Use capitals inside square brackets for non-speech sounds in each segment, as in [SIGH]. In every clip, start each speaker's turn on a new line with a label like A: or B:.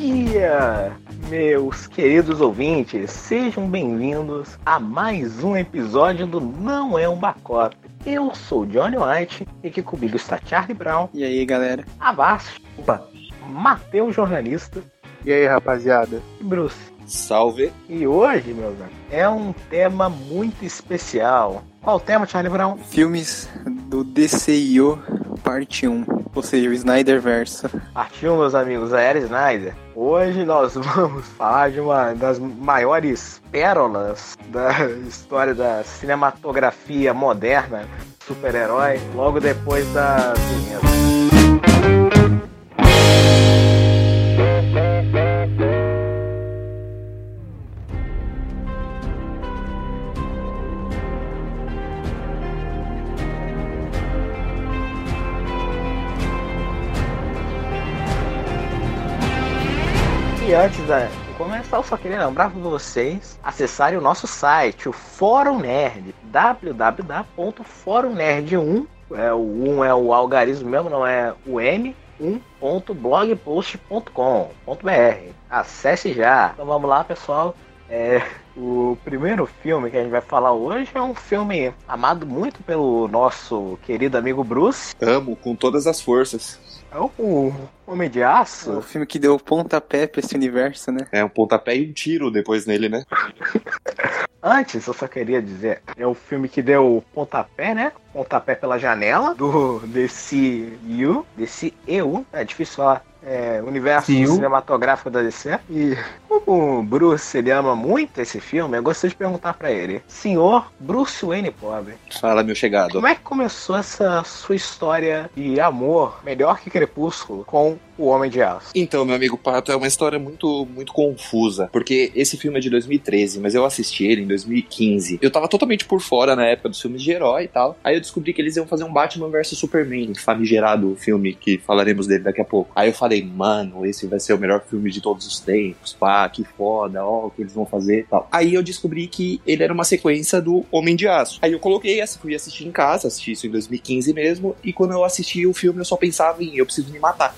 A: dia, meus queridos ouvintes. Sejam bem-vindos a mais um episódio do Não é um Bacop. Eu sou Johnny White e aqui comigo está Charlie Brown,
B: E aí, galera?
A: Avast,
C: Opa.
A: Matheus Jornalista
C: E aí, rapaziada?
A: e Bruce.
D: Salve!
A: E hoje, meus amigos, é um tema muito especial. Qual o tema, Charlie Brown?
B: Filmes do DCIO Parte 1, ou seja, o Snyder Verso.
A: Partiu, meus amigos, a Era Snyder. Hoje nós [LAUGHS] vamos falar de uma das maiores pérolas da história da cinematografia moderna, super-herói, logo depois da vinheta. E antes da de começar, eu só queria lembrar pra vocês acessarem o nosso site, o Fórum Nerd, www.forumnerd1, é, o 1 é o algarismo mesmo, não é o M, 1.blogpost.com.br. Acesse já. Então vamos lá, pessoal. É, o primeiro filme que a gente vai falar hoje é um filme amado muito pelo nosso querido amigo Bruce.
D: Amo com todas as forças.
A: É o Homem de
B: O
A: Aço.
B: filme que deu pontapé pra esse universo, né?
D: É um pontapé e um tiro depois nele, né?
A: Antes, eu só queria dizer, é o filme que deu o pontapé, né? Pontapé pela janela do [LAUGHS] DCU, DCEU, é difícil falar, é, universo
C: DCU.
A: cinematográfico da DC. E como o Bruce, ele ama muito esse filme, eu gostaria de perguntar pra ele. Senhor Bruce Wayne Pobre,
D: Fala, meu chegado.
A: como é que começou essa sua história de amor, melhor que Crepúsculo, com o Homem de Aço?
D: Então, meu amigo Pato, é uma história muito, muito confusa, porque esse filme é de 2013, mas eu assisti ele em 2015. Eu tava totalmente por fora na época dos filmes de herói e tal. Aí eu descobri que eles iam fazer um Batman vs Superman, famigerado o filme que falaremos dele daqui a pouco. Aí eu falei, mano, esse vai ser o melhor filme de todos os tempos, pá, que foda, ó, o que eles vão fazer e tal. Aí eu descobri que ele era uma sequência do Homem de Aço. Aí eu coloquei essa, fui assistir em casa, assisti isso em 2015 mesmo, e quando eu assisti o filme eu só pensava em eu preciso me matar.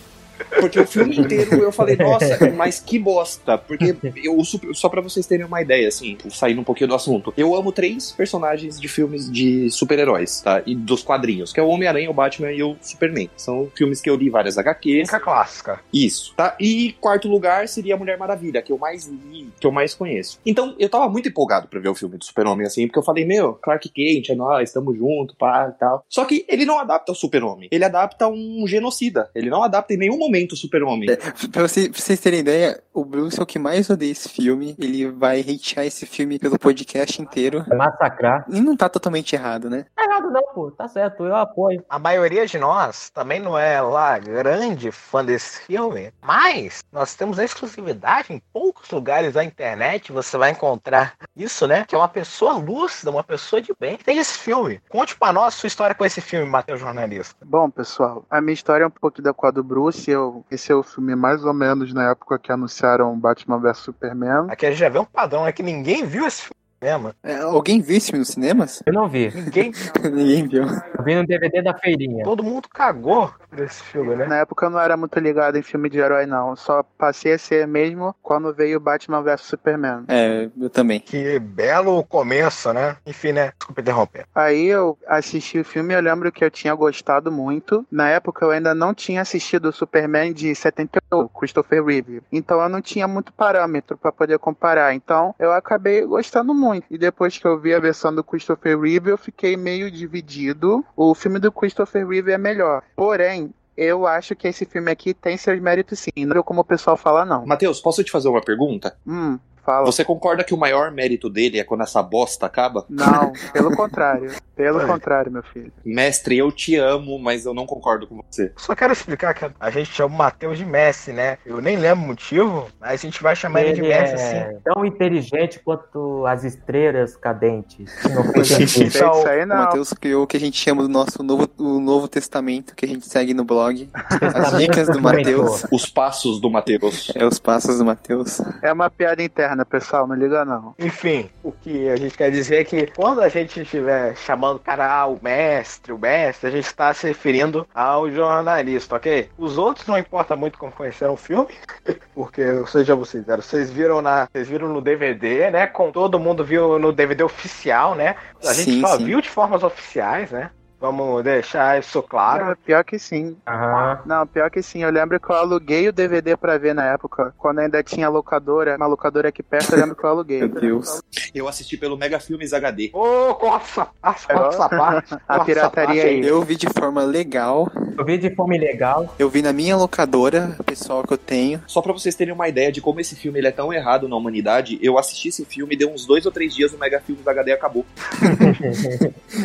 D: Porque o filme inteiro eu falei, nossa, mas que bosta. Porque eu, su- só pra vocês terem uma ideia, assim, saindo um pouquinho do assunto. Eu amo três personagens de filmes de super-heróis, tá? E dos quadrinhos, que é o Homem-Aranha, o Batman e o Superman. São filmes que eu li várias HQs.
A: Fica clássica.
D: Isso, tá? E quarto lugar seria a Mulher Maravilha, que eu mais li, que eu mais conheço. Então, eu tava muito empolgado pra ver o filme do Super-Homem, assim, porque eu falei, meu, Clark Kent, é nóis, tamo junto, pá, e tal. Só que ele não adapta o Super-Homem, ele adapta um genocida. Ele não adapta em nenhum momento o Super-Homem.
B: Pra, você- pra vocês terem ideia, o Bruce é o que mais odeia esse filme. Ele vai hatear esse filme pelo podcast inteiro.
C: Vai massacrar.
B: E não tá totalmente errado, né?
C: Tá errado não, pô. Tá certo, eu apoio.
A: A maioria de nós também não é lá grande fã desse filme, mas nós temos a exclusividade em poucos lugares da internet você vai encontrar isso, né? Que é uma pessoa lúcida, uma pessoa de bem. que Tem esse filme. Conte pra nós sua história com esse filme, Matheus Jornalista.
E: Bom, pessoal, a minha história é um pouco da quadra do Bruce. Eu, esse é o filme mais ou menos na época que anunciaram Batman vs Superman.
A: Aqui a gente já vê um padrão, é que ninguém viu esse filme. mesmo.
B: É, alguém viu esse filme nos cinemas? [LAUGHS]
C: Eu não vi.
A: Ninguém,
B: Ninguém viu.
C: Eu vi no DVD da feirinha.
A: todo mundo cagou desse filme, né?
E: Na época eu não era muito ligado em filme de herói, não. Só passei a ser mesmo quando veio Batman vs Superman.
B: É, eu também.
A: Que belo começo, né? Enfim, né? Desculpa interromper.
E: Aí eu assisti o filme e eu lembro que eu tinha gostado muito. Na época eu ainda não tinha assistido o Superman de 78, Christopher Reeve. Então eu não tinha muito parâmetro pra poder comparar. Então eu acabei gostando muito. E depois que eu vi a versão do Christopher Reeve, eu fiquei meio dividido. O filme do Christopher Reeve é melhor. Porém, eu acho que esse filme aqui tem seus méritos sim. Não é como o pessoal fala, não.
D: Matheus, posso te fazer uma pergunta?
E: Hum, fala.
D: Você concorda que o maior mérito dele é quando essa bosta acaba?
E: Não, pelo contrário. Pelo
A: Olha.
E: contrário, meu filho.
D: Mestre, eu te amo, mas eu não concordo com você.
A: Só quero explicar que a gente chama o Matheus de Messi, né? Eu nem lembro o motivo, mas a gente vai chamar ele, de
C: Ele
A: Messi,
C: é
A: assim.
C: tão inteligente quanto as estrelas cadentes. Se não fosse
B: [LAUGHS]
C: assim.
E: Isso
A: Então,
E: aí
B: O
E: não.
B: Matheus criou o que a gente chama do nosso novo, o novo testamento que a gente segue no blog. As dicas do Matheus.
D: Os passos do Matheus.
B: É os passos do Matheus.
E: É uma piada interna. moderna, pessoal, não liga não.
A: Enfim, o que a gente quer dizer é que quando a gente estiver chamando o cara ah, o mestre, o mestre, a gente está se referindo ao jornalista, ok? Os outros não importa muito como conheceram o filme, [LAUGHS] porque, seja vocês eram, vocês viram na, vocês viram no DVD, né? Com todo mundo viu no DVD oficial, né? A gente
B: Sim,
A: só
B: sim.
A: viu de formas oficiais, né? Vamos deixar isso claro.
B: Ah.
E: Cara, É, pior que sim.
C: Aham.
E: Não, pior que sim. Eu lembro que eu aluguei o DVD pra ver na época. Quando ainda tinha locadora, uma locadora aqui perto, eu lembro que eu aluguei.
B: Meu Deus.
D: Eu assisti pelo Mega Filmes HD.
A: Ô, corta essa parte, corta essa
E: [LAUGHS]
A: parte. corta essa
E: pirataria
A: parte.
E: aí.
B: Eu vi de forma legal.
C: Eu vi de
A: [LAUGHS]
C: forma ilegal.
B: Eu vi na minha locadora, pessoal que eu tenho. [LAUGHS]
D: Só pra vocês terem uma ideia de como esse filme ele é tão errado na humanidade, eu assisti esse filme, deu uns dois ou três dias, o Mega Filmes HD acabou.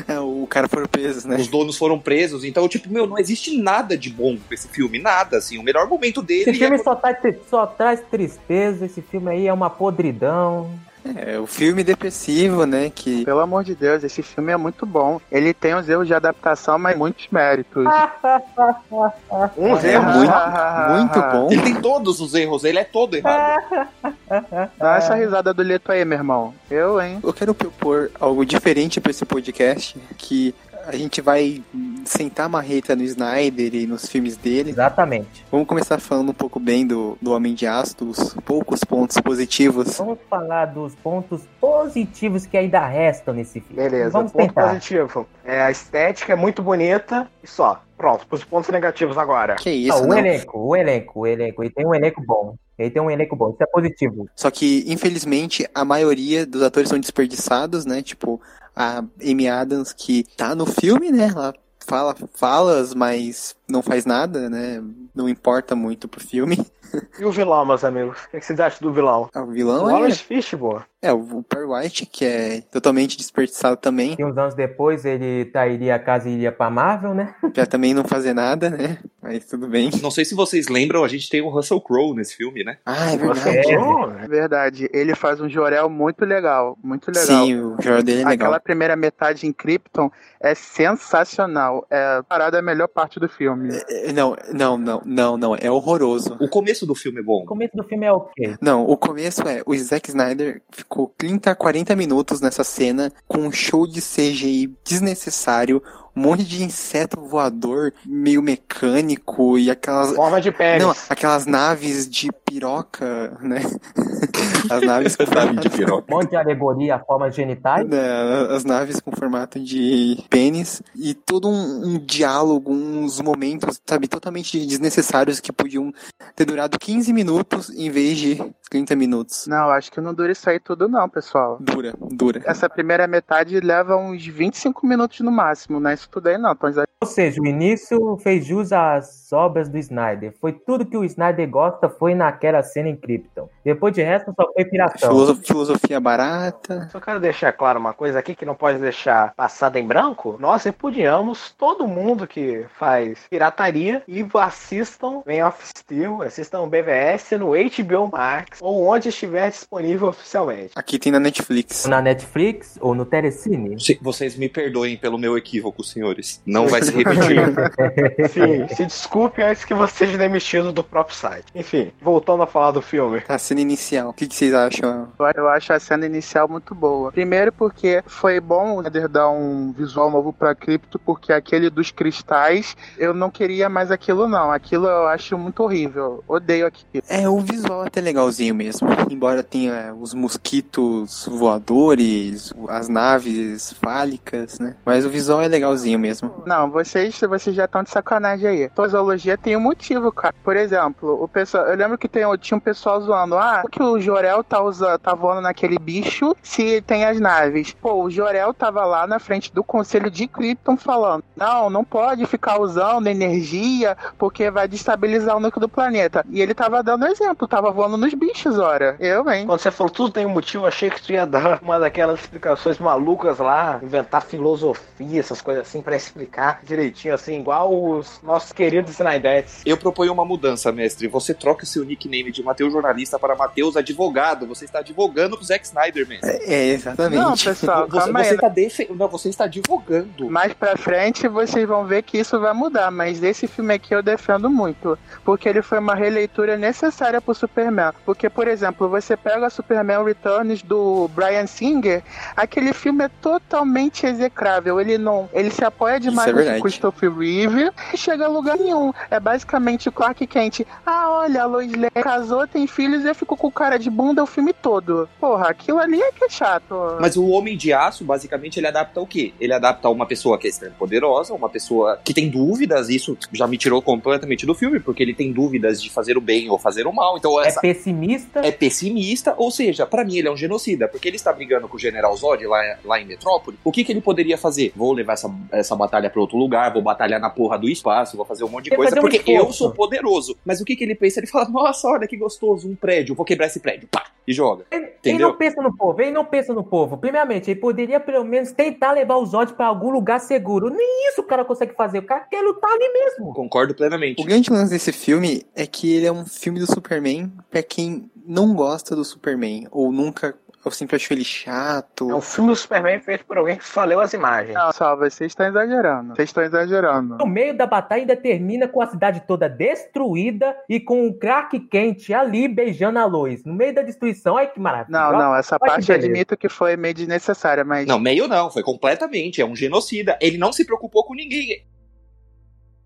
B: É, o cara foi preso, né?
D: Os donos foram presos, então, tipo, meu, não existe nada de bom com esse filme, nada, assim. O melhor momento dele
C: Esse filme
D: é...
C: só, tá- só traz tristeza, esse filme aí é uma podridão.
B: É, o filme depressivo, né? Que
E: Pelo amor de Deus, esse filme é muito bom. Ele tem os erros de adaptação, mas muitos méritos. Ah,
A: Uns
B: é
A: erros.
B: muito, muito
C: Ah.
B: bom.
D: Ele tem todos os erros, ele é todo errado.
E: Dá essa risada do Leto aí, meu irmão. Eu, hein?
B: Eu quero propor algo diferente pra esse podcast, que a gente vai sentar a marreta no Snyder e nos filmes dele.
C: Exatamente.
B: Vamos começar falando um pouco bem do, do Homem de Aço, dos poucos pontos positivos.
C: Vamos falar dos pontos positivos que ainda restam nesse filme.
A: Beleza,
C: Vamos
A: ponto
C: tentar.
A: positivo. É, a estética é muito bonita e só. Pronto, os pontos negativos agora.
B: Que é
C: Ah,
B: isso,
C: o
B: não?
C: elenco, o elenco, o elenco. Ele tem um elenco bom. Ele tem um elenco bom. Isso é positivo.
B: Só que, infelizmente, a maioria dos atores são desperdiçados, né? Tipo, a Amy Adams, que tá no filme, né? Ela fala falas, mas não faz nada, né? Não importa muito pro filme. [LAUGHS]
A: E o vilão, meus amigos? O que vocês acham do vilão?
B: O
A: O
B: vilão é,
A: Lawrence Fishburne.
B: é o Perry White, que é totalmente desperdiçado também,
E: [LAUGHS]
C: E uns anos depois ele trairia a casa e iria pra Marvel, né?
B: pra também não fazer nada, né? Mas tudo bem.
D: Não sei se vocês lembram, a gente tem o Russell Crowe nesse filme, né?
B: Ah, é
A: Você
B: verdade.
E: É Verdade, ele faz um Jorel muito legal, muito legal.
B: Sim, o Jordan dele é legal.
E: Aquela primeira metade em Krypton é sensacional. É parada a melhor parte do filme.
B: É, Não, não, não, não, não. É horroroso.
D: O começo do filme é bom.
C: O começo do filme é ok.
B: Não, o começo é, o Zack Snyder ficou 30 a 40 minutos nessa cena com um show de CGI desnecessário, um monte de inseto voador meio mecânico e aquelas
A: Forma de pênis.
B: não, aquelas naves de piroca, né? [LAUGHS] As naves com formato,
D: de piroca.
C: Um monte de alegoria à forma genital.
B: né, as naves com formato de pênis e todo um, um diálogo, uns momentos, sabe, totalmente desnecessários que podiam ter durado 15 minutos em vez de 30 minutos.
E: Não, acho que não dura isso aí tudo, não, pessoal.
B: Dura, dura.
E: Essa primeira metade leva uns 25 minutos no máximo, não é isso tudo aí, não. Então,
C: Ou seja, o início fez jus às obras do Snyder. Foi tudo que o Snyder gosta foi naquela cena em Krypton. Depois de resto só foi piração.
B: Filoso- filosofia barata.
A: Só quero deixar claro uma coisa aqui que não pode deixar passada em branco. Nós repudiamos todo mundo que faz pirataria e assistam Man of Steel, assistam BVS no HBO Max ou onde estiver disponível oficialmente.
B: Aqui tem na Netflix.
C: Na Netflix ou no Telecine.
D: Se- Vocês me perdoem pelo meu equívoco, senhores. Não vai se repetir.
A: Sim, se desculpe antes que você seja demitido do próprio site. Enfim, voltando a falar do filme.
B: Tá A cena inicial. O que, que vocês acham?
E: Eu- Eu acho a cena inicial muito boa. Primeiro porque foi bom o Snyder dar um visual novo pra cripto, porque aquele dos cristais, eu não queria mais aquilo não. Aquilo eu acho muito horrível. Odeio aquilo.
B: É, o visual é até legalzinho mesmo. Embora tenha é, os mosquitos voadores, as naves fálicas, né? Mas o visual é legalzinho mesmo.
E: Não, vocês, vocês já estão de sacanagem aí. Tosologia tem um motivo, cara. Por exemplo, o pessoal, eu lembro que tem, tinha um pessoal zoando, ah, por que o Jorel tá, usa, tá voando naquele bicho se tem as naves. Pô, o Jorel tava lá na frente do conselho de Krypton falando, não, não pode ficar usando energia porque vai destabilizar o núcleo do planeta. E ele tava dando exemplo, tava voando nos bichos, ora. Eu, hein?
A: Quando você falou tudo tem um motivo, achei que tu ia dar uma daquelas explicações malucas lá, inventar filosofia, essas coisas assim, pra explicar direitinho, assim, igual os nossos queridos Snydettes.
D: Eu proponho uma mudança, mestre. Você troca o seu nickname de Matheus Jornalista para Matheus Advogado. Você está advogando com o Zack Snyder, mestre.
B: É, exatamente.
E: Não,
D: [LAUGHS]
E: pessoal,
D: Você,
E: calma
D: você
E: aí.
D: está defe- Não, você está advogando.
E: Mais pra frente vocês vão ver que isso vai mudar, mas esse filme aqui eu defendo muito, porque ele foi uma releitura necessária pro Superman. Porque, por exemplo, você pega Superman Returns do Brian Singer, aquele filme é totalmente execrável. Ele não, ele se apoia demais
B: Isso é
E: no
B: verdade.
E: Christopher Reeve e chega a lugar nenhum. É basicamente Clark Kent. Ah, olha, a Lois Lane casou, tem filhos e ficou com cara de bunda o filme todo. Porra, aquilo ali é que é chato.
D: Mas o Homem de Aço, basicamente, ele adapta o quê? Ele adapta uma pessoa que é extremamente poderosa, uma pessoa que tem dúvidas, isso já me tirou completamente do filme, porque ele tem dúvidas de fazer o bem ou fazer o mal. Então,
C: É
D: essa,
C: pessimista.
D: é pessimista, ou seja, pra mim ele é um genocida, porque ele está brigando com o General Zod lá, lá em Metrópole. O que, que ele poderia fazer? Vou levar essa, essa batalha pra outro lugar, vou batalhar na porra do espaço, vou fazer um monte de
C: Ele
D: coisa,
C: fazer um
D: porque eu
C: esforço.
D: sou poderoso. Mas o que, que ele pensa? Ele fala, nossa, olha que gostoso, um prédio, vou quebrar esse prédio, pá, e joga.
C: Ele
D: Entendeu?
C: não pensa no povo, ele não pensa no povo. Primeiramente, ele poderia pelo menos tentar levar os Zod pra algum lugar seguro. Nem isso o cara consegue fazer. O cara quer lutar ali mesmo.
D: Concordo
B: O
D: plenamente.
B: grande lance desse filme é que ele é um filme do Superman pra quem não gosta do Superman, ou nunca, ou sempre achou ele chato.
A: É um filme do Superman feito por alguém que só leu as imagens.
E: Não, só, vocês estão exagerando. Vocês estão exagerando.
C: No meio da batalha ainda termina com a cidade toda destruída e com o craque quente ali beijando a Lois. No meio da destruição, olha que maravilha.
E: Não, não, essa
C: Olha que
E: parte eu
C: beleza.
E: admito que foi meio desnecessária, mas.
D: Não, meio não, foi completamente, é um genocida. Ele não se preocupou com ninguém.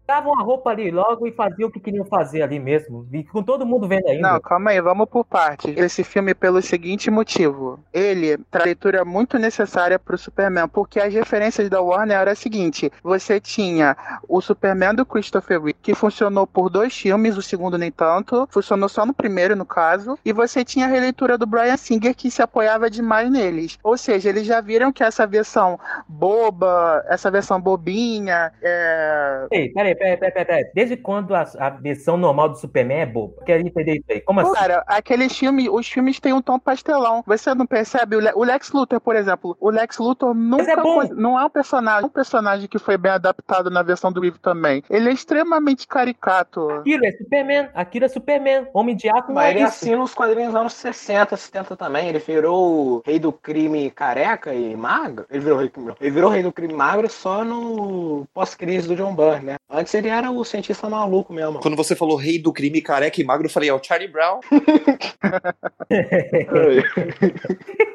C: Davam a roupa ali logo e faziam o que queriam fazer ali mesmo. E com todo mundo vendo ainda.
E: Não, calma aí, vamos por partes. Esse filme pelo seguinte motivo. Ele traz leitura muito necessária pro Superman, porque as referências da Warner era a seguinte: você tinha o Superman do Christopher Reeve, que funcionou por dois filmes, o segundo nem tanto, funcionou só no primeiro, no caso, e você tinha a releitura do Brian Singer, que se apoiava demais neles. Ou seja, eles já viram que essa versão boba, essa versão bobinha, é,
C: Ei, peraí, peraí, peraí, peraí, peraí. Desde quando a, a versão normal do Superman é boba? Quero entender isso aí. Como
E: Pô,
C: assim?
E: Cara, aqueles filmes, os filmes têm um tom pastelão. Você não percebe? O Le- o Lex Luthor, por exemplo. O Lex Luthor nunca
C: é bom.
E: foi- não é um personagem, é um personagem que foi bem adaptado na versão do Reeve também. Ele é extremamente caricato.
C: Aquilo é Superman, aquilo é Superman. Homem de aço não
A: Mas
C: é
A: ele é
C: isso.
A: assim nos quadrinhos dos anos 60, 70 também. Ele virou o rei do crime careca e magro. Ele virou, rei- não, ele virou o rei do crime magro só no pós-crise do John Byrne, né? Antes ele era o cientista maluco
D: [LAUGHS]
A: mesmo.
D: Quando você falou rei do crime careca e magro, eu falei, é o Charlie Brown.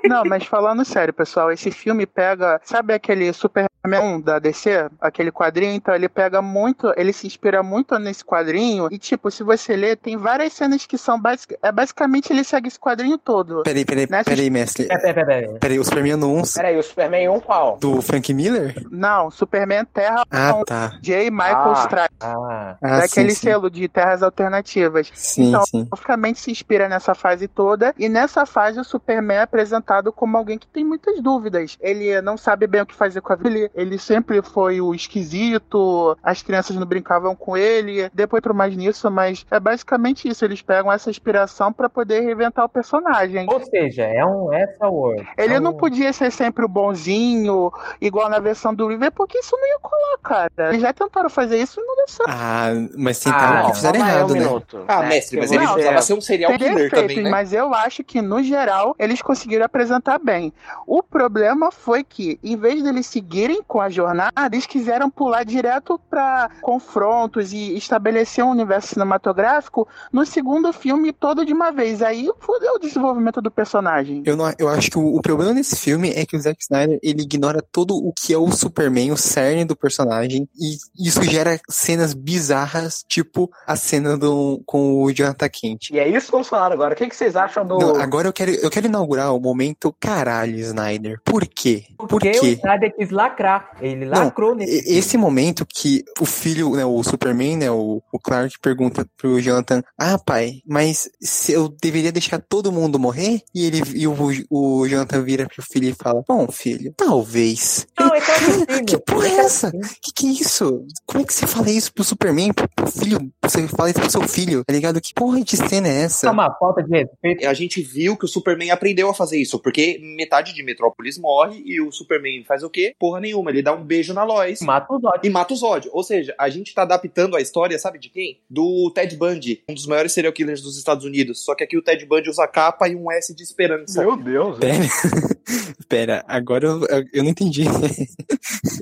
E: não, mas falando sério, pessoal, esse filme pega, sabe aquele Superman 1 da DC, aquele quadrinho, então ele pega muito, ele se inspira muito nesse quadrinho e tipo, se você ler, tem várias cenas que são basic, é basicamente ele segue esse quadrinho todo.
B: Peraí, peraí,
E: Nessa-
B: peraí, mestre.
C: Peraí, peraí, peraí.
B: Peraí, o Superman no 1
A: Peraí, o Superman 1 qual?
B: do Frank Miller?
E: Não, Superman Terra
B: Ah, tá.
E: J. Michael
A: Ah.
E: Strack,
C: Ah,
B: Ah,
E: daquele
B: sim,
E: selo de terras alternativas.
B: Sim,
E: é Então,
B: sim.
E: Basicamente se inspira nessa fase toda, e nessa fase o Superman é apresentado como alguém que tem muitas dúvidas. Ele não sabe bem o que fazer com a vida, ele- ele sempre foi o esquisito, as crianças não brincavam com ele, depois entro mais nisso, mas é basicamente isso. Eles pegam essa inspiração pra poder reinventar o personagem.
C: ou seja, é um essa word.
E: Ele
C: é um...
B: Oh.
E: não podia ser sempre o bonzinho, igual na versão do River, porque isso não ia colar, cara. Eles já tentaram fazer isso e não deu certo.
B: Ah, mas
C: Ah,
B: tentaram
A: Não,
B: que fizeram
A: calma aí
B: errado,
A: um
B: né?
A: minuto,
D: Ah,
A: né?
D: mestre, mas
A: Eu
D: ele
A: vou dizer-
D: precisava ser um serial
E: Tem
D: killer
E: defeitos,
D: também, né?
E: mas eu acho que no geral eles conseguiram apresentar bem. O problema foi que, em vez deles seguirem com a jornada, eles quiseram pular direto pra confrontos e estabelecer um universo cinematográfico no segundo filme todo de uma vez. Aí fudeu o desenvolvimento do personagem.
B: Eu, não, eu acho que o, o problema desse filme é que o Zack Snyder ele ignora todo o que é o Superman, o cerne do personagem, e isso gera cenas bizarras, tipo a cena do, com o Jonathan Kent.
A: E é isso que vamos falar agora. O que, que vocês acham do.
B: Não, agora eu quero, eu quero inaugurar o momento caralho, Snyder. Por quê? Por
C: Porque o
B: quê?
C: Snyder quis lacrar. Ele lacrou nesse.
B: E- Esse momento que o filho, né, o Superman, né, o, o Clark pergunta pro Jonathan: Ah, pai, mas se eu deveria deixar todo mundo morrer? E ele e o, o Jonathan vira pro filho e fala: Bom, filho, talvez.
C: Não, é que é
B: Cara,
C: possível.
B: [LAUGHS] que porra é
C: que é
B: essa?
C: possível.
B: Que que é isso? Como é que você fala isso pro Superman, pro, pro filho você fala isso pro seu filho, tá ligado? Que porra de cena é
C: Isso é
B: essa?
C: uma falta de respeito.
D: A gente viu que o Superman aprendeu a fazer isso, porque metade de Metrópolis morre e o Superman faz o quê? Porra nenhuma, ele dá um beijo na Lois
C: Mata o Zod.
D: e mata o Zod. Ou seja, a gente tá adaptando a história, sabe de quem? Do Ted Bundy, um dos maiores serial killers dos Estados Unidos. Só que aqui o Ted Bundy usa capa e um S de esperança.
A: Meu Deus.
B: Pera, pera, agora eu, eu não entendi.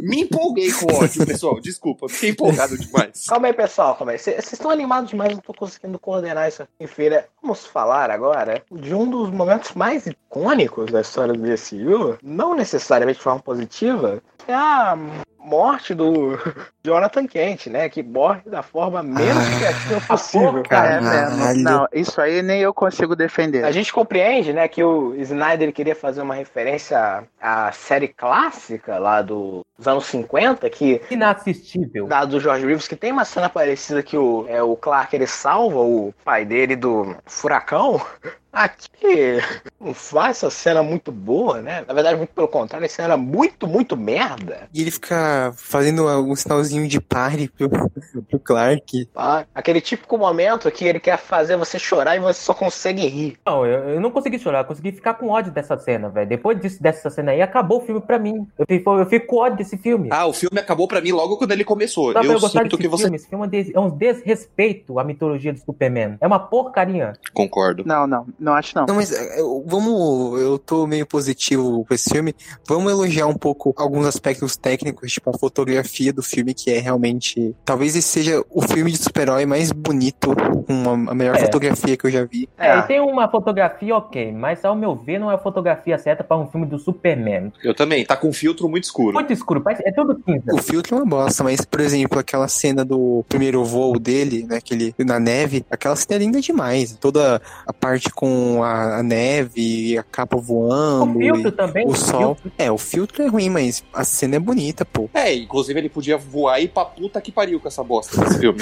D: Me empolguei com o ódio, pessoal. Desculpa, fiquei empolgado demais.
A: Calma aí, pessoal, calma aí. Vocês estão animados demais, não tô conseguindo coordenar isso aqui em feira. Vamos falar agora de um dos momentos mais icônicos da história do DCU, não necessariamente de forma positiva, que é a morte do [LAUGHS] Jonathan Kent, né? Que morre da forma menos
B: Ah,
A: criativa possível.
E: É
B: Caralho.
E: mesmo. Não, isso aí nem eu consigo defender.
A: A gente compreende, né, que o Snyder queria fazer uma referência à à série clássica lá do- dos anos 50, que
C: é Inassistível.
A: da do George Reeves, que tem uma cena parecida que o, é, o Clark ele salva o pai dele do furacão. [LAUGHS] Aqui não faz essa cena muito boa, né? Na verdade, muito pelo contrário, essa cena era muito, muito merda.
B: [LAUGHS] E ele fica fazendo um sinalzinho de pare pro, pro Clark.
A: tá? Aquele típico momento que ele quer fazer você chorar e você só consegue rir.
C: Não, eu, eu não consegui chorar, eu consegui ficar com ódio dessa cena, velho. Depois disso, dessa cena aí, acabou o filme pra mim. Eu fico, eu fico com ódio desse filme.
D: Ah, o filme acabou pra mim logo quando ele começou.
C: Dá pra
D: eu
C: gostar
D: sinto
C: desse
D: que você.
C: filme. Esse filme é um des- é um desrespeito à mitologia do Superman. É uma porcaria.
D: Concordo.
E: Não, não, não acho
B: [LAUGHS]
E: não.
B: Não, mas eh, eu- vamos. Eu tô meio positivo com esse filme. Vamos elogiar um pouco alguns aspectos técnicos, tipo a fotografia do filme, que é realmente. Talvez esse seja o filme de super-herói mais bonito, com a a melhor
C: É.
B: fotografia que eu já vi.
C: É, e tem uma fotografia ok, mas ao meu ver não é a fotografia certa pra um filme do Superman.
D: Eu também. Tá com um filtro muito escuro.
C: Muito escuro, parece, é tudo cinza.
B: O filtro é uma bosta, mas, por exemplo, aquela cena do primeiro voo dele, né, que ele- na neve, aquela cena é linda demais. Toda a parte com a, a neve, a capa
C: O
B: voando,
C: filtro
B: e
C: também.
B: o sol.
C: filtro.
B: É, o filtro é ruim, mas a cena é bonita, pô.
D: É, inclusive ele podia voar e ir pra puta que pariu com essa bosta desse filme.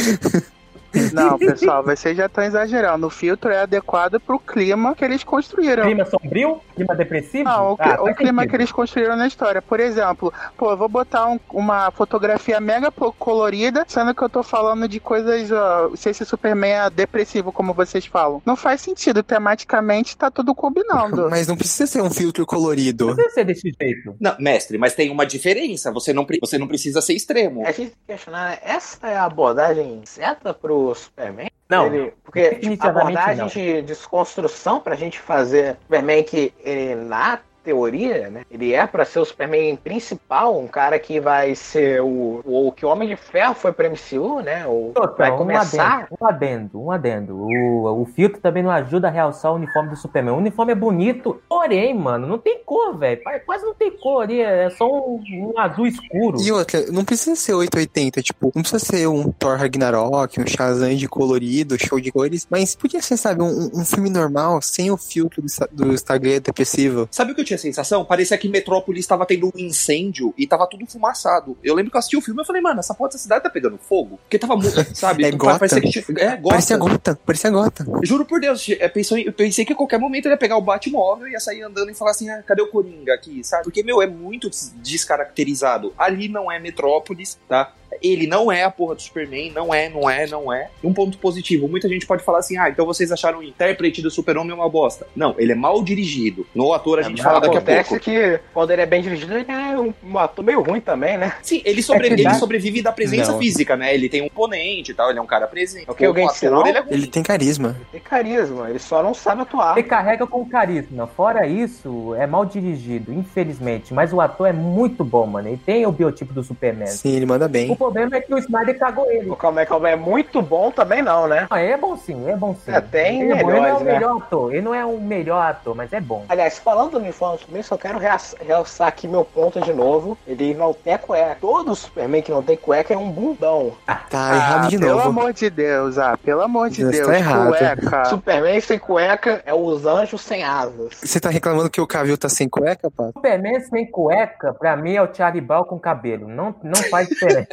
E: Não, pessoal, vocês já estão exagerando. O filtro é adequado pro clima que eles construíram.
C: Clima sombrio? Clima depressivo?
E: Não, o, cli-
C: Ah,
E: o
B: tá
C: faz
E: clima
C: sentido.
E: que eles construíram na história. Por exemplo, pô, eu vou botar um- uma fotografia mega po- colorida, sendo que eu tô falando de coisas. ó, se esse Superman é depressivo, como vocês falam. Não faz sentido. Tematicamente tá tudo combinando.
B: Mas não precisa ser um filtro colorido.
C: Não precisa ser desse jeito.
D: Não, mestre, mas tem uma diferença. Você não, pre- você não precisa ser extremo.
A: É, A gente tem que questionar, né, essa é a abordagem certa pro Superman?
C: Não,
A: Ele- porque tipo, a
C: definitivamente
A: abordagem
C: não.
A: de desconstrução pra gente fazer Superman que ele na teoria, né? Ele é pra ser o Superman principal, um cara que vai ser o, o, que o Homem de Ferro foi pro MCU, né? O,
C: Outra,
A: vai
C: um
A: começar.
C: adendo, um adendo, um adendo. O, o filtro também não ajuda a realçar o uniforme do Superman. O uniforme é bonito, porém, mano, não tem cor, velho. Pa- Quase não tem cor ali, é só um, um azul escuro.
B: E outra, não precisa ser 880, tipo, não precisa ser um Thor Ragnarok, um Shazam de colorido, show de cores, mas podia ser, sabe, um, um filme normal, sem o filtro do, Insta- do Instagram depressivo.
D: Sabe o que eu tinha sensação? Parecia que Metrópolis estava tendo um incêndio e tava tudo fumaçado. Eu lembro que eu assisti o filme e eu falei, mano, essa porra dessa cidade tá pegando fogo. Porque tava muito, [LAUGHS] sabe?
B: É Gotham.
D: Parecia que tinha- é, Gotham.
B: Parecia gota, parecia gota.
D: Juro por Deus, é, pensou em- eu pensei que a qualquer momento ele ia pegar o Batmóvel e ia sair andando e falar assim, ah, cadê o Coringa aqui, sabe? Porque, meu, é muito des- descaracterizado. Ali não é Metrópolis, tá? Ele não é a porra do Superman, não é, não é, não é. Um ponto positivo, muita gente pode falar assim, ah, então vocês acharam o intérprete do Super-Homem uma bosta. Não, ele é mal dirigido. No ator
A: É
D: a gente fala daqui a
A: Acontece
D: pouco.
A: que quando ele é bem dirigido, ele é um, um ator meio ruim também, né?
D: Sim, ele, sobre-
C: É que
D: ele
C: dá-
D: sobrevive da presença
B: Não.
D: física, né? Ele tem um ponente e tal, ele é um cara presente.
A: O que alguém
D: ator,
A: ensinou?
D: ele é ruim.
B: Ele tem carisma.
A: Tem carisma, ele só não sabe atuar.
C: Ele carrega com carisma. Fora isso, é mal dirigido, infelizmente. Mas o ator é muito bom, mano. Ele tem o biotipo do Superman.
B: Sim, ele manda
C: O
B: bem.
C: problema é que o Snyder cagou ele.
A: O Calma Calma é muito bom também não, né?
C: Ah, ele é bom sim, ele é bom sim.
A: É, tem
C: ele, é bom. ele não é
A: melhores,
C: o
A: né?
C: melhor ator. Ele não é o melhor ator, mas é bom.
A: Aliás, falando do uniforme do Superman, só quero rea- realçar aqui meu ponto de novo. Ele não tem cueca. Todo Superman que não tem cueca é um bundão.
B: [LAUGHS] Tá errado de
E: Ah, pelo
B: novo.
E: amor de Deus, ah, pelo amor de
B: Já
E: Deus,
B: está
E: é,
B: errado.
A: Ah.
E: cueca.
A: Superman sem cueca é os anjos sem asas.
B: Você tá reclamando que o Cavill tá sem cueca, pá?
C: Superman sem cueca, pra mim, é o Charlie Brown com cabelo. Não, não faz diferença.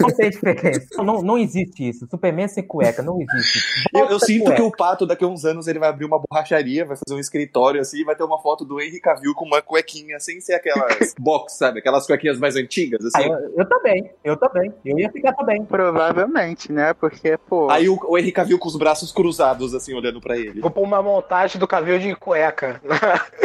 C: Não tem diferença. Não, não existe isso. Superman sem cueca, não existe.
D: Eu, eu
C: Bota
D: sinto
C: cueca.
D: que o Pato, daqui a uns anos, ele vai abrir uma borracharia, vai fazer um escritório assim, e vai ter uma foto do Henry Cavill com uma cuequinha, sem ser
C: [LAUGHS]
D: aquelas box, sabe? Aquelas cuequinhas mais antigas,
C: Ah,
D: assim.
C: eu, eu também, eu também. Eu ia ficar também.
E: Provavelmente, né? Porque, pô.
D: Aí o, o Henry Cavill com os braços cruzados, assim, olhando pra ele.
A: Vou pôr uma montagem do Cavill de cueca.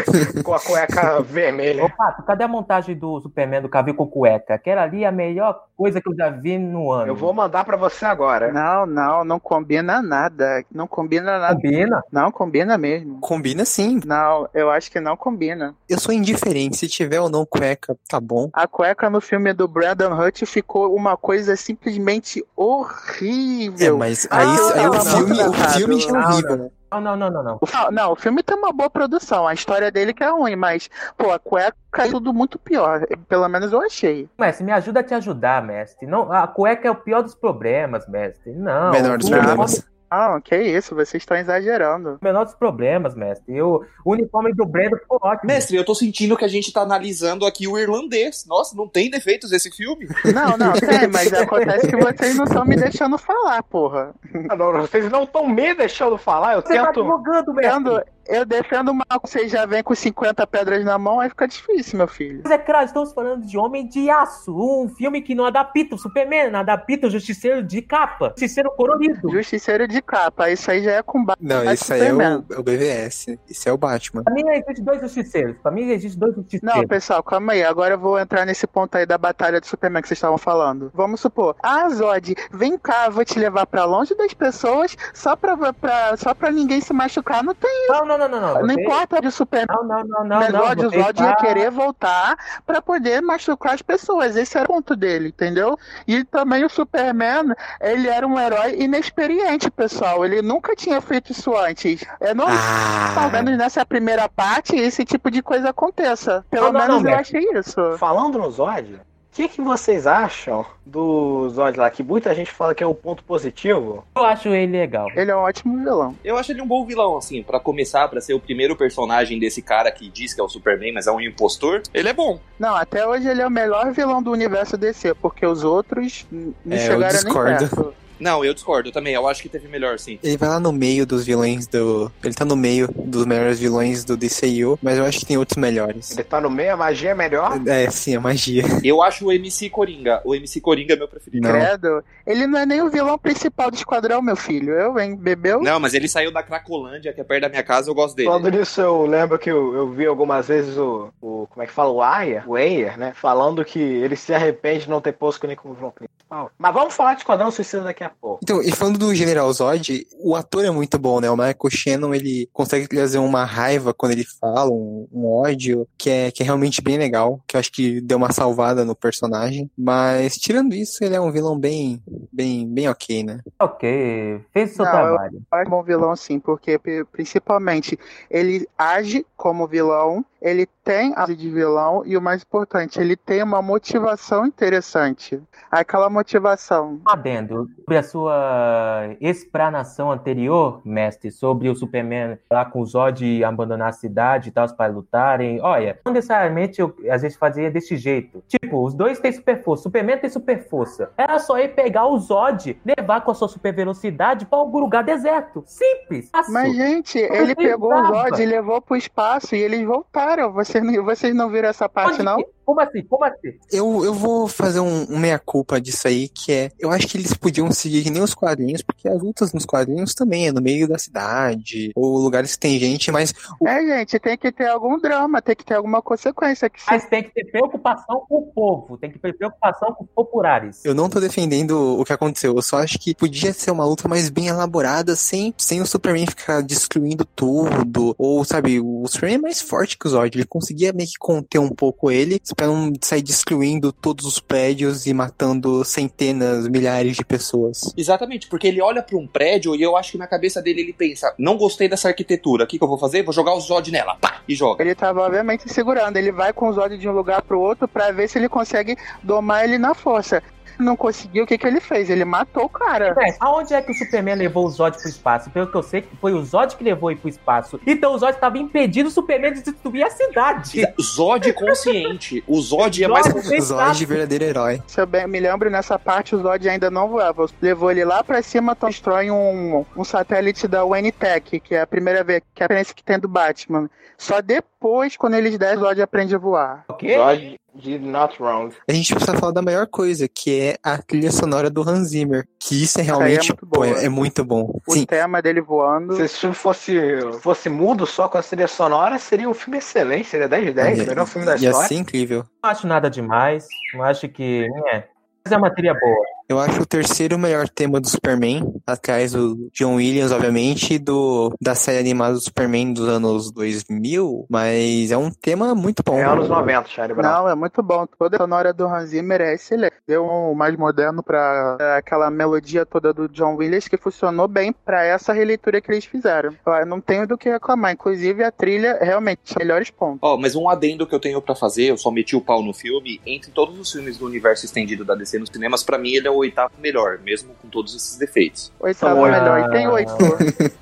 A: [LAUGHS] Com a cueca vermelha.
C: Ô, Pato, cadê a montagem do Superman do Cavill com cueca? Que era ali é a melhor coisa que eu já vi no ano.
A: Eu vou mandar pra você agora.
E: Não, não, não combina nada. Não combina nada.
C: Combina?
E: Não combina mesmo.
B: Combina sim.
E: Não, eu acho que não combina.
B: Eu sou indiferente. Se tiver ou não cueca, tá bom.
E: A cueca no filme do Brandon Hutch ficou uma coisa simplesmente
B: É,
E: horrível.
B: mas aí,
E: Ah,
B: aí
E: não,
B: o
E: não,
B: filme,
E: não,
B: o filme
E: não,
B: já é
E: não,
B: horrível, né?
C: Não, não, não, não, não.
E: O fi- Não, o filme tem uma boa produção, a história dele que é ruim, mas, pô, a cueca é tudo muito pior. Pelo menos eu achei.
C: Mestre, me ajuda a te ajudar, mestre. Não, a cueca é o pior dos problemas, mestre. Não.
B: Menor dos
C: o
B: problemas.
E: Ah, que isso, vocês estão exagerando.
C: O menor dos problemas, mestre. Eu, o uniforme do Breno ficou ótimo.
D: Mestre, eu tô sentindo que a gente tá analisando aqui o irlandês. Nossa, não tem defeitos esse filme?
B: [LAUGHS]
E: Não, não, tem, mas acontece que vocês não estão me deixando falar, porra.
A: Ah, Não, vocês não estão me deixando falar, eu
C: Você tá
A: tento.
C: divulgando,
B: É.
C: mestre.
E: Defendo, eu defendo mal, vocês já vêm com 50 pedras na mão, aí fica difícil, meu filho.
C: Mas é claro, estamos falando de Homem de Aço, um filme que não adapta o Superman, não adapta o Justiceiro de capa, Justiceiro colorido.
E: Justiceiro de capa, isso aí já é com base.
B: Não,
E: Mas
B: isso aí é o,
E: Superman.
B: é o BVS. Isso é o Batman.
C: Pra mim existe dois justiceiros, pra mim existe dois justiceiros.
E: Não, pessoal, calma aí. Agora eu vou entrar nesse ponto aí da batalha do Superman que vocês estavam falando. Vamos supor, ah, Zod, vem cá, vou te levar pra longe das pessoas só pra, pra- só pra ninguém se machucar. Não tem,
C: não, não, não, não, não.
E: não
C: Você-
E: importa de Superman.
C: Não, não, é não,
E: O
C: não, não.
E: negócio de
C: você
E: Zod ia
C: tá-
E: querer voltar pra poder machucar as pessoas. Esse era o ponto dele, entendeu? E também o Superman, ele era um herói inexperiente, pessoal. Ele nunca tinha feito isso antes. É normal.
B: Ah,
E: Pelo menos nessa primeira parte, esse tipo de coisa aconteça. Pelo
C: Não, não,
E: menos
C: não,
E: eu
C: Beto.
E: achei isso.
A: Falando no Zod, o que, que vocês acham do Zod lá? Que muita gente fala que é o ponto positivo.
C: Eu acho ele legal.
E: Ele é um ótimo vilão.
D: Eu acho ele um bom vilão, assim, pra começar, pra ser o primeiro personagem desse cara que diz que é o Superman, mas é um impostor. Ele é bom.
E: Não, até hoje ele é o melhor vilão do universo DC, porque os outros n- não
B: É, eu
E: chegaram nem
B: discordo.
E: perto.
D: Não, eu discordo também. Eu acho que teve melhor, sim.
B: ele vai lá no meio dos vilões do. Ele tá no meio dos melhores vilões do DCU, mas eu acho que tem outros melhores.
A: Ele tá no meio, a magia é melhor.
B: É, sim, a magia. [LAUGHS]
D: Eu acho o MC Coringa. O MC Coringa é meu
B: [LAUGHS]
D: preferido.
B: Não.
E: Credo. Ele não é nem o vilão principal do esquadrão, meu filho. Eu, hein? Bebeu?
D: Não, mas ele saiu da Cracolândia, que é perto da minha casa, eu gosto dele.
A: Falando nisso, eu lembro que eu, eu vi algumas vezes o, o- Como é que fala? O Aya, o Ayer, né? Falando que ele se arrepende de não ter posto nem como vilão principal. Mas vamos falar de Esquadrão Suicida daqui a pouco.
B: Então, e falando do General Zod, o ator é muito bom, né? O Michael Shannon, ele consegue trazer uma raiva quando ele fala, um, um ódio, que é, que é realmente bem legal, que eu acho que deu uma salvada no personagem. Mas, tirando isso, ele é um vilão bem, bem, bem ok, né?
C: Ok, fez o seu
E: Não, eu-
C: trabalho.
E: É um bom vilão, sim, porque pri- principalmente ele age como vilão, ele tem a de vilão e o mais importante, ele tem uma motivação interessante. Aquela motivação
C: Um Adendo, sobre a sua explanação anterior, mestre, sobre o Superman lá com o Zod abandonar a cidade e tal, para lutarem. Olha, não necessariamente eu, a gente fazia desse jeito. Tipo, os dois têm super força, Superman tem super força. Era só ir pegar o Zod, levar com a sua super velocidade para algum lugar deserto. Simples. fácil.
E: Mas, gente,
C: Não
E: ele pegou o
C: precisava.
E: Zod e levou pro espaço e eles voltaram. Vocês não, vocês não viram essa parte,
C: Onde-
E: não?
C: Como assim? Como assim?
B: Eu, eu vou fazer um, um meia-culpa disso aí, que é. Eu acho que eles podiam seguir que nem os quadrinhos, porque as lutas nos quadrinhos também é no meio da cidade, ou lugares que tem gente, mas
E: É, gente, tem que ter algum drama, tem que ter alguma consequência. Que se-
C: Mas tem que ter preocupação com o povo, tem que ter preocupação com os populares.
B: Eu não tô defendendo o que aconteceu, eu só acho que podia ser uma luta mais bem elaborada, sem, sem o Superman ficar destruindo tudo. Ou, sabe, o Superman é mais forte que o Zod, ele conseguia meio que conter um pouco ele, pra não sair destruindo todos os prédios e matando centenas, milhares de pessoas.
D: Exatamente, porque ele olha pra um prédio e eu acho que na cabeça dele ele pensa: não gostei dessa arquitetura, o que, que eu vou fazer? Vou jogar o Zod nela, pá, e
E: [LAUGHS]
D: joga.
E: Ele tava obviamente segurando. Ele vai com o Zod de um lugar pro outro pra ver se ele consegue domar ele na força. não conseguiu, o que, que ele fez? Ele matou o cara.
C: É, aonde é que o Superman levou o Zod pro espaço? Pelo que eu sei, foi o Zod que levou ele pro espaço. Então o Zod estava impedindo o Superman de destruir a cidade.
D: Zod consciente. O Zod é mais.
C: Zod fez
B: Zod,
C: nada.
B: verdadeiro herói.
E: Se eu bem me lembro, nessa parte o Zod ainda não voava. Levou ele lá pra cima, então destrói um, um satélite da UNTech, que é a primeira vez que é a que tem do Batman. Só depois, quando eles descem, o Zod aprende a voar.
C: O quê?
A: Zod did not wrong.
B: A gente precisa falar da melhor coisa, que é a trilha sonora do Hans Zimmer. Que isso é
E: aí é
B: realmente,
E: muito
B: pô, é
E: boa.
B: é muito bom.
E: O
B: Sim,
E: tema dele voando.
A: Se esse filme fosse, fosse mudo só com a trilha sonora, seria um filme excelente, seria 10 de 10,
B: Ia-
A: melhor filme da
B: ia
A: história.
B: ser incrível.
C: Não acho nada demais. Não acho que. É. Mas é uma trilha boa.
B: Eu acho o terceiro melhor tema do Superman, atrás do John Williams, obviamente, e do da série animada do Superman dos anos 2000, mas é um tema muito bom.
A: É anos 90, Charlie Brown.
E: Não, é muito bom. Toda a sonora do Hans Zimmer é excelente. Deu um mais moderno pra é, aquela melodia toda do John Williams que funcionou bem pra essa releitura que eles fizeram. Eu ah, não tenho do que reclamar. Inclusive, a trilha realmente tinha melhores pontos.
D: Ó, mas um adendo que eu tenho pra fazer, eu só meti o pau no filme, entre todos os filmes do universo estendido da DC nos cinemas, pra mim ele é o oitavo melhor, mesmo com todos esses defeitos.
E: Oitavo
A: São oito.
E: melhor. E tem oito.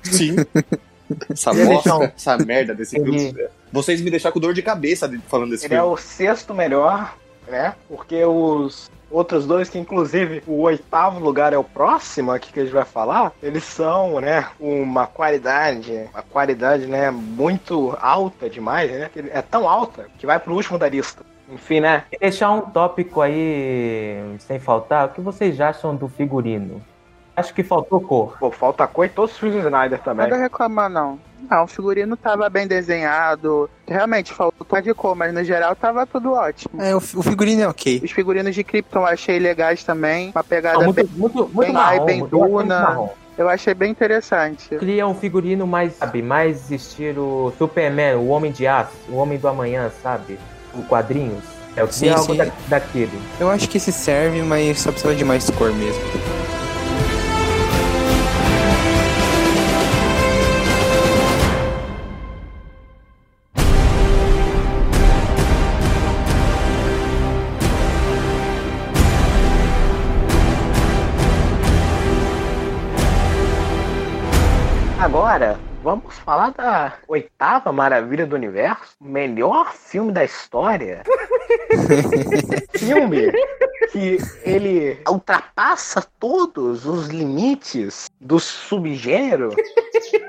D: Sim. Essa
C: Ele é
D: bosta,
C: legal.
D: essa merda desse
C: Ele-
D: filme. Vocês me deixaram com dor de cabeça de- falando desse
A: Ele é
D: filme.
A: o sexto melhor, né? Porque os outros dois, que inclusive o oitavo lugar é o próximo aqui que a gente vai falar, eles são, né, uma qualidade, uma qualidade, né, muito alta demais, né? Ele É tão alta que vai pro último da lista. Enfim, né?
C: E deixar um tópico aí sem faltar. O que vocês acham do figurino? Acho que faltou cor.
A: Pô, falta cor e todos os filmes do Snyder também.
E: é Nada a reclamar, não. Ah, o figurino tava bem desenhado. Realmente, faltou mais de cor, mas no geral tava tudo ótimo.
B: É, o, fi- o figurino é ok.
E: Os figurinos de Krypton eu achei legais também. Uma pegada
C: Ah, muito,
E: bem...
C: muito, muito
E: bem
C: marrom.
E: bem
C: muito- eu achei muito
E: duna.
C: marrom.
E: Eu achei bem interessante.
C: Cria um figurino mais, sabe, mais estilo Superman, o Homem de Aço, o Homem do Amanhã, sabe? Com quadrinhos. É o que
B: Sim,
C: é algo
B: sim.
C: da, daquilo.
B: Eu acho que esse serve, mas só precisa de mais cor mesmo.
A: Agora, vamos falar da oitava maravilha do universo, melhor filme da
C: [LAUGHS]
A: história. filme que ele ultrapassa todos os limites do subgênero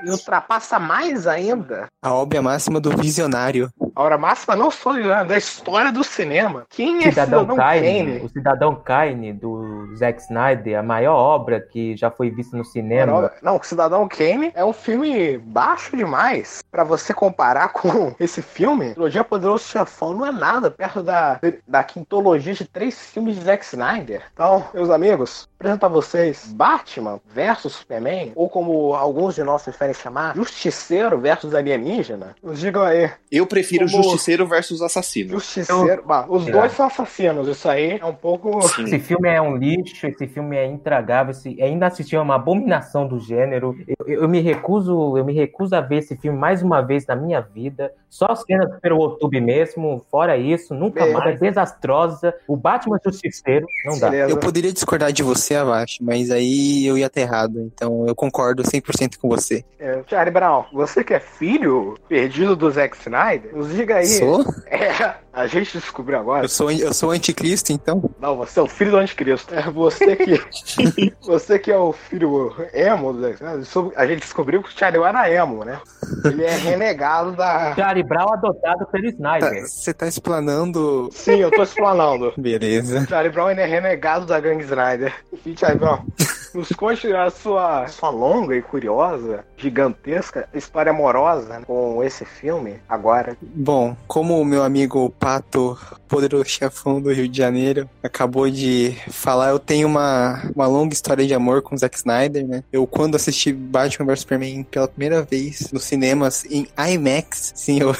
A: e ultrapassa mais ainda
B: A obra máxima do visionário.
A: a hora máxima não só do gênero, da história do cinema. Quem é
C: Cidadão
A: Cidadão
C: Kane, o
A: Kane?
C: Cidadão Kane do Zack Snyder, a maior obra que já foi vista no cinema.
A: Não, Cidadão Kane é um filme baixo demais pra você comparar [LAUGHS] com esse filme. Trilogia Poderoso Chefão não é nada perto da, da quintologia de três filmes de Zack Snyder. Então, meus amigos, apresento a vocês Batman versus Superman, ou como alguns de nós preferem chamar, Justiceiro versus Alienígena. Nos digam aí,
D: Eu prefiro
A: Como-
D: Justiceiro versus Assassino.
A: Justiceiro... Bah, os
C: É.
A: dois são assassinos, isso aí é um pouco...
D: Sim.
C: Esse filme é um lixo, esse filme é intragável, esse, é inassistível, é uma abominação do gênero. Eu, eu me recuso, eu me recuso a ver esse filme mais uma vez na minha vida. Só cenas pelo YouTube mesmo, fora isso, nunca
A: Bem,
C: mais. É desastrosa. O Batman Justiceiro, não
E: É
C: dá.
A: Beleza.
B: Eu poderia discordar de você, Avash, mas aí eu ia ter errado. Então eu concordo 100% com você.
A: É, Charlie Brown, você que é filho perdido do Zack Snyder, nos diga aí.
B: Sou?
A: É, a gente descobriu agora.
B: Eu sou, eu sou anticristo, então?
A: Não, você é o filho do anticristo. É você que. [LAUGHS] você que é o filho emo do Zack Snyder. Sob- A gente descobriu que o Charlie Brown era emo, né? Ele é renegado da.
C: Charlie Brown adotado pelo
B: Tá-
C: Snyder.
B: Você tá explanando.
A: Sim, eu tô explanando.
B: Beleza.
A: Charlie Brown ele é renegado da Gang Snyder. Enfim, Charlie Brown, nos conte a sua, sua longa e curiosa, gigantesca história amorosa né, com esse filme agora.
B: Bom, como o meu amigo Pato, poderoso chefão do Rio de Janeiro, acabou de falar, eu tenho uma, uma longa história de amor com o Zack Snyder, né? Eu, quando assisti Batman vs Superman pela primeira vez no cinemas em IMAX. Sim, eu,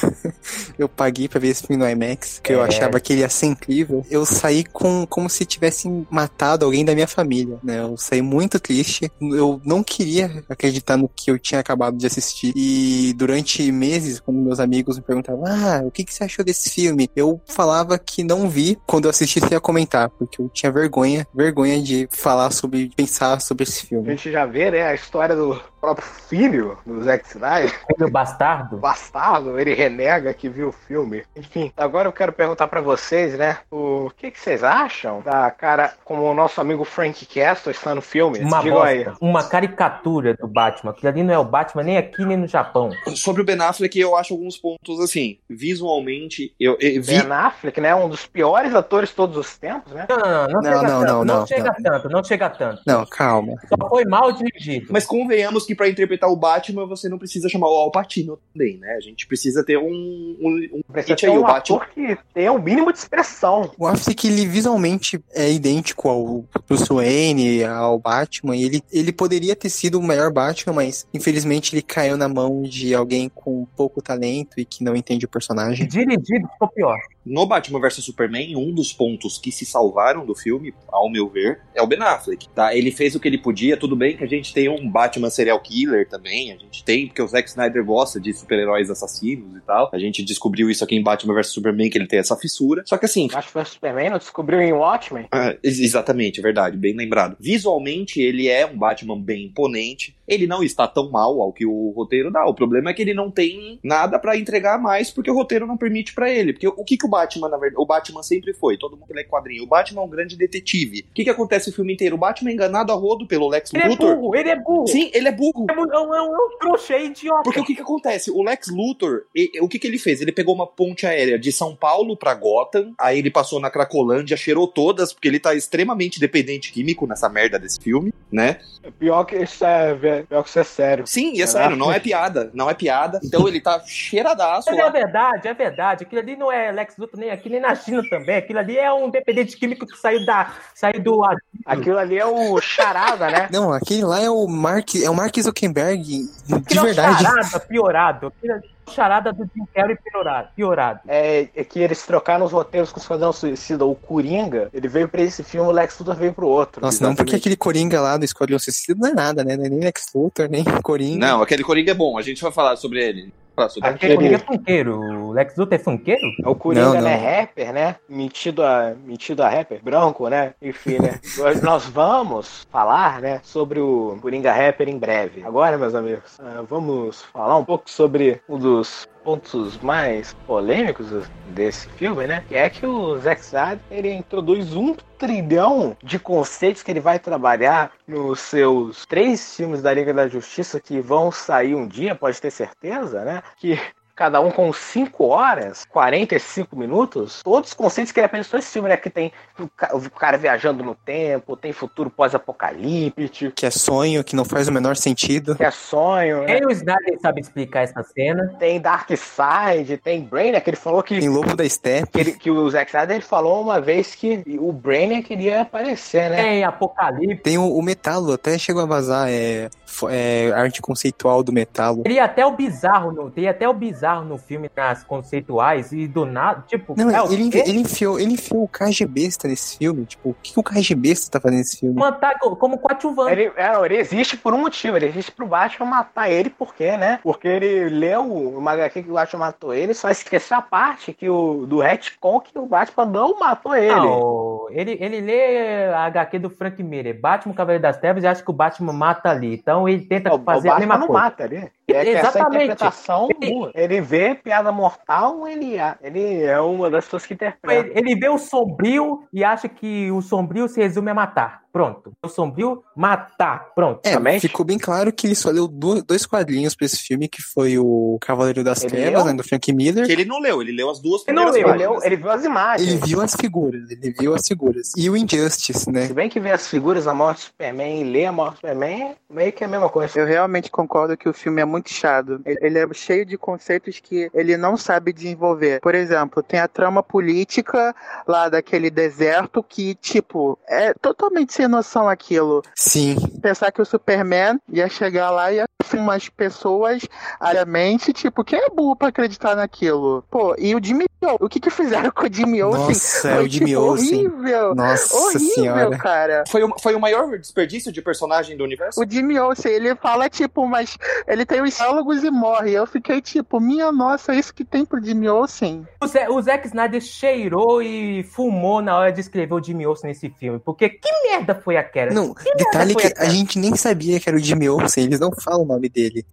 B: eu paguei pra ver esse filme no IMAX, que eu
C: É.
B: achava que ele ia ser incrível. Eu saí com como se tivessem matado alguém da minha família, né? Eu saí muito triste. Eu não queria acreditar no que eu tinha acabado de assistir. E durante meses, quando meus amigos me perguntavam: "Ah, o que que você achou desse filme?", eu falava que não vi. Quando eu assisti, eu ia comentar, porque eu tinha vergonha, vergonha de falar sobre, pensar sobre esse
A: A
B: filme.
A: gente já vê, né, a história do próprio filho do Zack Snyder,
C: Filho bastardo?
A: bastardo, ele renega que viu o filme. Enfim, agora eu quero perguntar pra vocês, né, o que, que vocês acham da cara, como o nosso amigo Frank Castle está no filme?
C: Uma
A: Digam aí.
C: bosta. Uma caricatura do Batman. Aquilo ali não é o Batman nem aqui, nem no Japão.
D: Sobre o Ben Affleck, eu acho alguns pontos assim. Visualmente, eu, eu vi.
A: Ben Affleck, né, um dos piores atores de todos os tempos, né?
C: Não, não, não, não,
B: Não,
C: chega
B: não,
C: tanto,
B: não, não,
C: chega
B: não.
C: tanto, não chega tanto.
B: Não, calma.
C: Só foi mal dirigido.
D: Mas convenhamos que pra interpretar o Batman, você não precisa chamar o Al Pacino também, né? A gente precisa ter um. um, um
A: Precisa
D: presente
A: ter
D: aí, o
A: um
D: Batman.
A: ator que tenha o mínimo de expressão.
B: O Affleck, ele visualmente é idêntico ao Bruce Wayne, ao Batman. e Ele, ele poderia ter sido o melhor Batman, mas infelizmente ele caiu na mão de alguém com pouco talento e que não entende o
C: E
B: personagem.
C: dirigido ficou pior.
D: No Batman vs Superman, um dos pontos que se salvaram do filme, ao meu ver, é o Ben Affleck, tá? Ele fez o que ele podia, tudo bem que a gente tem um Batman serial killer também, a gente tem, porque o Zack Snyder gosta de super-heróis assassinos e tal. A gente descobriu isso aqui em Batman vs Superman, que ele tem essa fissura. Só que assim,
A: Acho que foi o Superman, não descobriu em Watchmen.
D: ah, ex- exatamente, é verdade, bem lembrado. Visualmente, ele é um Batman bem imponente. Ele não está tão mal ao que o roteiro dá. O problema é que ele não tem nada pra entregar mais, porque o roteiro não permite pra ele. Porque o que, que o Batman, na verdade, o Batman sempre foi? Todo mundo lê quadrinho. O Batman é um grande detetive. O que, que acontece o filme inteiro? O Batman é enganado a rodo pelo Lex
C: Ele é
D: Luthor.
C: burro, ele é burro.
D: Sim, ele é burro.
C: É um, é um, é um trouxa, é idiota.
D: Porque o que que acontece? O Lex Luthor, e- e- o que que ele fez? Ele pegou uma ponte aérea de São Paulo pra Gotham, aí ele passou na Cracolândia, cheirou todas, porque ele tá extremamente dependente químico nessa merda desse filme, né?
A: Pior que isso é, pior que isso é sério.
D: Sim, e é sério, não é piada, não é piada. Então ele tá cheiradaço
C: Mas é [LAUGHS]
D: lá.
C: verdade, é verdade. Aquilo ali não é Lex Luthor nem aqui, nem na China também. Aquilo ali é um dependente químico que saiu, da, saiu do
A: Aquilo ali é o charada, né?
B: Não, aquele lá é o Mark, é o Mark Zuckerberg de
C: Aquilo
B: verdade.
C: É um charada piorado. Aquilo ali é um charada do Jim Carrey piorado. piorado.
A: É, é que eles trocaram os roteiros com o Esquadrão um Suicida. O Coringa, ele veio pra esse filme, o Lex Luthor veio pro outro.
B: Nossa, não, porque aquele Coringa lá do Esquadrão Suicida não é nada, né? Não é nem Lex Luthor, nem [LAUGHS] Coringa.
D: Não, aquele Coringa é bom, a gente vai falar sobre ele. Falar sobre
A: Aquele-
C: O Coringa é funkeiro. O Lex Luthor é funkeiro?
A: O Coringa,
B: Não, não.
A: né, rapper, né? Metido a, metido a rapper, branco, né? Enfim, né? Nós- Nós vamos falar, né, sobre o Coringa rapper em breve. Agora, meus amigos, ah, vamos falar um pouco sobre um dos pontos mais polêmicos desse filme, né? Que é que o Zack Snyder, ele introduz um trilhão de conceitos que ele vai trabalhar nos seus três filmes da Liga da Justiça que vão sair um dia, pode ter certeza, né? Que cada um com 5 horas, 45 minutos, todos os conceitos que ele apresentou nesse filme, né? Que tem o ca- o cara viajando no tempo, tem futuro pós-apocalíptico,
B: Que é sonho, que não faz o menor sentido.
A: que é sonho, né?
C: Nem o Snyder sabe explicar essa cena.
A: Tem Dark Side, tem Brain, né? Que ele falou que,
B: Tem um Lobo da Steppe.
A: que, ele- que o Zack Snyder ele falou uma vez que o Brain queria aparecer, né?
C: Tem Apocalipse.
B: Tem o, o Metalo, até chegou a vazar, é, fo- é arte conceitual do Metalo.
C: Teria até o bizarro no, teria até o bizarro no filme, nas conceituais, e do nada, tipo,
B: Não,
C: é o
B: ele,
C: quê?
B: ele enfiou, ele enfiou o KGBista nesse filme. Tipo, o que o KGBista tá fazendo nesse filme?
C: Um ataque como coadjuvante.
A: Ele, é, não, ele existe por um motivo, ele existe pro Batman matar ele, por quê, né? Porque ele leu uma HQ que o Batman matou ele, só esqueceu a parte que o, do retcon que o Batman não matou ele.
C: Não, ele, ele lê a HQ do Frank Miller, Batman Cavaleiro das Trevas, e acha que o Batman mata ali. Então ele tenta
A: É, o-
C: fazer
A: o
C: a
A: Batman
C: mesma
A: não
C: coisa.
A: mata ali. É que essa
C: Exatamente.
A: interpretação
C: Ele-
A: boa. Ele vê piada mortal, ele, a- ele é uma das pessoas que interpreta.
C: Ele, ele vê o sombrio e acha que o sombrio se resume a matar. Pronto. O sombrio matar. Pronto.
B: É,
A: Também?
B: ficou bem claro que ele só leu du- dois quadrinhos pra esse filme, que foi o Cavaleiro das
A: Ele
B: Trevas,
A: leu?
B: né, do Frank Miller.
D: Que ele não leu, ele leu as duas
C: Ele não
D: primeiras
A: Ele,
C: leu,
D: páginas.
A: olhou- ele viu as imagens.
B: Ele viu as figuras, ele viu as figuras. E o Injustice, né?
A: Se bem que vê as figuras, a morte do Superman e lê a morte do Superman, meio que é a mesma coisa.
E: Eu realmente concordo que o filme é muito chato. Ele- Ele é cheio de conceitos que ele não sabe desenvolver. Por exemplo, tem a trama política lá daquele deserto que, tipo, é totalmente sem noção aquilo.
B: Sim.
E: Pensar que o Superman ia chegar lá e ia assim, umas pessoas aliamente, tipo, que é burro pra acreditar naquilo. Pô, e o Jimmy O, o que que fizeram com o Jimmy Olsen?
B: Nossa, é
E: Foi,
B: o Jimmy
E: tipo,
B: Olsen.
E: Horrível.
B: Nossa
E: horrível,
B: senhora.
E: cara.
D: Foi o, foi o maior desperdício de personagem do universo?
E: O Jimmy Olsen, ele fala, tipo, mas ele tem os diálogos e morre. Eu fiquei, tipo, minha nossa, isso que tem pro Jimmy Olsen?
C: O, Zé- o Zack Snyder cheirou e fumou na hora de escrever o Jimmy Olsen nesse filme. Porque que merda foi aquela?
B: Não, detalhe
C: foi
B: que a
C: aquela?
B: gente nem sabia que era o Jimmy Olsen, eles não falam o nome dele.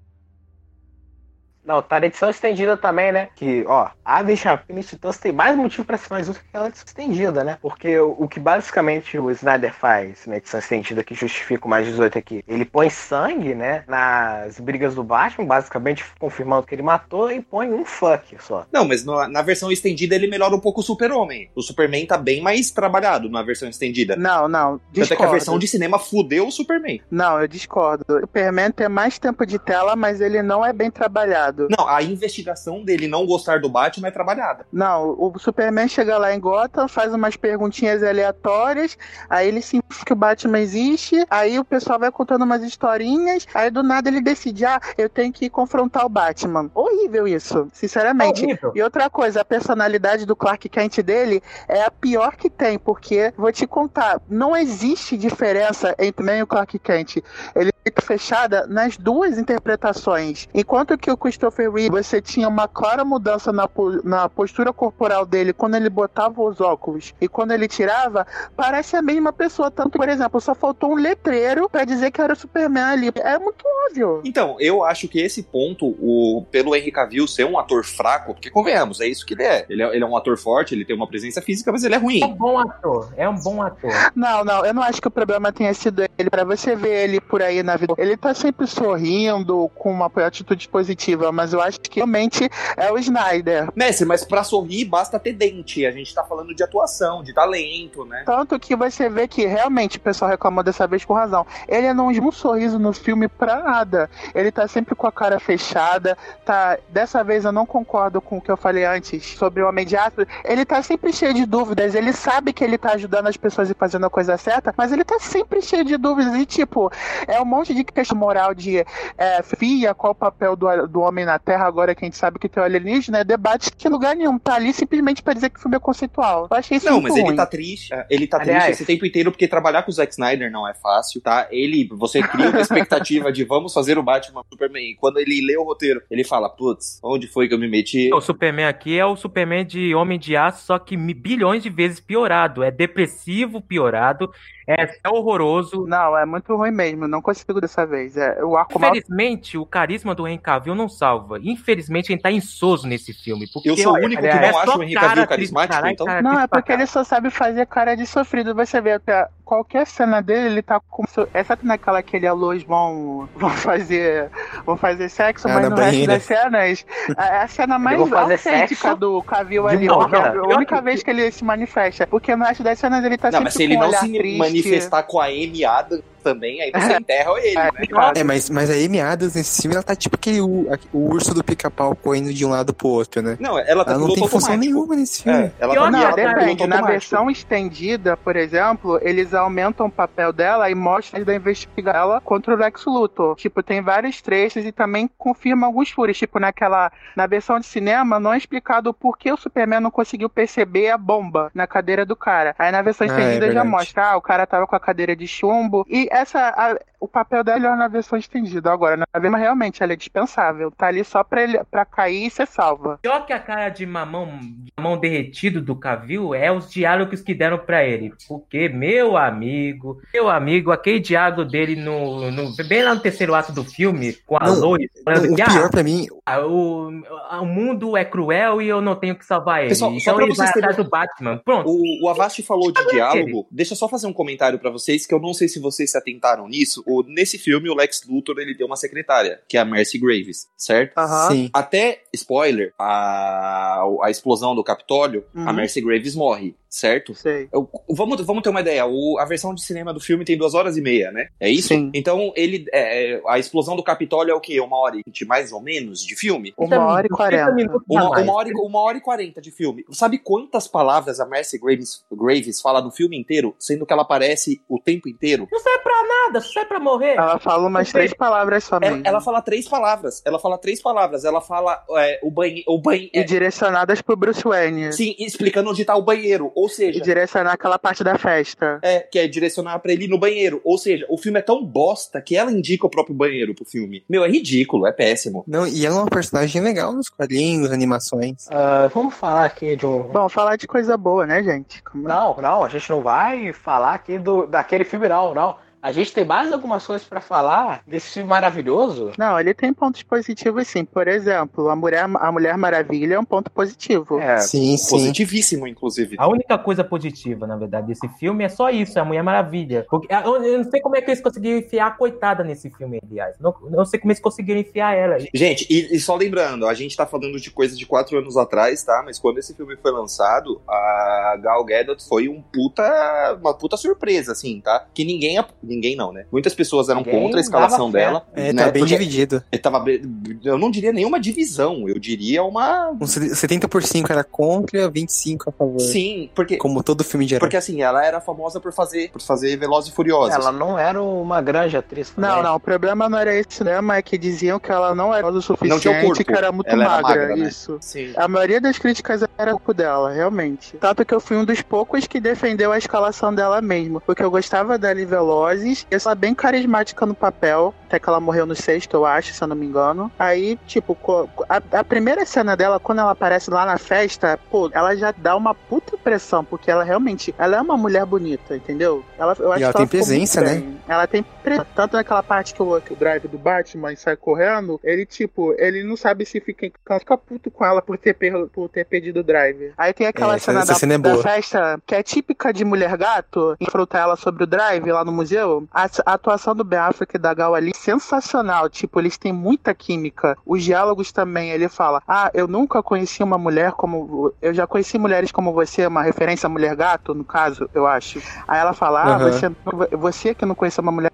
A: Não, tá na edição estendida também, né? Que, ó, Aves Chapina e Titãs tem mais motivo pra ser mais útil que aquela edição estendida, né? Porque o, o que basicamente o Snyder faz na edição estendida que justifica o mais 18 aqui, ele põe sangue, né? Nas brigas do Batman, basicamente confirmando que ele matou e põe um fuck só.
D: Não, mas na, na versão estendida ele melhora um pouco o Super-Homem. O Superman tá bem mais trabalhado na versão estendida.
E: Não, não,
D: Tanto é que a
E: discordo.
D: versão de cinema fudeu o Superman.
E: Não, eu discordo. O Superman tem mais tempo de tela, mas ele não é bem trabalhado.
D: Não, a investigação dele não gostar do Batman é trabalhada.
E: Não, o Superman chega lá em Gotham, faz umas perguntinhas aleatórias, aí ele se que o Batman existe, aí o pessoal vai contando umas historinhas, aí do nada ele decide, ah, eu tenho que confrontar o Batman. Horrível isso, sinceramente.
C: É Horrível.
E: E outra coisa, a personalidade do Clark Kent dele é a pior que tem, porque, vou te contar, não existe diferença entre Man e o Clark Kent. Ele fica fechada nas duas interpretações. Enquanto que o Christopher Reeve, você tinha uma clara mudança na, po- na postura corporal dele quando ele botava os óculos e quando ele tirava, parece a mesma pessoa. Tanto, por exemplo, só faltou um letreiro pra dizer que era o Superman ali. É muito óbvio.
D: Então, eu acho que esse ponto, o, pelo Henry Cavill ser um ator fraco, porque convenhamos, é isso que ele é. Ele é, ele é um ator forte, ele tem uma presença física, mas ele é
C: É
D: ruim.
C: um bom ator, é um bom ator.
E: Não, não, eu não acho que o problema tenha sido ele. Pra você ver ele por aí na vida, ele tá sempre sorrindo, com uma atitude positiva, mas eu acho que realmente é o Snyder.
D: Messi, mas pra sorrir basta ter dente. A gente tá falando de atuação, de talento, né?
E: Tanto que você vê que realmente o pessoal reclamou dessa vez com razão. Ele não esboça um sorriso no filme pra nada. Ele tá sempre com a cara fechada. Tá, dessa vez eu não concordo com o que eu falei antes sobre o Homem de Aço. Ele tá sempre cheio de dúvidas. Ele sabe que ele tá ajudando as pessoas e fazendo a coisa certa, mas ele tá sempre cheio de dúvidas. E tipo, é um monte de questão moral de é, fia, qual o papel do, do homem na Terra agora que a gente sabe que tem o alienígena, é debate que em lugar nenhum. Tá ali simplesmente pra dizer que o filme é conceitual. Eu achei isso
D: Não,
E: muito
D: mas ele
E: ruim.
D: tá triste. é, Ele tá
A: Aliás-
D: triste esse tempo inteiro porque trabalhar com o Zack Snyder não é fácil, tá? Ele, você cria uma expectativa de vamos fazer o Batman Superman. E quando ele lê o roteiro, ele fala, putz, onde foi que eu me meti?
C: O Superman aqui é o Superman de Homem de Aço, só que mi- bilhões de vezes piorado. É depressivo piorado, é horroroso.
E: Não, é muito ruim mesmo. Não consigo dessa vez. É, o arco mal.
C: Infelizmente, o carisma do Henry Cavill não salva. Infelizmente, ele tá insoso nesse filme. Porque,
D: Eu sou o
C: olha,
D: único
A: aliás,
D: que não
C: é
D: acha
C: só
D: o Henry
C: cara
D: Cavill
C: triste,
D: carismático,
C: caralho,
D: então.
C: cara
E: Não,
C: triste
E: é
C: pra
E: porque ele só sabe fazer cara de sofrido. Você vê até qualquer cena dele, ele tá com. Exceto naquela que ele e a Lois vão, [LAUGHS] vão fazer. vão fazer sexo,
B: Ah,
E: mas
B: na
E: no
B: banheira.
E: resto das cenas. É a cena mais
A: vão fazer
E: autêntica
A: sexo?
E: do Cavill
A: De
E: ali.
A: novo,
E: porque é
A: cara.
E: a única vez que ele se manifesta. Porque no resto das cenas ele tá
D: Não,
E: sempre
D: mas se ele
E: com um
D: não
E: olhar
D: se
E: triste.
D: manifestar com a Amy Adams também, aí você enterra ele, né? cara?
B: É, mas, mas a Amy Adams nesse filme, ela tá tipo aquele u- a- o urso do pica-pau correndo de um lado pro outro, né?
D: Não, ela tá
B: Ela não
D: piloto
B: tem função
D: automático.
B: nenhuma nesse filme.
D: É, ela
C: E
D: tá,
C: olha,
D: e
E: Não,
D: ela tá piloto
E: depende. Na
D: automático.
E: versão estendida, por exemplo, eles aumentam o papel dela e mostram da investigar ela contra o Lex Luthor. Tipo, tem vários trechos e também confirma alguns furos. Tipo, naquela. Na versão de cinema, não é explicado por que o Superman não conseguiu perceber a bomba na cadeira do cara. Aí na versão
B: Ah, é
E: estendida já
B: verdade.
E: mostra, ah, o cara tava com a cadeira de chumbo. E essa. a- o papel dela é na versão estendida. Agora, na versão realmente, ela é dispensável. Tá ali só pra, ele, pra cair e ser salva.
C: Pior que a cara de mamão, de mamão derretido do Cavill é os diálogos que deram pra ele. Porque, meu amigo, meu amigo, aquele diálogo dele no, no- bem lá no terceiro ato do filme, com a
B: Não,
C: Lois, falando
B: Não, o
C: que
B: pior
C: ah,
B: pra mim,
C: o, o mundo é cruel e eu não tenho que salvar ele.
D: Pessoal, só
C: então
D: pra
C: ele
D: vocês
C: vai
D: terem-
C: atrás do Batman. Pronto.
D: O, o Avast falou de
C: Fala
D: diálogo. Deixa eu só fazer um comentário pra vocês, que eu não sei se vocês se atentaram nisso. O- nesse filme, o Lex Luthor ele tem uma secretária, que é a Mercy Graves, certo?
E: Aham.
B: sim.
D: Até, spoiler, a, a explosão do Capitólio,
E: Uhum.
D: a Mercy Graves morre, certo?
E: Sei.
D: Eu- vamos, vamos ter uma ideia. O- a versão de cinema do filme tem duas horas e meia, né? É isso?
E: Sim.
D: Então, ele, é, a explosão do Capitólio é o quê? Uma hora e vinte, mais ou menos, de filme?
E: Uma hora e
C: 30
E: quarenta.
C: minutos a
D: Uma,
C: mais.
D: uma hora, e- uma hora e quarenta de filme. Sabe quantas palavras a Mercy Graves, Graves fala no filme inteiro, sendo que ela aparece o tempo inteiro?
C: Não serve pra nada, não serve pra pra morrer.
D: Ah.
E: Ela fala umas três palavras
D: Ela,
E: somente.
D: ela fala três palavras. Ela fala três palavras. Ela fala é, o banheiro. O banhe
E: E direcionadas pro Bruce Wayne.
D: sim, explicando onde tá o banheiro. Ou
E: E
D: seja,
E: direcionar aquela parte da festa.
D: é, que é direcionar pra ele ir no banheiro. Ou seja, o filme é tão bosta que ela indica o próprio banheiro pro filme. Meu, é ridículo, é péssimo.
B: Não, e ela é uma personagem legal nos quadrinhos, animações.
A: Ah, vamos falar aqui de um.
E: Bom, falar de coisa boa, né, gente? Como-
A: Não, não, a gente não vai falar aqui do, daquele filme, não, não. A gente tem mais algumas coisas pra falar desse filme maravilhoso.
E: Não, ele tem pontos positivos sim. Por exemplo, a Mulher, a Mulher Maravilha é um ponto positivo.
A: É,
B: Sim, sim.
D: Positivíssimo, inclusive.
C: A única coisa positiva, na verdade, desse filme é só isso, é a Mulher Maravilha. Porque, ah, eu eu não sei como é que eles conseguiram enfiar a coitada nesse filme, aliás. Não, não sei como eles conseguiram enfiar ela.
D: Gente, e, e só lembrando, a gente tá falando de coisa de quatro anos atrás, tá? Mas quando esse filme foi lançado, a Gal Gadot foi um puta, uma puta surpresa, assim, tá? Que ninguém, ap- ninguém não, né? Muitas pessoas eram
A: Ninguém
D: contra
A: dava
D: a escalação
A: fé.
D: dela,
B: É,
D: né?
B: tá bem
D: Porque
B: dividido.
D: tava bem- eu não diria nenhuma divisão, eu diria uma,
B: Uns 70% era contra, 25% a favor.
D: sim, porque
B: Como todo filme de herói.
D: porque assim, ela era famosa por fazer, por fazer Velozes e Furiosos.
A: ela não era uma grande atriz.
E: Não,
A: também.
E: não, o problema não era esse, né? Mas é que diziam que ela não era o
D: Não tinha o
E: suficiente,
D: corpo.
E: que era muito
D: Ela era
E: magra,
D: magra, né?
E: isso.
D: Sim.
E: A maioria das críticas era o corpo dela, realmente. Tanto que eu fui um dos poucos que defendeu a escalação dela mesmo. Porque eu gostava dela em Velozes. Eu sou bem carismática no papel. Até que ela morreu no sexto, eu acho, se eu não me engano. Aí, tipo, co- a, a primeira cena dela, quando ela aparece lá na festa, pô, ela já dá uma puta pressão. Porque ela realmente. Ela é uma mulher bonita, entendeu? Ela, eu acho
B: ela
E: que
B: tem
E: ficou muito
B: presença, né?
E: bem. Ela tem presença. Tanto naquela parte que o, que o drive do Batman sai correndo, ele, tipo, ele não sabe se fica, fica puto com ela por ter, per- por ter perdido o drive. Aí tem aquela
B: É, essa-
E: cena,
B: essa
E: da,
B: cena é
E: da
B: boa.
E: festa, que é típica de mulher gato, enfrentar ela sobre o drive lá no museu. A, a atuação do Ben Affleck e da Gal ali, sensacional. Tipo, eles têm muita química. Os diálogos também, ele fala, ah, eu nunca conheci uma mulher como... Eu já conheci mulheres como você, uma referência a mulher gato, no caso, eu acho. Aí ela fala, ah,
B: Aham.
E: você, você que não conheceu uma mulher...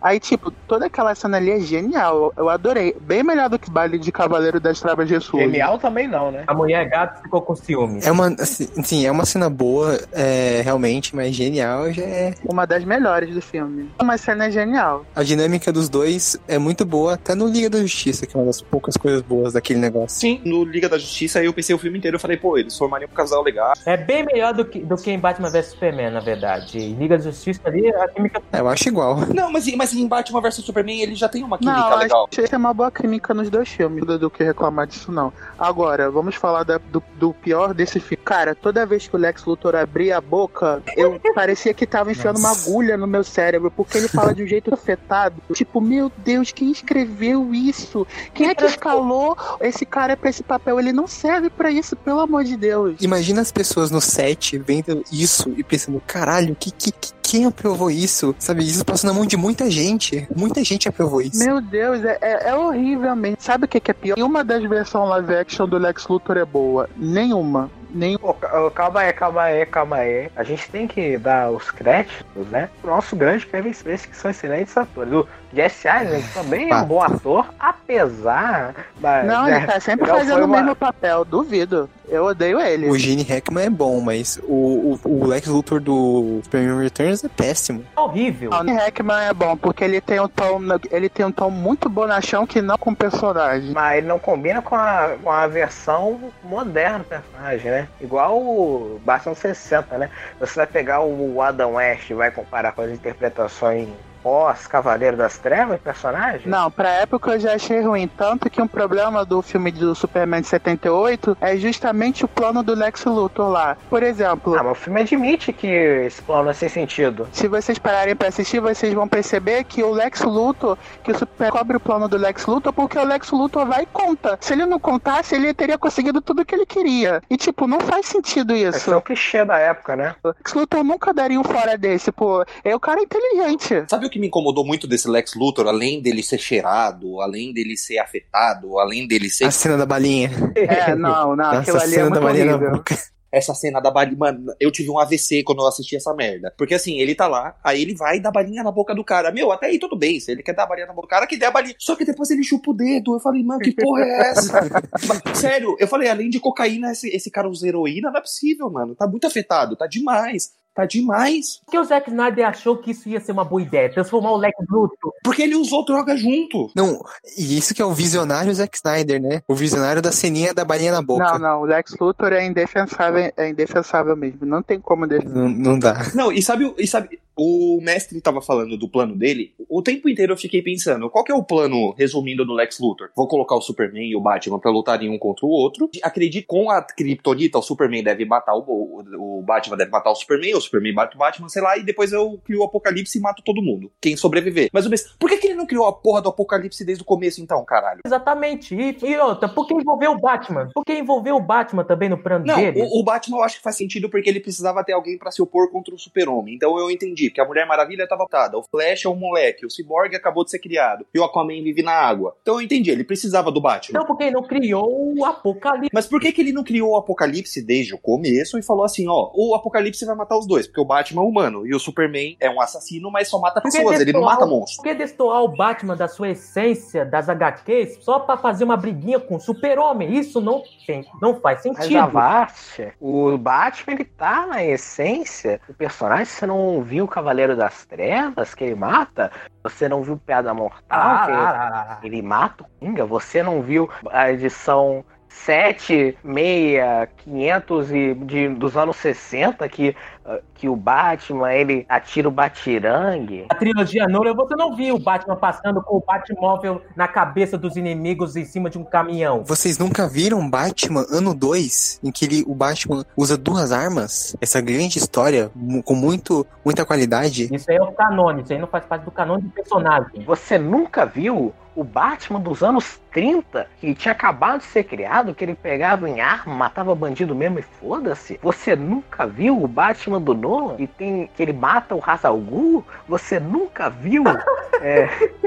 E: Aí, tipo, toda aquela cena ali é genial. Eu adorei. Bem melhor do que baile de Cavaleiro das Travas de Sul.
A: Genial também não, né?
C: A mulher gata ficou com ciúmes.
B: É
D: um
B: uma, assim, sim, é uma cena boa, é, realmente, mas genial já é.
E: Uma das melhores do filme. Uma cena genial.
B: A dinâmica dos dois é muito boa, até no Liga da Justiça, que é uma das poucas coisas boas daquele negócio.
D: Sim, no Liga da Justiça aí eu pensei o filme inteiro, eu falei, pô, eles formariam um casal legal.
C: É bem melhor do que, do que em Batman vs Superman, na verdade. Em Liga da Justiça ali, a química
B: É, Eu acho igual.
D: Não, mas, mas em Batman vs Superman ele já tem uma química
E: não,
D: legal.
E: acho que tem uma boa química nos dois filmes. Não do que reclamar disso, não. Agora, vamos falar da- do, do pior desse filme. Cara, toda vez que o Lex Luthor abria a boca, eu parecia que tava enfiando
B: Nossa.
E: uma agulha no meu cérebro, porque ele fala de um jeito afetado. Tipo, meu Deus, quem escreveu isso? Quem é que escalou esse cara pra esse papel? Ele não serve pra isso, pelo amor de Deus.
B: Imagina as pessoas no set vendo isso e pensando, caralho, que, que, que- quem aprovou isso? Sabe, isso passou na mão de muita gente. Muita gente aprovou isso.
E: Meu Deus, é, é, é horrível mesmo. Sabe o que, que é pior? Nenhuma das versões live action do Lex Luthor é boa. Nenhuma. Nem...
A: Pô, ca- ô, calma aí, calma aí, calma aí. A gente tem que dar os créditos, né? O nosso grande Kevin Spacey, que são excelentes atores. O Jesse Eisenberg também é um
B: Fato.
A: bom ator, apesar da.
E: Não,
A: né?
E: ele tá sempre
A: Não,
E: fazendo
A: foi
E: o
A: uma-
E: mesmo papel. Duvido. Eu odeio ele.
B: O Gene Hackman é bom, mas o, o, o Lex Luthor do Superman Returns é péssimo.
C: é horrível.
D: Ah.
E: O Gene Hackman é bom, porque ele tem um tom, ele tem um tom muito bonachão que não com o personagem.
A: Mas ele não combina com a, com a versão moderna do personagem, né? Igual o Batman 60, né? Você vai pegar o Adam West e vai comparar com as interpretações pós-Cavaleiro das Trevas, personagem?
E: Não, pra época eu já achei ruim. Tanto que um problema do filme do Superman de 78 é justamente o plano do Lex Luthor lá. Por exemplo,
A: Ah, mas o filme admite que esse plano é sem sentido.
E: Se vocês pararem pra assistir, vocês vão perceber que o Lex Luthor, que o Super cobre o plano do Lex Luthor, porque o Lex Luthor vai e conta. Se ele não contasse, ele teria conseguido tudo que ele queria. E, tipo, não faz sentido
A: Esse é
E: isso.
A: um clichê da época, né?
E: O Lex Luthor nunca daria um fora desse, pô. É o cara inteligente.
D: Sabe o que me incomodou muito desse Lex Luthor, além dele ser cheirado, além dele ser afetado, além dele ser.
B: A cena da balinha.
E: [LAUGHS] É, não, não,
B: Nossa,
E: aquilo
B: a
E: ali é
B: cena da
E: muito
B: balinha na
E: horrível.
B: boca.
D: Essa cena da balinha. Mano, eu tive um AVC quando eu assisti essa merda. Porque assim, ele tá lá, aí ele vai dar balinha na boca do cara. Meu, até aí tudo bem. Se ele quer dar balinha na boca do cara, que dê a balinha. Só que depois ele chupa o dedo. Eu falei, mano, que porra é essa? Mas, sério, eu falei, além de cocaína, esse, esse cara usa heroína? Não é possível, mano. Tá muito afetado, tá demais. Tá demais.
C: Por que o Zack Snyder achou que isso ia ser uma boa ideia? Transformar o Lex Luthor.
D: Porque ele usou droga junto.
B: Não, e isso que é o visionário Zack Snyder, né? O visionário da ceninha da balinha na boca.
E: Não, não, o Lex Luthor é indefensável, é indefensável mesmo. Não tem como defender.
B: Não, não dá.
D: [LAUGHS] Não, e sabe, o- e sabe, o mestre tava falando do plano dele. O tempo inteiro eu fiquei pensando, qual que é o plano, resumindo, do Lex Luthor? Vou colocar o Superman e o Batman pra lutarem um contra o outro. Acredito, com a Kryptonita, o Superman deve matar o, o, o Batman, deve matar o Superman, o Superman bate o Batman, sei lá, e depois eu crio o Apocalipse e mato todo mundo. Quem sobreviver. Mas o mestre, por que, que ele não criou a porra do Apocalipse desde o começo, então, caralho?
C: Exatamente. E, e outra, por que envolver o Batman? Por que envolver o Batman também no plano
D: Não,
C: dele?
D: o, o Batman eu acho que faz sentido porque ele precisava ter alguém pra se opor contra o Super-Homem. Então eu entendi que a Mulher Maravilha tava atada, o Flash é um moleque, o Cyborg acabou de ser criado e o Aquaman vive na água. Então eu entendi, ele precisava do Batman.
C: Então, por que não criou o Apocalipse?
D: Mas por que, que ele não criou o Apocalipse desde o começo e falou assim, ó, o Apocalipse vai matar os dois, porque o Batman é humano e o Superman é um assassino, mas só mata
C: Porque
D: pessoas, ele não
C: pessoal-
D: mata monstros.
C: Por que destoar o Batman da sua essência das HQs só pra fazer uma briguinha com o Super-Homem? Isso não tem, não faz
A: Mas a
C: sentido.
A: Vastia, o Batman, ele tá na essência do personagem. Você não viu o Cavaleiro das Trevas, que ele mata? Você não viu Piada Mortal,
C: Ah,
A: que
C: lá, lá, lá, lá.
A: ele mata o Kinga? Você não viu a edição 7, 6, 500 e de, dos anos 60, que, ah, que o Batman, ele atira o Batirangue?
C: A trilogia Nolan, você não viu o Batman passando com o Batmóvel na cabeça dos inimigos em cima de um caminhão.
B: Vocês nunca viram Batman Ano 2, em que ele, o Batman usa duas armas? Essa grande história, mu- com muito, muita qualidade.
C: Isso aí é o canone, isso aí não faz parte do canone do personagem.
A: Você nunca viu o Batman dos anos 30, que tinha acabado de ser criado, que ele pegava em arma, matava bandido mesmo e foda-se? Você nunca viu o Batman do Nolan, que, tem, que ele mata o Hazal Ghul? Você nunca [LAUGHS] viu?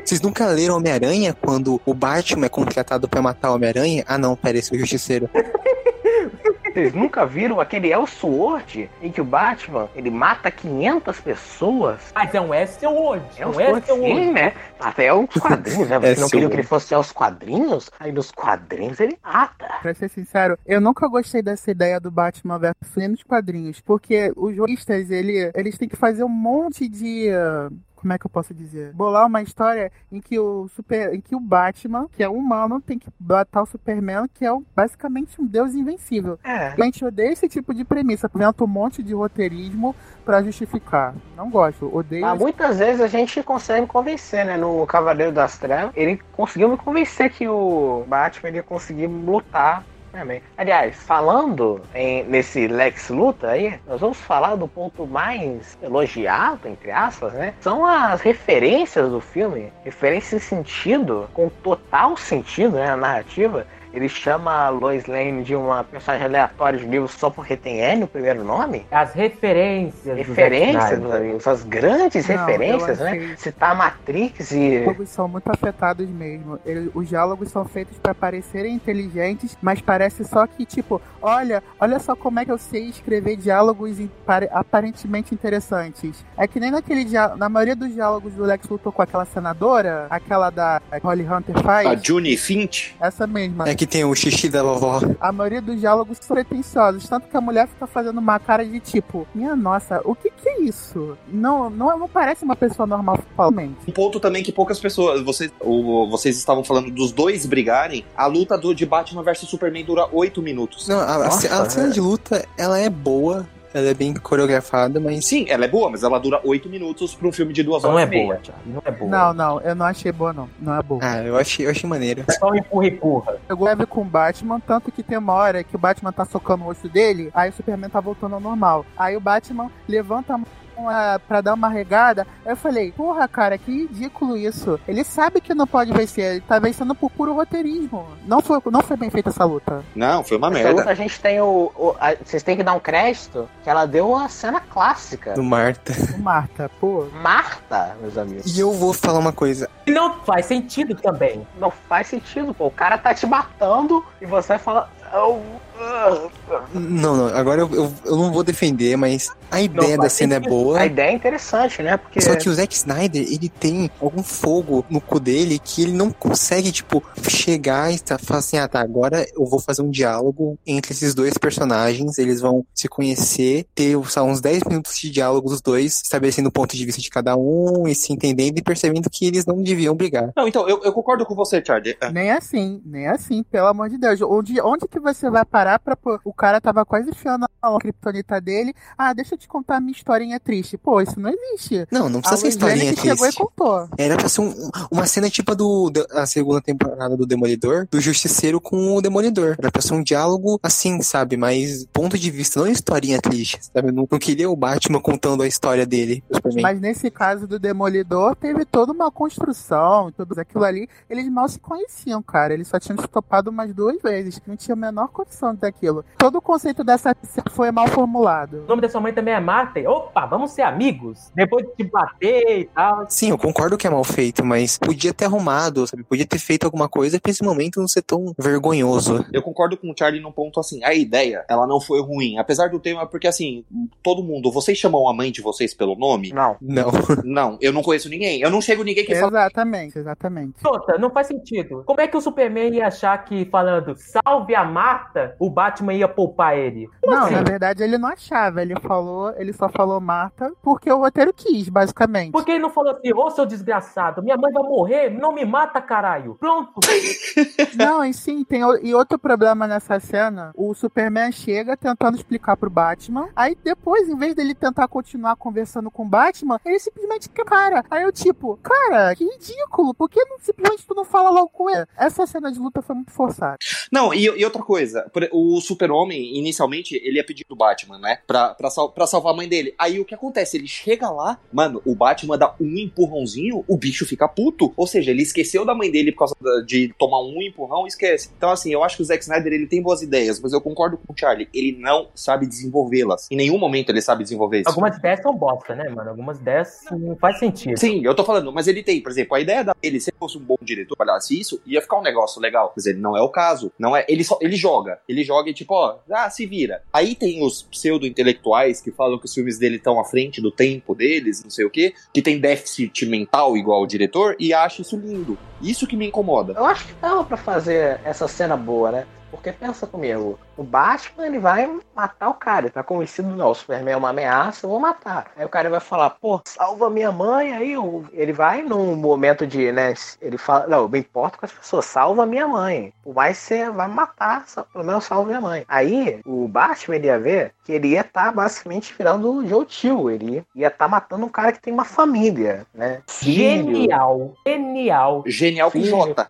B: Vocês nunca leram Homem-Aranha quando o Batman é contratado pra matar o Homem-Aranha? Ah não, pera, esse foi o Justiceiro.
A: Vocês nunca viram aquele El Sword, em que o Batman, ele mata 500 pessoas?
C: Mas é um Westworld, é
A: É
C: um
A: os sim,
C: Westworld.
A: né? Até os quadrinhos, né? Você não
B: Elseworld.
A: queria que ele fosse aos quadrinhos? Aí nos quadrinhos ele mata.
E: Pra ser sincero, eu nunca gostei dessa ideia do Batman versus Superman nos quadrinhos, porque os jornalistas, ele, eles têm que fazer um monte de... ah, Como é que eu posso dizer? Bolar uma história em que o super, em que o Batman, que é um humano, tem que matar o Superman, que é um- basicamente um deus invencível.
A: É.
E: A gente odeia esse tipo de premissa, inventa um monte de roteirismo pra justificar. Não gosto, odeio.
A: Mas muitas vezes a gente consegue me convencer, né? No Cavaleiro das Trevas, ele conseguiu me convencer que o Batman ele ia conseguir lutar. também. Aliás, falando em- nesse Lex Luthor aí, nós vamos falar do ponto mais elogiado, entre aspas, né? São as referências do filme. Referência em sentido, com total sentido, né? A narrativa. Ele chama a Lois Lane de uma personagem aleatória de livro só porque tem N o primeiro nome.
C: As referências. do Zack
A: Referências,
B: né?
C: Snyder.
A: meus amigos, as grandes
E: Não,
A: referências,
E: eu
A: né?
E: achei-
A: Citar a Matrix
E: Os
A: e.
E: diálogos são muito afetados mesmo. Ele- os diálogos são feitos para parecerem inteligentes, mas parece só que, tipo, olha, olha só como é que eu sei escrever diálogos in- pare- aparentemente interessantes. É que nem naquele dia- na maioria dos diálogos do Lex Luthor com aquela senadora, aquela da Holly Hunter
D: A
E: faz.
D: Juni Finch
E: Essa mesma.
B: É que tem o xixi da vovó.
E: A maioria dos diálogos são pretensiosos, tanto que a mulher fica fazendo uma cara de tipo, minha nossa, o que que é isso? Não, não, não parece uma pessoa normal falamente.
D: Um ponto também que poucas pessoas. Vocês, o- vocês estavam falando dos dois brigarem. A luta do, de Batman versus Superman dura oito minutos.
B: Não, a, a ce- a
A: Nossa,
B: cena
A: é.
B: de luta, ela é boa, ela é bem coreografada, mas
D: Sim, ela é boa, mas ela dura oito minutos pra um filme de duas horas.
C: Não é
D: e meia.
C: boa, Thiago, não é boa.
E: Não, não, eu não achei boa não, não é boa.
B: ah, eu achei, eu achei maneiro.
C: É só um empurra e empurra.
E: pegou leve com o Batman, tanto que tem uma hora que o Batman tá socando o rosto dele, aí o Superman tá voltando ao normal. Aí o Batman levanta a mão ah, pra dar uma regada, aí eu falei, porra, cara, que ridículo isso. Ele sabe que não pode vencer, ele tá vencendo por puro roteirismo. Não foi, não foi bem feita essa luta.
D: Não, foi
C: É
D: uma
A: Essa
D: merda.
A: luta a gente tem o. o- a- vocês têm que dar um crédito que ela deu uma cena clássica.
B: Do Marta.
E: O Marta, pô.
A: Marta, meus amigos.
B: E eu vou falar uma coisa.
C: E não faz sentido também.
A: Não faz sentido, pô. O cara tá te matando e você fala. "Eu- ah".
B: Não, não, agora eu, eu, eu não vou defender, mas A ideia da
A: faz
B: cena é
A: sentido.
B: boa.
A: A ideia é interessante, né? Porque
E: é
B: Só que o Zack Snyder, ele tem algum fogo no cu dele que ele não consegue, tipo, chegar e tá- falar assim, ah tá, agora eu vou fazer um diálogo entre esses dois personagens, eles vão se conhecer, ter sei lá, uns 10 minutos de diálogo dos dois, estabelecendo o ponto de vista de cada um e se entendendo e percebendo que eles não deviam brigar.
D: Não, então, eu, eu concordo com você, Charlie. Ah,
E: Nem assim, nem assim, pelo amor de Deus. Onde, onde que você vai parar pra pôr? O cara tava quase enfiando a criptonita dele. Ah, deixa eu te contar a minha historinha triste. Pô, isso não existe.
B: Não, não
E: A
B: precisa ser
E: Lois Lane
B: historinha
E: é que chegou e
B: triste.
E: contou.
B: Era pra ser um- um- uma cena tipo a do, da a segunda temporada do Demolidor, do Justiceiro com o Demolidor. Era pra ser um diálogo assim, sabe? Mas ponto de vista, não historinha triste, sabe? Eu Não, não queria o Batman contando a história dele pro Superman.
E: Mas nesse caso do Demolidor, teve toda uma construção, tudo aquilo ali. Eles mal se conheciam, cara. Eles só tinham se topado umas duas vezes. Não tinha a menor condição daquilo. Todo o conceito dessa foi mal formulado.
C: O nome da sua mãe também é Marta. Opa, vamos ser amigos. Depois de te bater e tal.
B: Sim, eu concordo que é mal feito, mas podia ter arrumado, sabe? Podia ter feito alguma coisa pra esse momento não ser tão vergonhoso.
D: Eu concordo com o Charlie num ponto assim. A ideia, ela não foi ruim. Apesar do tema, porque assim, todo mundo, vocês chamam a mãe de vocês pelo nome?
A: Não.
B: Não.
C: Uhum.
D: Não, eu não conheço ninguém. Eu não chego ninguém que
B: é
D: fala.
E: Exatamente, exatamente.
C: Jota, não faz sentido. Como é que o Superman ia achar que falando salve a Marta, o Batman ia poupar ele? Como
E: Não,
C: assim?
E: na verdade ele não achava, ele falou, ele só falou Marta porque o roteiro quis, basicamente.
C: Porque ele não falou assim, ô seu desgraçado, minha mãe vai morrer, não me mata, caralho. Pronto.
E: Não, e sim, tem o- e outro problema nessa cena, o Superman chega tentando explicar pro Batman, aí depois, em vez dele tentar continuar conversando com o Batman, ele simplesmente cara. Aí eu tipo, cara, que ridículo, por que não- simplesmente tu não fala logo com ele? Essa cena de luta foi muito forçada.
D: Não, e, e outra coisa, por- o super-homem, inicialmente, ele ia pedir do Batman, né? Pra, pra, sal- pra salvar a mãe dele. Aí o que acontece? Ele chega lá, mano, o Batman dá um empurrãozinho, o bicho fica puto. Ou seja, ele esqueceu da mãe dele por causa da- de tomar um empurrão e esquece. Então, assim, eu acho que o Zack Snyder, ele tem boas ideias, mas eu concordo com o Charlie, ele não sabe desenvolvê-las. Em nenhum momento ele sabe desenvolver isso.
C: Algumas ideias são bosta, né, mano? Algumas ideias não faz sentido.
D: Sim, eu tô falando, mas ele tem, por exemplo, a ideia dele, se ele fosse um bom diretor, olhasse isso, ia ficar um negócio legal. Mas ele não é o caso. Não é, ele só ele joga. Ele joga e tipo, ó, ah, se vira. Aí tem os pseudo-intelectuais que falam que os filmes dele estão à frente do tempo deles, não sei o quê, que tem déficit mental igual o diretor e acha isso lindo. Isso que me incomoda.
A: Eu acho que dava pra fazer essa cena boa, né? Porque pensa comigo, o Batman ele vai matar o cara, ele tá convencido, não, o Superman é uma ameaça, eu vou matar. Aí o cara vai falar, pô, salva minha mãe, aí o- ele vai num momento de, né, ele fala, não, eu me importo com as pessoas, salva minha mãe. O mais você vai matar, só- pelo menos salva minha mãe. Aí o Batman ele ia ver que ele ia estar basicamente virando o Joe Tio, ele ia estar matando um cara que tem uma família, né? Filho.
C: Genial, genial.
D: Genial com
A: Sim.
D: Jota.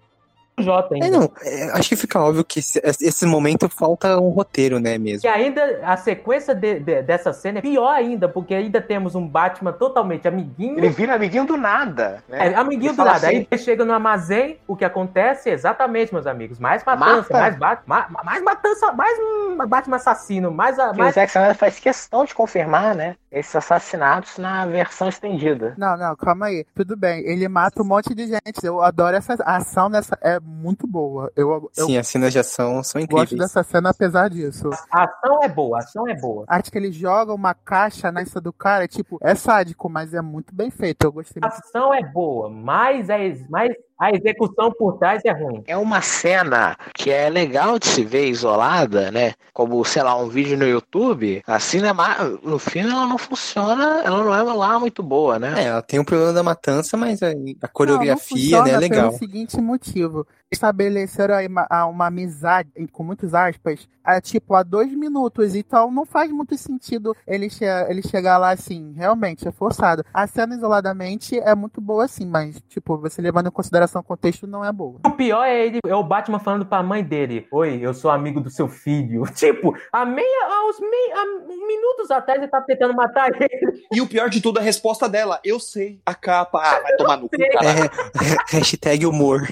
C: Jota ainda.
B: É, não. é, acho que fica óbvio que esse, esse momento falta um roteiro, né, mesmo.
C: E ainda a sequência de- de- dessa cena é pior ainda, porque ainda temos um Batman totalmente amiguinho.
A: Ele vira amiguinho do nada, né?
C: É, amiguinho
A: Ele
C: do
A: fala
C: lado.
A: assim-
C: Aí ele chega no armazém, o que acontece é exatamente, meus amigos, mais
A: Mata.
C: matança, mais, ba ma- ma- mais matança, mais hum, Batman assassino, mais... a-
A: Que o
C: mais...
A: Zack Snyder faz questão de confirmar, né? Esses assassinatos na versão estendida.
E: Não, não, calma aí. Tudo bem, ele mata um monte de gente. Eu adoro essa a ação nessa é muito boa. Eu, eu
B: Sim, as cenas de ação são
E: gosto
B: incríveis.
E: dessa cena apesar disso.
C: A ação é boa, a ação é boa.
E: Acho que ele joga uma caixa nessa do cara, tipo, é sádico, mas é muito bem feito. Eu gostei
C: A
E: muito.
C: ação é boa, mas a, ex- mas a execução por trás é ruim.
A: É uma cena que é legal de se ver isolada, né? Como, sei lá, um vídeo no YouTube. A cinema, no filme ela não funciona, ela não é lá muito boa, né?
B: É, ela tem o problema da matança, mas a, a
E: Não,
B: coreografia,
E: não
B: né, é
E: funciona
B: legal.
E: Pelo seguinte motivo: estabeleceram aí uma, a- uma amizade, com muitos aspas, a, tipo, há dois minutos. Então não faz muito sentido ele, che ele chegar lá assim. Realmente, é forçado. A cena isoladamente é muito boa, assim, mas, tipo, você levando em consideração o contexto, não é boa.
C: O pior é ele, é o Batman falando pra mãe dele: Oi, eu sou amigo do seu filho. [LAUGHS] Tipo, há meia, há uns meia, há minutos atrás ele tá tentando matar ele.
D: E o pior de tudo, a resposta dela, eu sei. A capa, ah, vai tomar no cu, cara.
B: É, hashtag humor.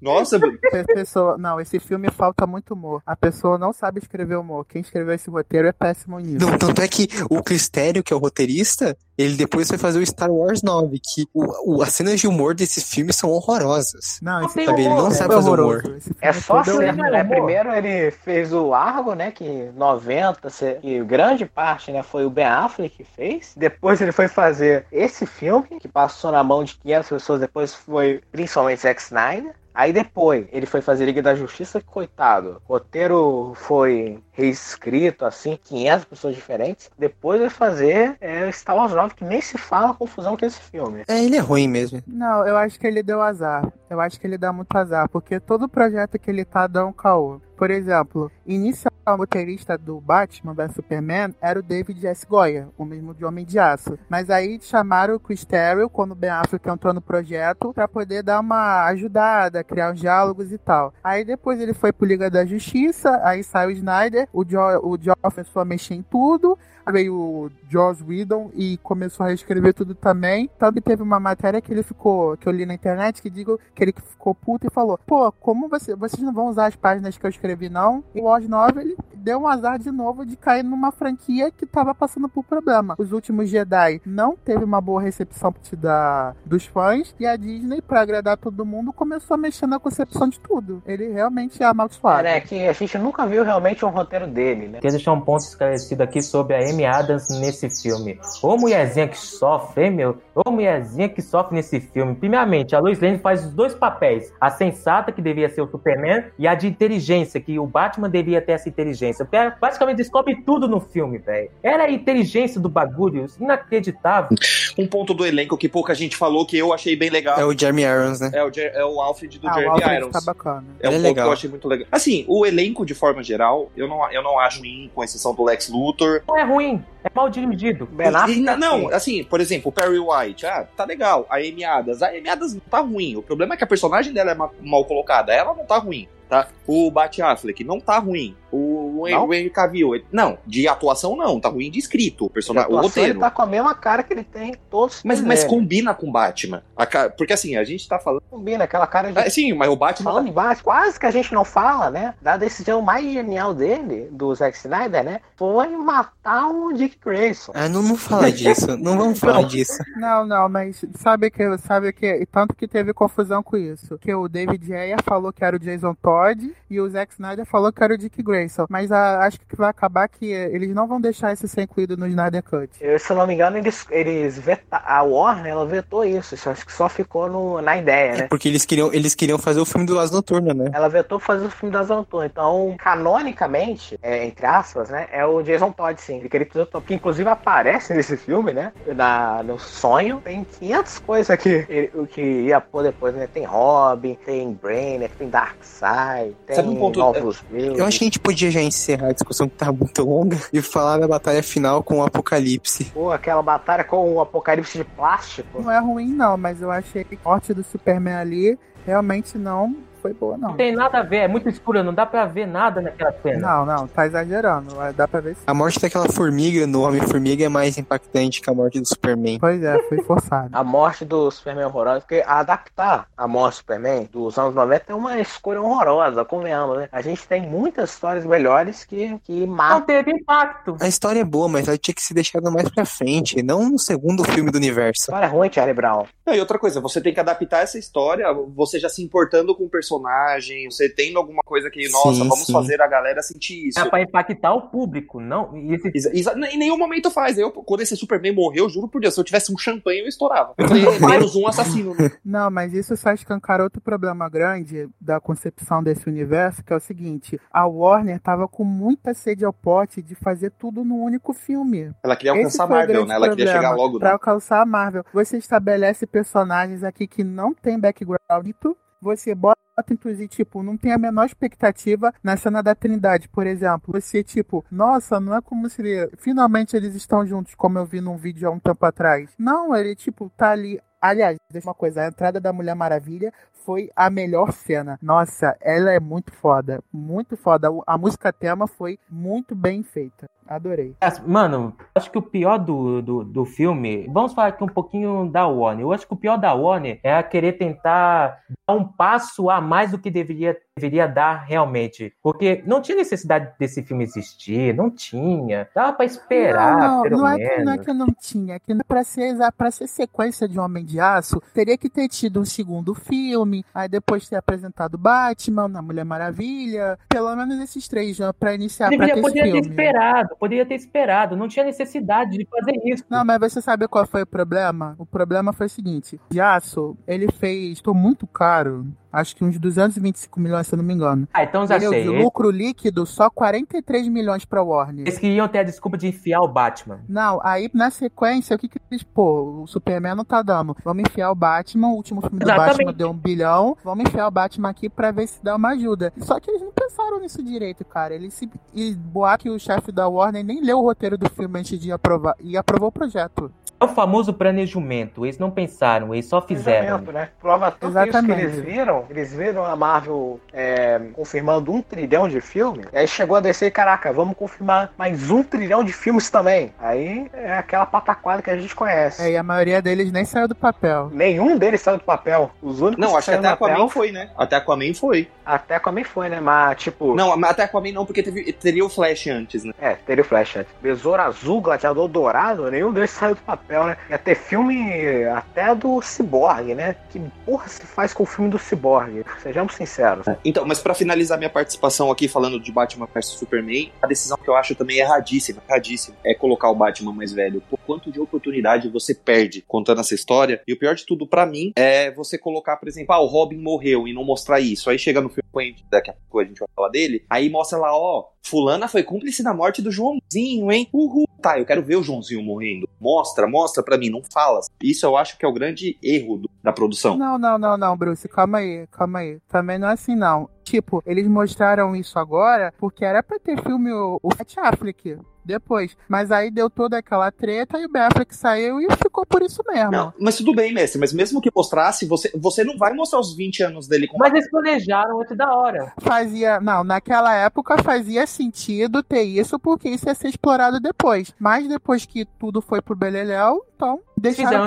D: Nossa,
E: A pessoa- não, esse filme falta muito humor. A pessoa não sabe escrever humor. Quem escreveu esse roteiro é péssimo nisso.
B: Não, tanto é que o Cristério, que é o roteirista, ele depois vai fazer o Star Wars 9, que o, o- as cenas de humor desses filmes são horrorosas.
E: Não, esse
C: tem
E: filme
B: humor,
E: é
B: não sabe fazer
E: horroroso.
B: humor.
E: Esse filme
A: É só
E: todo
A: acerto,
E: horroroso.
A: né? Primeiro ele fez o Argo, né? Que 90, se- e grande parte, né? Foi o Ben Affleck que fez. Depois ele foi fazer esse filme, que passou na mão de 500 pessoas. Depois foi principalmente Zack Snyder. Aí depois ele foi fazer Liga da Justiça, que, coitado. O roteiro foi reescrito, assim, 500 pessoas diferentes. Depois vai fazer é, Star Wars 9, que nem se fala a confusão que é esse filme.
B: É, ele é ruim mesmo.
E: Não, eu acho que ele deu azar. Eu acho que ele dá muito azar, porque todo projeto que ele tá dá um caô. Por exemplo, inicial o roteirista do Batman vs Superman era o David S. Goya, o mesmo de Homem de Aço. Mas aí chamaram o Chris Terrio, quando o Ben Affleck entrou no projeto, pra poder dar uma ajudada, criar uns diálogos e tal. Aí depois ele foi pro Liga da Justiça, aí saiu o Snyder, o Joe o Joe começou a mexer em tudo, veio o Joss Whedon e começou a reescrever tudo também. Tanto que teve uma matéria que ele ficou, que eu li na internet, que digo que ele ficou puto e falou: Pô, como você- vocês não vão usar as páginas que eu escrevi, não? E o Oz 9 ele deu um azar de novo de cair numa franquia que tava passando por problema. Os últimos Jedi não teve uma boa recepção da, dos fãs, e a Disney, pra agradar todo mundo, começou a mexer na concepção de tudo. Ele realmente é
A: É,
E: amaldiçoado.
A: né? Que a gente nunca viu realmente um roteiro dele, né?
C: Quer deixar um ponto esclarecido aqui sobre a Amy Adams nesse filme. Ô mulherzinha que sofre, hein, meu? Ô mulherzinha que sofre nesse filme. Primeiramente, a Lois Lane faz os dois papéis. A sensata, que devia ser o Superman, e a de inteligência, que o Batman devia ter essa inteligência. Porque Ela praticamente descobre tudo no filme, velho. Era a inteligência do bagulho, é inacreditável.
D: um ponto do elenco que pouca gente falou que eu achei bem legal.
B: É o Jeremy Irons, né?
D: É o, Jer- é o Alfred do
E: Ah, o
D: Jeremy
E: Alfred
D: Irons.
E: tá bacana.
D: É um
B: Ele é
D: ponto que
B: legal.
D: eu achei muito legal. Assim, o elenco, de forma geral, eu não, eu não acho ruim, com exceção do Lex Luthor.
C: Não é ruim, é mal dirigido.
A: Ben Affleck,
D: E- e- não,
A: assim,
D: assim, por exemplo, o Perry White, ah, tá legal. A Amy Adams, a Amy Adams não tá ruim. O problema é que a personagem dela é ma- mal colocada. Ela não tá ruim, tá? O Bat Affleck não tá ruim. O, o,
A: Não?
D: o Henry Cavill, ele- não, de atuação não, tá ruim de escrito. O,
A: Na
D: personagem, o
A: atuação,
D: roteiro.
A: ele tá com a mesma cara que ele tem em todos os
D: Mas,
A: filmes
D: mas
A: dele.
D: combina com Batman. A ca- Porque assim, a gente tá falando.
A: combina aquela cara de.
D: Ah, sim, mas o Batman. tá-
A: Falando de Batman, quase que a gente não fala, né? Da decisão mais genial dele, do Zack Snyder, né? Foi matar o Dick Grayson.
B: Ah, não, não [LAUGHS] fala disso. Não vamos falar disso.
E: Não, não, mas sabe que sabe que e tanto que teve confusão com isso, que o David Ayer falou que era o Jason Todd e o Zack Snyder falou que era o Dick Grayson, mas a- acho que vai acabar que eles não vão deixar isso ser incluído no Snyder Cut.
A: Eu, se eu não me engano, eles, eles veta- a Warner ela vetou isso. Isso acho que só ficou no- na ideia,
B: É
A: né?
B: porque eles queriam, eles queriam fazer o filme do Las Noturna, né?
A: Ela vetou fazer o filme das Antônias. Então, canonicamente, é, entre aspas, né? É o Jason Todd, sim. Ele queria que inclusive aparece nesse filme, né? Na, no sonho. Tem 500 coisas aqui. Ele- O que ia pôr depois, né? Tem Robin, tem Brainer, tem Darkseid, tem
D: Sabe um ponto-
A: Novos Builds.
B: Eu acho que a gente podia já encerrar a discussão que tá muito longa [LAUGHS] e falar da batalha final com o Apocalipse.
A: Pô, aquela batalha com o apocalipse de plástico.
E: Não é ruim não, mas eu achei que a morte do Superman ali realmente não foi boa não.
C: Não tem nada a ver, é muito escuro, não dá pra ver nada naquela cena.
E: Não, não, tá exagerando, dá pra ver sim.
B: A morte daquela formiga no Homem-Formiga é mais impactante que a morte do Superman.
E: Pois é, foi forçado.
A: A morte do Superman é horrorosa, porque adaptar a morte do Superman dos anos 90 é uma escolha horrorosa, convenhamos, né? A gente tem muitas histórias melhores que, que
C: Não
A: matam.
C: teve impacto.
B: A história é boa, mas ela tinha que ser deixada mais pra frente, não no segundo filme do universo.
A: História ruim, Charlie Brown.
D: Não, e outra coisa, você tem que adaptar essa história, você já se importando com o personagem, você tendo alguma coisa que, nossa,
B: Sim,
D: vamos
B: sim.
D: fazer a galera sentir isso.
C: É pra impactar o público, não. E esse
D: Isa- Isa- em nenhum momento faz. Eu, quando esse Superman morreu, juro por Deus, se eu tivesse um champanhe, eu estourava. Eu falei, menos um assassino. né?
E: Não, mas isso só escancara outro problema grande da concepção desse universo, que é o seguinte: a Warner tava com muita sede ao pote de fazer tudo num único filme.
D: Ela queria
E: Esse
D: alcançar a
E: foi o
D: Marvel,
E: grande
D: né? Ela queria
E: problema.
D: chegar logo.
E: Pra
D: né?
E: alcançar a Marvel, você estabelece personagens aqui que não tem background, Então, você bota inclusive, tipo, não tem a menor expectativa na cena da Trindade, por exemplo. Você, tipo, nossa, não é como se ele- finalmente eles estão juntos, como eu vi num vídeo há um tempo atrás. Não, ele, tipo, tá ali. Aliás, deixa uma coisa, a entrada da Mulher Maravilha foi a melhor cena. Nossa, ela é muito foda. Muito foda. O- A música tema foi muito bem feita. Adorei.
C: As- É, Mano, acho que o pior do, do, do filme. Vamos falar aqui um pouquinho da Warner. Eu acho que o pior da Warner é a querer tentar dar um passo a mais do que deveria, deveria dar realmente. Porque não tinha necessidade desse filme existir, não tinha. Dava pra esperar,
E: não, não,
C: pelo
E: não é, que,
C: menos.
E: não é que não tinha. É que pra ser, exa- pra ser sequência de Homem de Aço, teria que ter tido um segundo filme, aí depois ter apresentado Batman, na Mulher Maravilha. Pelo menos esses três já pra iniciar, pra
C: Deveria-
E: ter esse
C: poderia ter
E: filme. né?
C: esperado, poderia ter esperado. Não tinha necessidade de fazer isso.
E: Não, mas você sabe qual foi o problema? O problema foi o seguinte: de aço, ele fez. Tô muito caro. Acho que uns 225 milhões, se eu não me engano.
C: Ah, então já
E: Entendeu?
C: sei.
E: De lucro líquido, só 43 milhões pra Warner.
C: Eles queriam ter a desculpa de enfiar o Batman.
E: Não, aí na sequência, o que que eles. Pô, o Superman não tá dando. Vamos enfiar o Batman, o último filme do
C: Exatamente.
E: Batman deu um bilhão. Vamos enfiar o Batman aqui pra ver se dá uma ajuda. Só que eles não pensaram nisso direito, cara. Eles se. E boar que o chefe da Warner nem leu o roteiro do filme antes de aprovar. E aprovou o projeto.
C: É o famoso planejamento. Eles não pensaram, eles só fizeram.
A: Planejamento, Né? Prova tudo
E: Exatamente.
A: isso que eles viram. Eles viram a Marvel é, confirmando um trilhão de filmes. E aí chegou a descer, caraca, vamos confirmar mais um trilhão de filmes também. Aí é aquela pataquada que a gente conhece.
E: É, e a maioria deles nem saiu do papel.
A: Nenhum deles saiu do papel. Os únicos
D: Não, acho que
A: saíram
D: até
A: do papel,
D: Aquaman foi, né? Até Aquaman foi.
A: Até Aquaman foi, né? Mas, tipo,
D: Não, mas até Aquaman não, porque teve, teria o Flash antes, né?
A: é, teria o Flash antes. Besouro Azul, Gladiador Dourado, nenhum deles saiu do papel, né? Ia ter filme até do Cyborg, né? Que porra se faz com o filme do Cyborg? Sejamos sinceros.
D: Então, mas pra finalizar minha participação aqui falando de Batman vs Superman, a decisão que eu acho também erradíssima, erradíssima, é colocar o Batman mais velho. Por quanto de oportunidade você perde contando essa história? E o pior de tudo pra mim é você colocar, por exemplo, ah, o Robin morreu e não mostrar isso. Aí chega no filme, Quentin, daqui a pouco a gente vai falar dele, aí mostra lá, ó, fulana foi cúmplice da morte do Joãozinho, hein? Uhul. Tá, eu quero ver o Joãozinho morrendo. Mostra, mostra pra mim, não fala. Isso eu acho que é o grande erro do- da produção.
E: Não, não, não, não, Bruce, calma aí, calma aí. Também não é assim, não. Tipo, eles mostraram isso agora porque era pra ter filme o, o Fat Affleck depois. Mas aí deu toda aquela treta e o Ben Affleck saiu e ficou por isso
C: Tá
E: mesmo.
D: Não, mas tudo bem, mestre. Mas mesmo que mostrasse, você, você não vai mostrar os 20 anos dele com
C: Mas eles planejaram antes da hora.
E: Fazia, não, naquela época fazia sentido ter isso porque isso ia ser explorado depois. Mas depois que tudo foi pro Beleléu, então deixaram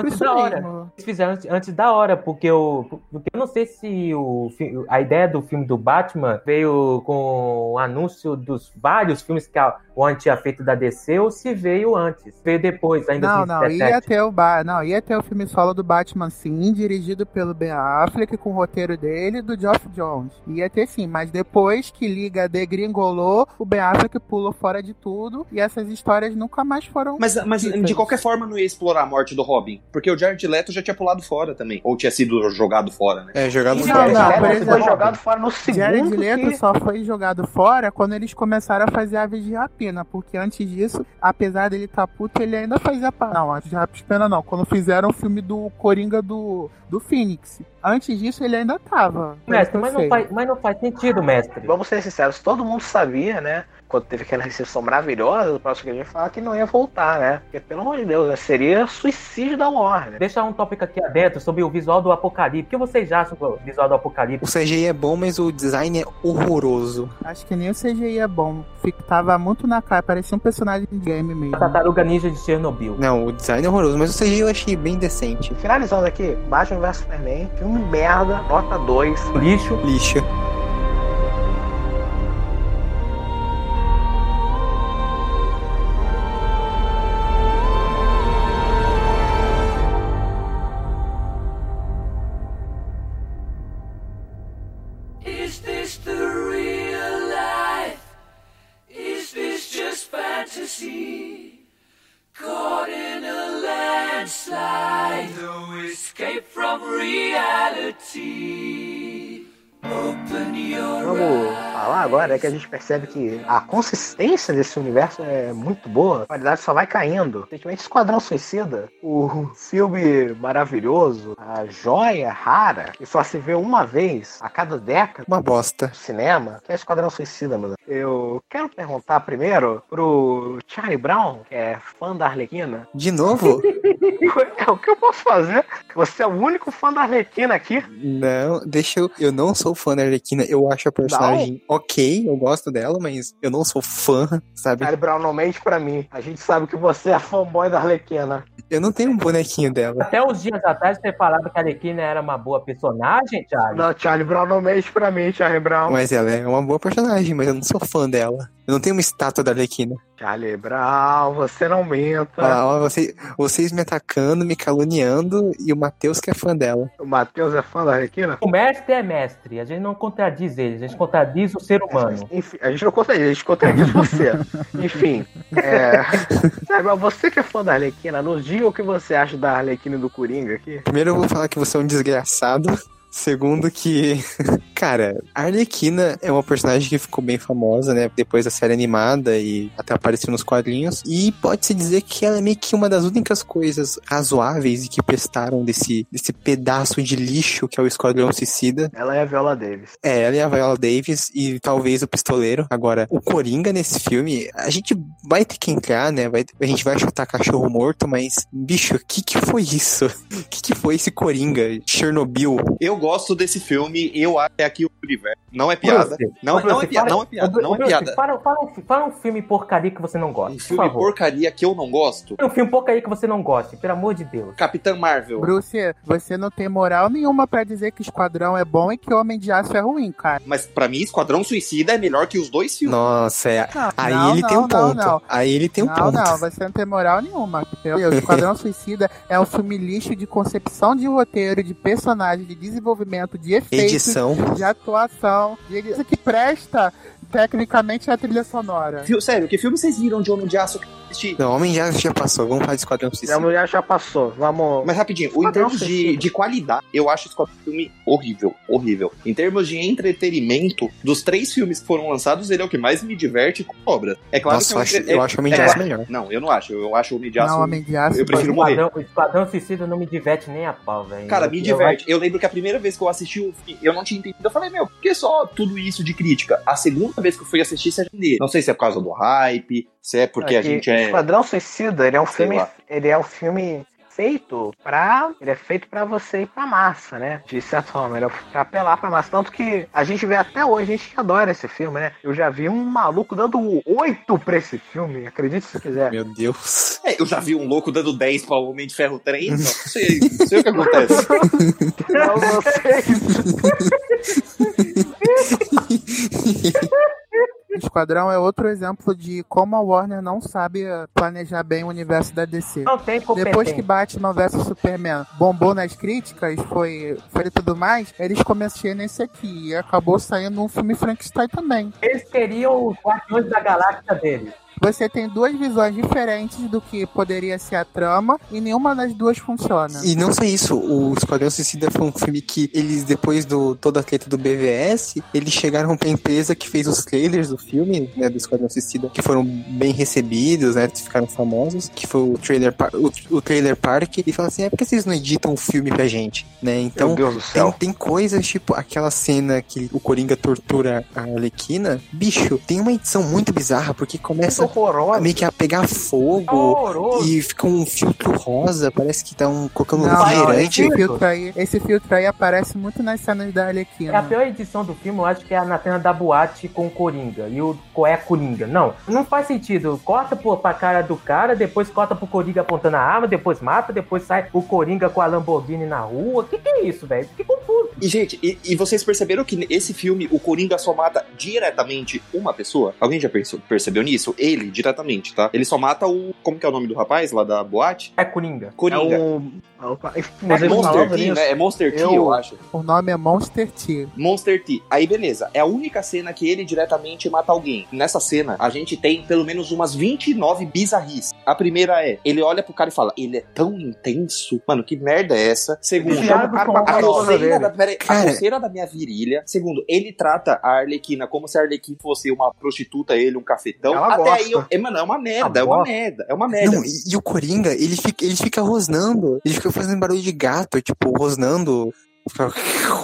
C: fizeram
E: por
C: antes
E: isso
C: da hora.
E: mesmo.
C: Eles fizeram antes, antes da hora, porque eu, porque eu não sei se o, fi- a ideia do filme do Batman veio com o anúncio dos vários filmes que a Warner tinha feito da DC ou se veio antes. Veio depois, ainda
E: Não, não, é ia
C: 2017.
E: ter o ba... não, ia ter o filme solo do Batman sim, dirigido pelo Ben Affleck com o roteiro dele e do Geoff Jones. Ia ter sim, mas depois que Liga degringolou, o Ben Affleck pulou fora de tudo e essas histórias nunca mais foram
D: Mas, mas
E: ditas.
D: de qualquer forma não ia explorar a morte do Robin. Porque o Jared Leto já tinha pulado fora também. Ou tinha sido jogado fora, né?
B: É, jogado
A: O
E: Não,
B: fora.
A: Jared
E: não,
A: Leto
E: por
A: foi
E: exemplo,
A: jogado fora no
E: Jared
A: segundo.
E: Leto
A: que-
E: só foi jogado fora quando eles começaram a fazer a de Rapina, porque antes disso, apesar dele estar puto, ele ainda fazia parte. Não, Aves de Rapina não, quando fizeram o filme do Coringa do, do Phoenix. Antes disso, ele ainda tava. pelo que
C: Mestre,
E: eu
C: mas não,
E: sei.
C: faz, mas não faz sentido, mestre.
A: Vamos ser sinceros, todo mundo sabia, né? Quando teve aquela recepção maravilhosa do próximo que a gente fala que não ia voltar, né? Porque, pelo amor de Deus, né, seria suicídio da Warner.
C: Deixar um tópico aqui aberto sobre o visual do Apocalipse. O que vocês acham do visual do
B: O
C: Apocalipse?
B: CGI é bom, mas o design é horroroso.
E: Acho que nem o CGI é bom. Fic- Tava muito na cara, parecia um personagem de game mesmo.
C: A tartaruga ninja de Chernobyl.
B: Não, o design é horroroso, mas o CGI eu achei bem decente.
A: Finalizando aqui, Batman vs Superman, filme merda, nota 2.
C: Lixo.
B: Lixo.
F: Is this the real life? Is this just fantasy? Caught in a landslide, no escape from reality. Open your
A: Vamos falar agora é que a gente percebe que a consistência desse universo é muito boa, a qualidade só vai caindo. Principalmente Esquadrão Suicida, o filme maravilhoso, a joia rara, que só se vê uma vez a cada década.
B: Uma bosta.
A: do cinema, que é Esquadrão Suicida, meu Deus. Eu quero perguntar primeiro pro Charlie Brown, que é fã da Arlequina. [LAUGHS]
E: [LAUGHS]
B: De novo?
A: É o que eu posso fazer? Você é o único fã da Arlequina aqui.
B: Não, deixa eu. Eu não sou fã da Arlequina. Eu acho a personagem ok, eu gosto dela, mas eu não sou fã, sabe?
A: Cara, Brown não mente pra mim. A gente sabe que você é fanboy da Arlequina.
B: Eu não tenho um bonequinho dela.
C: Até uns dias atrás você falava que a Arlequina era uma boa personagem, Thiago.
A: Não, Charlie Brown não mente pra mim, Charlie Brown.
B: Mas ela é uma boa personagem, mas eu não sou fã dela. Eu não tenho uma estátua da Arlequina.
A: Charlie Brown, você não
B: Olha
A: minta.
B: lá, ó, você- vocês me atacando, me caluniando e o Matheus que é fã dela.
A: O Matheus é fã da Arlequina?
C: O mestre é mestre. A gente não contradiz ele, a gente contradiz o ser humano.
A: Enfim, a gente não consegue, a gente contradiz você. Enfim, é. Sabe, mas você que é fã da Arlequina, nos diga o que você acha da Arlequina e do Coringa aqui.
B: Primeiro eu vou falar que você é um desgraçado. Segundo que, [LAUGHS] cara, a Arlequina é uma personagem que ficou bem famosa, né? Depois da série animada e até apareceu nos quadrinhos. E pode-se dizer que ela é meio que uma das únicas coisas razoáveis e que prestaram desse, desse pedaço de lixo que é o Esquadrão Suicida.
A: Ela é a Viola Davis.
B: É, ela e a Viola Davis e talvez o Pistoleiro. Agora, o Coringa nesse filme, a gente vai ter que entrar, né? Vai- a gente vai chutar cachorro morto, mas, bicho, o que que foi isso? [LAUGHS] O que que foi esse Coringa? Chernobyl?
D: Eu gosto desse filme, eu acho que é aqui o universo. Não é piada.
C: Bruce,
D: Não,
C: Bruce,
D: não é piada,
C: fala-
D: não é piada,
C: Ô,
D: não é
C: Bruce,
D: piada.
C: Fala, fala um, fi- fala um filme porcaria que você não gosta,
D: Um
C: por
D: filme
C: favor.
D: porcaria que eu não gosto.
C: Um filme porcaria que você não goste, pelo amor de Deus.
D: Capitã Marvel.
G: Bruce, você não tem moral nenhuma pra dizer que Esquadrão é bom e que Homem de Aço é ruim, cara.
D: Mas pra mim, Esquadrão Suicida é melhor que os dois filmes.
B: Nossa, é-
G: Não,
B: aí
G: não,
B: ele tem
G: não,
B: um ponto.
G: Não, não.
B: Aí ele tem um
G: não,
B: ponto.
G: não, você não tem moral nenhuma. Meu Deus, Esquadrão Suicida é um filme lixo de concepção de roteiro, de personagem, de desenvolvimento, de efeitos,
B: Edição.
G: de atuação. De... Isso que presta, tecnicamente, é a trilha sonora.
D: Fio- Sério, que filme vocês viram de Homem de Aço que eu assisti?
B: Não, homem já, já passou. Vamos falar de Esquadrão
A: Minha
B: Suicida.
A: mulher já passou. Vamos.
D: Mas rapidinho, o- em
A: Esquadrão
D: termos de,
A: Suicida.
D: de qualidade, eu acho esse filme horrível, horrível. Em termos de entretenimento, dos três filmes que foram lançados, ele é o que mais me diverte com obras. É claro
B: Nossa,
D: que
B: eu
D: é um
B: acho,
D: entre-
B: eu acho Homem de
D: é-
B: Aço melhor.
D: Não, eu não acho. Eu acho o Homem de Aço. um-
G: Não, Homem de Aço.
D: Eu prefiro
C: o
D: morrer.
C: Esquadrão, o Esquadrão Suicida não me diverte nem a pau, velho.
D: Cara,
C: Eu-
D: me
C: eu
D: diverte. Eu lembro que a primeira vez que eu assisti o filme, eu não tinha entendido. Eu falei, meu, por que só tudo isso de crítica? A segunda vez que eu fui assistir, você já entendi. Não sei se é por causa do hype, se é porque a
A: Aqui,
D: gente é.
A: Esquadrão Suicida, ele é um
D: Sei
A: filme.
D: lá.
A: Ele é um filme feito pra. Ele é feito pra você e pra massa, né? De certa forma, ele é pra apelar pra massa. Tanto que a gente vê até hoje, a gente que adora esse filme, né? Eu já vi um maluco dando oito pra esse filme, acredite se
D: [LAUGHS]
A: quiser.
B: Meu Deus.
D: É, eu já vi um louco dando 10 pra Homem de Ferro 3. Não sei,
A: [LAUGHS]
D: não sei o que acontece.
A: Eu não sei.
G: Esquadrão é outro exemplo de como a Warner não sabe eh, planejar bem o universo da DC.
C: Não tem competência.
G: Depois que Batman vs Superman bombou nas críticas, foi, foi tudo mais, eles começaram nesse aqui e acabou saindo um filme Frankenstein também.
C: Eles queriam os Guardiões da Galáxia deles.
G: Você tem duas visões diferentes do que poderia ser a trama e nenhuma das duas funciona.
B: E não só isso, o Esquadrão Suicida foi um filme que eles, depois do toda a treta do BVS, eles chegaram pra empresa que fez os trailers do filme, né, do Esquadrão Suicida, que foram bem recebidos, né, que ficaram famosos, que foi o Trailer, Par- o, o trailer Park, e falaram assim, é por que vocês não editam o filme pra gente, né, então...
A: Meu Deus do
B: Tem,
A: céu.
B: tem coisas, tipo, aquela cena que o Coringa tortura a Arlequina. Bicho, tem uma edição muito bizarra, porque
A: Isso é
B: começa
A: horroroso.
B: meio que a pegar fogo.
C: Horroroso.
B: E fica um filtro rosa, parece que tá um, colocando um
G: Não, não,
E: é
B: refrigerante.
G: esse filtro, aí, esse filtro aí aparece muito nas cenas da
C: É a
G: Arlequina.
C: pior edição do filme, eu acho que é na cena da boate com o Coringa. E o Coé Coringa. Não, não faz sentido. Corta pro, pra cara do cara, depois corta pro Coringa apontando a arma, depois mata, depois sai o Coringa com a Lamborghini na rua. Que que é isso, velho? Que confuso.
D: E, gente, e, e vocês perceberam que esse filme, o Coringa só mata diretamente uma pessoa? Alguém já perce- percebeu nisso? Ele, diretamente, tá? Ele só mata o. Como que é o nome do rapaz lá da boate?
C: É Coringa.
A: É
D: Coringa.
A: um. Opa, enfim,
D: É
A: vocês
D: Monster
A: falavam
D: T,
A: nisso.
D: né? É Monster T,
A: Eu-
D: eu... acho.
G: O nome é Monster T.
D: Monster T. Aí, beleza. É a única cena que ele diretamente mata alguém. Nessa cena, a gente tem pelo menos umas 29 bizarris. A primeira é, ele olha pro cara e fala, ele é tão intenso. Mano, que merda é essa? Segundo,
A: Enfiado o
C: Viado
A: cara
C: com
A: pra
D: A
A: caralho.
D: coceira, da, peraí,
B: Cara.
D: a coceira da minha virilha. Segundo, ele trata a Arlequina como se a Arlequina fosse uma prostituta, ele um cafetão.
A: Ela
D: Até
A: gosta.
D: aí, eu, é, mano, é uma merda,
C: Ela
D: é uma
C: gosta.
D: merda, é uma merda.
B: Não, e, e o Coringa, ele fica, [LAUGHS] ele fica rosnando. Ele fica fazendo barulho de gato, tipo, rosnando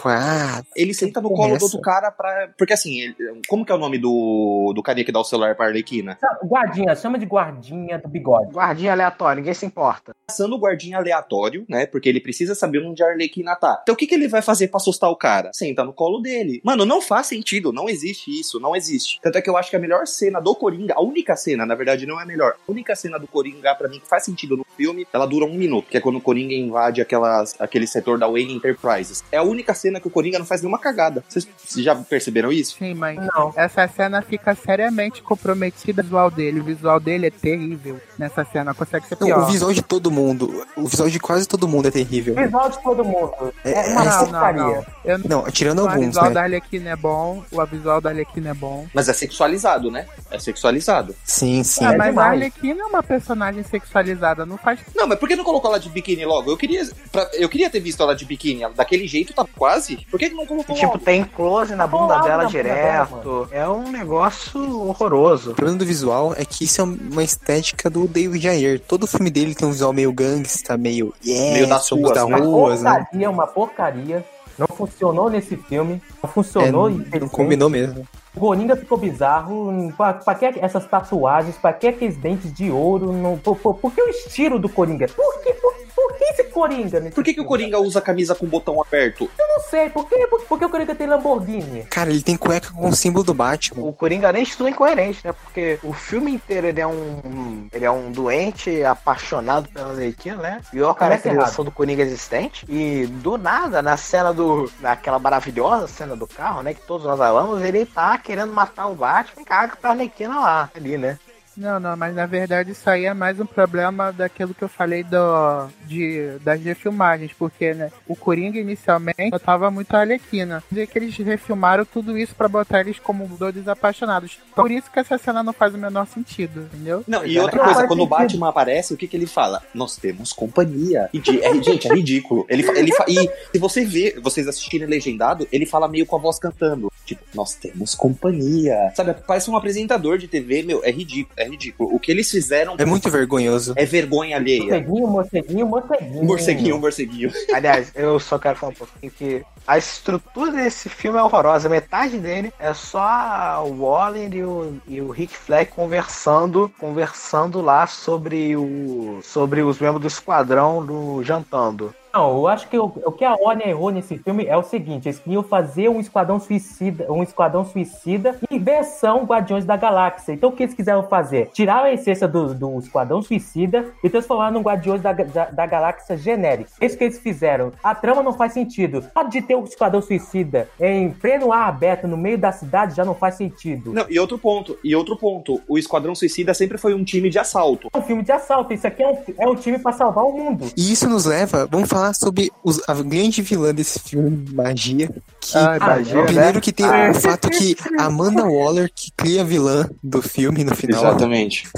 B: Ah,
D: Ele senta no
B: Começa.
D: colo do outro cara pra. Porque assim, ele- como que é o nome do, do carinha que dá o celular pra Arlequina?
C: Sa- Guardinha, chama de guardinha do bigode.
A: Guardinha aleatório, ninguém se importa.
D: Passando o guardinha aleatório, né? Porque ele precisa saber onde a Arlequina tá. Então o que, que ele vai fazer pra assustar o cara? Senta no colo dele. Mano, não faz sentido. Não existe isso. Não existe. Tanto é que eu acho que a melhor cena do Coringa, a única cena, na verdade, não é a melhor. A única cena do Coringa, pra mim, que faz sentido no filme, ela dura um minuto, que é quando o Coringa invade aquelas, aquele setor da Wayne Enterprises. É a única cena que o Coringa não faz nenhuma cagada. Vocês vocês já perceberam isso?
E: Sim, mas
C: Não.
E: essa cena fica seriamente comprometida com o visual dele. O visual dele é terrível nessa cena, consegue ser
B: não, o
E: pior.
B: visual de todo mundo, o visual de quase todo mundo é terrível.
C: Visual de todo mundo.
B: É,
C: É
B: é-
C: uma
E: não, não,
C: porcaria.
E: não. Eu não.
B: não, tirando
E: O
B: alguns,
E: visual
B: né?
E: da Arlequina é bom, o visual da Arlequina é bom.
D: Mas é sexualizado, né? É sexualizado.
B: Sim, sim.
E: ah,
C: é
E: mas
C: demais.
E: a Arlequina é uma personagem sexualizada, não faz
D: Não, mas por que não colocou ela de biquíni logo? Eu queria, pra- eu queria ter visto ela de biquíni. Ela- Daquele jeito tá quase. Por que que não
A: E,
D: colocou
A: tipo,
D: logo?
A: tem close na bunda
C: Colado
A: dela
C: na bunda dela,
A: direto. é um negócio horroroso.
B: O problema do visual é que isso é uma estética do David Jair. Todo filme dele tem um visual meio gangsta, meio yeah,
D: Meio das
B: somos
D: ruas,
B: da
D: né?
C: Uma
B: ruas, né?
C: porcaria, uma porcaria. Não funcionou nesse filme. Não funcionou
B: É,
C: em
B: não combinou mesmo.
C: O Coringa ficou bizarro. Pra, pra que essas tatuagens? Pra que aqueles dentes de ouro? Não, por, por- por que o estilo do Coringa? Por que, por, por que esse Coringa? nesse
D: Por que, que o
C: filme?
D: Coringa usa a camisa com o botão aberto?
C: Eu não sei. Por que, por, por que o Coringa tem Lamborghini?
B: Cara, ele tem cueca com o símbolo do Batman.
A: O Coringa nem estuda incoerente, né? Porque o filme inteiro ele é um. Ele é um doente apaixonado pela Arlequina, né? Pior
C: Parece
A: caracterização do Coringa existente. E do nada, na cena do. Naquela maravilhosa cena do carro, né? Que todos nós amamos, ele tá querendo matar o Batman e caga pra Arlequina lá, ali, né?
E: Não, não, mas na verdade isso aí é mais um problema daquilo que eu falei do, de, das refilmagens, porque né, o Coringa inicialmente só tava muito a Arlequina. Quer dizer que eles refilmaram tudo isso pra botar eles como dois apaixonados. Então, por isso que essa cena não faz o menor sentido, entendeu?
D: Não, e
A: Não,
D: outra
C: não
D: coisa,
C: faz
D: quando o
C: sentido.
D: Batman aparece, o que, que ele fala? Nós temos companhia. E de- é, gente, é ridículo. Ele, fa- ele fa- e se você ver, vocês assistirem legendado, ele fala meio com a voz cantando. Tipo, nós temos companhia. Sabe, parece um apresentador de TV, meu, é ridículo, é ridículo. O que eles fizeram
B: É muito vergonhoso.
D: é vergonha alheia. Um
C: Morceguinho, morceguinho, morceguinho.
D: Morceguinho, morceguinho.
A: Aliás, eu só quero falar um pouquinho que a estrutura desse filme é horrorosa. Metade dele é só o Waller e o, e o Rick Flag conversando, conversando lá sobre, o, sobre os membros do esquadrão do jantando.
C: Não, eu acho que o, o que a ONU errou nesse filme é o seguinte: eles queriam fazer um esquadrão suicida, um esquadrão suicida em versão Guardiões da Galáxia. Então o que eles quiseram fazer? Tiraram a essência do, do esquadrão suicida e transformaram num Guardiões da, da, da Galáxia genérico. É Isso que eles fizeram. A trama não faz sentido. Pode de ter um esquadrão suicida em pleno ar aberto no meio da cidade já não faz sentido.
D: Não, e outro ponto, e outro ponto, o Esquadrão Suicida sempre foi um time de assalto.
C: É um filme de assalto. Isso aqui é um, é um time pra salvar o mundo.
B: E isso nos leva, vamos falar sobre os- a grande vilã desse filme, Magia. Que
E: Ai,
A: magia, né?
B: primeiro que tem um
A: Ah.
B: é o fato que a Amanda Waller que cria a vilã do filme no final.
D: Exatamente.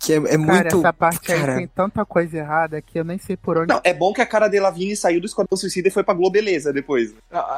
B: Que é, é
E: Cara,
B: muito.
E: essa parte
B: cara.
E: aí tem tanta coisa errada que eu nem sei por onde.
D: Não, é bom que a cara de Lavigne saiu do Esquadrão Suicida e foi pra Globeleza depois.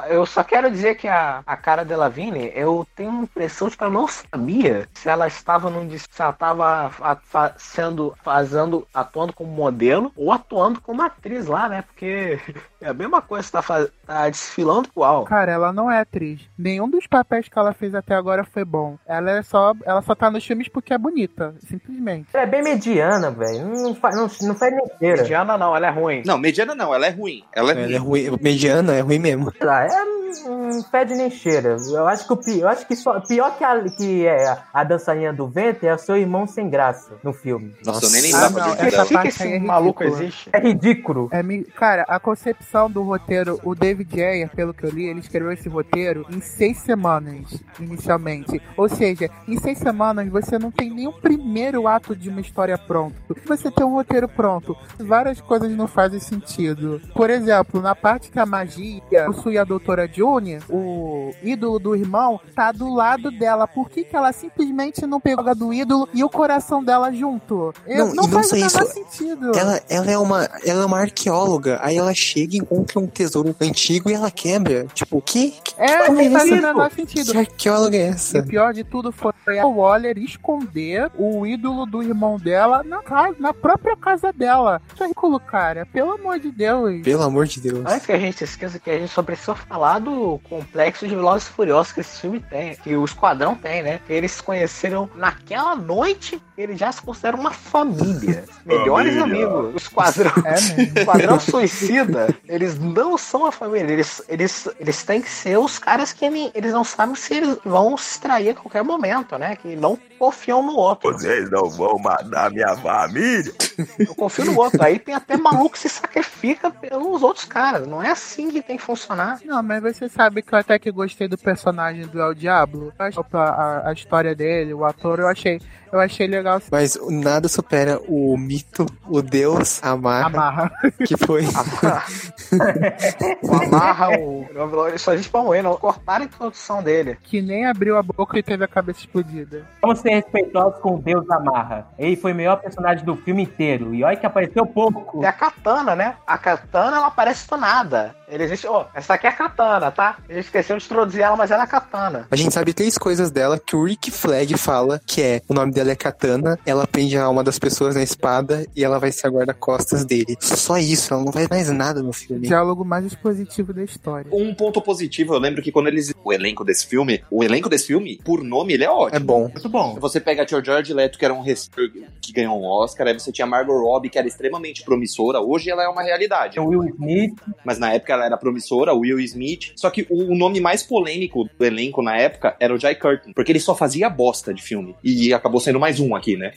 A: Eu só quero dizer que a, a cara dela Vini, eu tenho a impressão de que ela não sabia se ela estava num dis- se ela estava a- fa- sendo fazendo atuando como modelo ou atuando como atriz lá, né? Porque [LAUGHS] é a mesma coisa, tá, fa- tá desfilando igual.
E: Cara, ela não é atriz. Nenhum dos papéis que ela fez até agora foi bom. Ela é só, ela só tá nos filmes porque é bonita, simplesmente.
C: Ela é bem mediana, velho. Não faz, não, não faz nem feira.
A: Diana não, ela é ruim.
D: Não, mediana não, ela é ruim. Ela é ruim.
B: Ela é ruim, mediana, é ruim mesmo.
C: Sei lá, é, não fede nem cheira. Eu acho que o pior, eu acho que só, pior que, a, que é a dançarina do vento é o seu irmão sem graça no filme.
D: Nossa, eu nem
E: Ah,
D: lembrava
E: não,
D: disso
E: essa
A: Por que,
D: dela.
A: que
E: parte aí
A: esse
E: é
A: maluco
E: ridícula.
A: existe?
C: É ridículo.
E: É, mi- cara, a concepção do roteiro, o David Ayer, pelo que eu li, ele escreveu esse roteiro em seis semanas, inicialmente. Ou seja, em seis semanas você não tem nem o primeiro ato de uma história pronto. Você tem um roteiro pronto. Várias coisas não fazem sentido. Por exemplo, na parte que a magia possui a doutora June, o ídolo do irmão, tá do lado dela. Por que, que ela simplesmente não pegou a do ídolo e o coração dela junto? Eu,
B: Não,
E: não,
B: e não
E: faz
B: só
E: o menor
B: isso.
E: sentido.
B: Ela, ela, é uma, ela é uma arqueóloga, aí ela chega e encontra um tesouro antigo e ela quebra. Tipo, que, que
E: É,
B: como
E: não faz o
B: isso?
E: menor sentido.
B: Que arqueóloga é
E: E
B: essa?
E: pior de tudo foi a Waller esconder o ídolo do irmão dela na, casa, na própria casa dela. Isso é ridículo, cara. Pelo amor de Deus.
B: Pelo amor de Deus.
A: Antes é que a gente esqueça que a gente só precisa falar do complexo de Velozes e Furiosos que esse filme tem, que o Esquadrão tem, né? Que eles se conheceram naquela noite, eles já se consideram uma família. Melhores
D: Família.
A: amigos. O Esquadrão,
E: É mesmo.
A: o esquadrão Suicida, eles não são a família, eles, eles, eles têm que ser os caras que nem- eles não sabem se eles vão se trair a qualquer momento, né? Que não confiam no outro.
H: Vocês não vão matar minha família.
A: Eu confio no outro. Aí tem até maluco que se sacrifica pelos outros caras. Não é assim que tem que
E: [LAUGHS]
A: funcionar.
E: Não, mas você sabe que eu até que gostei do personagem do El Diablo. Eu acho- A, a- a história dele, o ator, eu achei, eu achei legal se
B: Mas nada supera o mito, o deus Amar,
E: amarra.
B: que foi.
A: o amarra o. Ele só gente pra morrer, não. Cortaram a introdução dele.
E: Que nem abriu a boca e teve a cabeça explodida.
C: Vamos ser respeitosos com o Deus Amarra. Ele foi o melhor personagem do filme inteiro. E olha que apareceu pouco.
A: Tem a katana, né? A katana, ela aparece do nada. Ele existe. Ó, essa aqui é a katana, tá? A gente esqueceu de introduzir ela, mas ela é a katana.
B: A gente sabe três coisas dela que o Rick Flag fala, que é o nome dela é Katana, ela prende a alma das pessoas na espada e ela vai ser a guarda-costas dele. Só isso, ela não faz mais nada no filme.
E: Diálogo mais expositivo da história.
D: Um ponto positivo, eu lembro que quando eles. O elenco desse filme. O elenco desse filme, por nome, ele é
B: É
D: ótimo.
B: bom.
C: Muito bom.
D: Você pega a George Leto, que era um res- que ganhou um Oscar, aí você tinha a Margot Robbie, que era extremamente promissora. Hoje ela é uma realidade.
C: Tem o Will Smith,
D: Mas na época ela era promissora, o Will Smith. Só que o nome mais polêmico do elenco na época era o Jai Curtin, porque ele só fazia bosta de filme. E acabou sendo mais um aqui, né?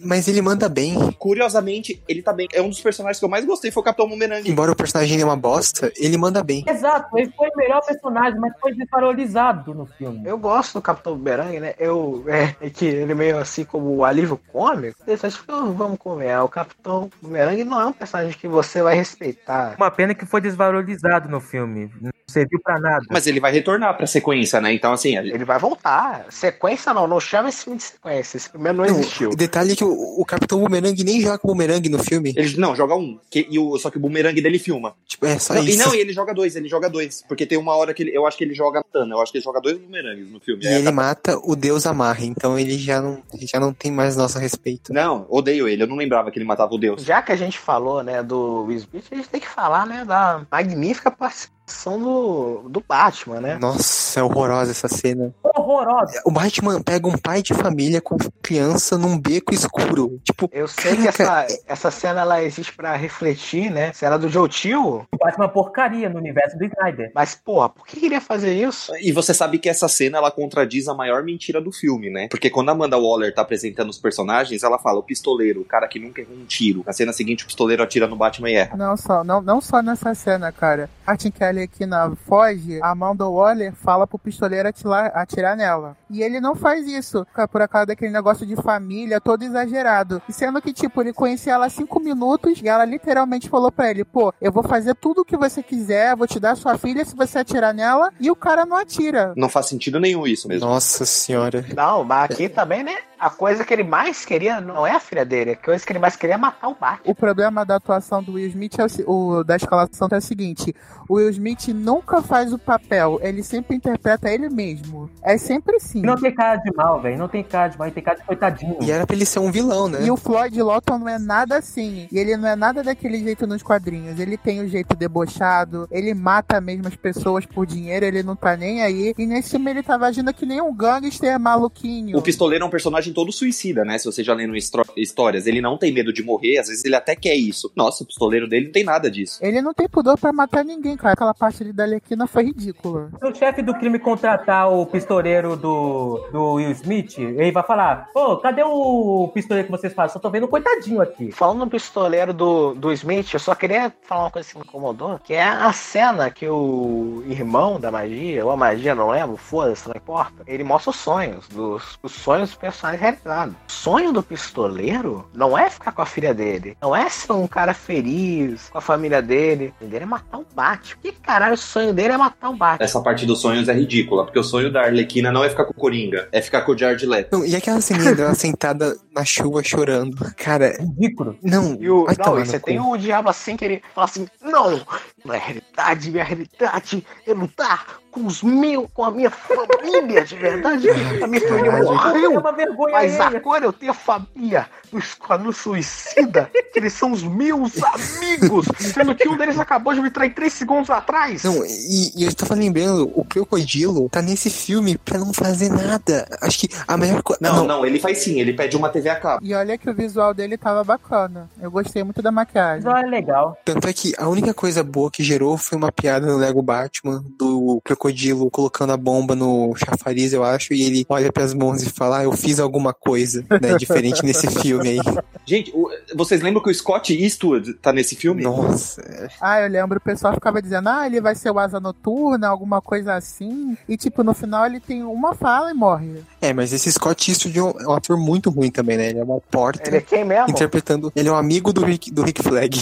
B: Mas ele manda bem.
D: Curiosamente, ele também é um dos personagens que eu mais gostei, foi o Capitão Boomerang.
B: Embora o personagem é uma bosta, ele manda bem.
C: exato, ele foi o melhor personagem, mas foi desvalorizado no filme.
A: Eu gosto do Capitão Bumerangue, né? Eu, é, é que ele é meio assim como o alívio cômico. Interessante que vamos comer. O Capitão Bumerangue não é um personagem que você vai respeitar.
C: Uma pena que foi desvalorizado no filme. Não serviu pra nada.
D: Mas ele vai retornar pra sequência, né? Então, assim, a-
A: Ele vai voltar. Sequência não, não chama esse filme de sequência. Esse primeiro não,
B: Não,
A: existiu.
B: o detalhe é que o, o Capitão Boomerang nem joga Boomerang no filme.
D: ele não joga um, que- e o, só que o Boomerang dele filma.
B: Tipo, é só
D: Não, e
B: isso.
D: não, e ele joga dois, ele joga dois. Porque tem uma hora que ele, eu acho que ele joga Tana, eu acho que ele joga dois Boomerangues no filme.
B: E
D: É,
B: ele
D: tá-
B: mata o Deus Amarra, então ele já não, já não tem mais nosso respeito.
D: Não, odeio ele, eu não lembrava que ele matava o Deus.
A: Já que a gente falou, né, do Will Smith, a gente tem que falar, né, da magnífica participação do, do Batman, né?
B: Nossa, é horrorosa essa cena.
C: Horrorosa.
B: O Batman pega um pai de família com criança num beco escuro. Tipo,
A: Eu sei que essa, essa cena ela existe pra refletir, né? Cena do Joe Tio,
C: Bate uma porcaria no universo do Snyder.
A: mas porra, por que iria fazer isso?
D: E você sabe que essa cena ela contradiz a maior mentira do filme, né? Porque quando a Amanda Waller tá apresentando os personagens, ela fala o pistoleiro, o cara que nunca errou um tiro. Na cena seguinte, o pistoleiro atira no Batman e erra.
E: Não só, não, não só nessa cena, cara. Martin Kelly aqui na Foge, a Amanda Waller fala pro pistoleiro atirar, atirar nela. E ele não faz isso, cara, por causa daquele negócio de família, todo exagerado. E sendo que, tipo, ele conhecia ela há cinco minutos e ela literalmente falou pra ele, pô, eu vou fazer tudo o que você quiser, vou te dar sua filha se você atirar nela, e o cara não atira.
D: Não faz sentido nenhum isso mesmo.
B: nossa senhora.
A: Não, mas aqui também, né? A coisa que ele mais queria não é a filha dele, a coisa que ele mais queria é matar o Batman.
E: O problema da atuação do Will Smith é o, se- o- da escalação é o seguinte: o Will Smith nunca faz o papel, ele sempre interpreta ele mesmo. É sempre assim.
C: E Não tem cara de mal, velho. Não tem cara de mal, ele tem cara de coitadinho.
B: E era pra ele ser um vilão, né?
E: E o Floyd Lawton não é nada assim. E ele não é nada daquele jeito nos quadrinhos. Ele tem o jeito debochado, ele mata mesmo as pessoas por dinheiro, ele não tá nem aí. E nesse filme ele tava agindo que nem um gangster maluquinho.
D: O pistoleiro é um personagem todo suicida, né? Se você já lendo histro- histórias, ele não tem medo de morrer, às vezes ele até quer isso. Nossa, o pistoleiro dele não tem nada disso.
E: Ele não tem pudor pra matar ninguém, cara. Aquela parte ali da Alequina foi ridícula.
C: Se o chefe do crime contratar o pistoleiro do, do Will Smith, ele vai falar: Ô, cadê o pistoleiro que vocês fazem? Só tô vendo um coitadinho aqui.
A: Falando no pistoleiro do, do Smith, eu só queria falar uma coisa que me incomodou, que é a cena que o irmão da magia, ou a magia, não lembro, foda-se, não importa, ele mostra os sonhos, dos, os sonhos dos personagens realizado. O sonho do pistoleiro não é ficar com a filha dele. Não é ser um cara feliz com a família dele. O sonho dele é matar o Batman. Que caralho, o sonho dele é matar o Batman.
D: Essa parte dos sonhos é ridícula, porque o sonho da Arlequina não é ficar com o Coringa, é ficar com o Jared Leto.
B: Não, e aquela ceninha dela sentada na chuva chorando. Cara,
C: Ridículo.
B: não.
A: E o,
B: vai
A: não,
B: tomar
A: e você
B: no
A: tem
B: cu.
A: o diabo assim que ele fala assim: não, minha realidade, minha realidade é lutar com os meus, com a minha família de verdade. A minha família
B: caralho.
C: É
A: morreu.
C: uma vergonha
A: Mas
C: alheia.
A: agora eu tenho a família do Esquadrão Suicida, que eles são os meus amigos, sendo que um deles acabou de me trair três segundos atrás.
B: Não, e, e eu tava lembrando, o Crocodilo tá nesse filme pra não fazer nada. Acho que a melhor coisa.
D: Não, não, ele faz sim, ele pede uma TV a cabo.
E: E olha que o visual dele tava bacana. Eu gostei muito da
C: Mas
E: maquiagem.
C: olha, é legal.
B: Tanto é que a única coisa boa que gerou foi uma piada no Lego Batman, do crocodilo colocando a bomba no chafariz, eu acho, e ele olha pras mãos e fala, ah, eu fiz alguma coisa, né, diferente nesse
D: [LAUGHS]
B: filme aí.
D: Gente, o- vocês lembram que o Scott Eastwood tá nesse filme?
B: Nossa.
E: Ah, eu lembro, o pessoal ficava dizendo, ah, ele vai ser o Asa Noturna, alguma coisa assim. E tipo, no final ele tem uma fala e morre.
B: É, mas esse Scott Eastwood é um- é um ator muito ruim também, né? Ele é uma porta
A: Ele é quem
D: tá
A: mesmo?
B: interpretando... Ele é um amigo do Rick, do Rick Flag.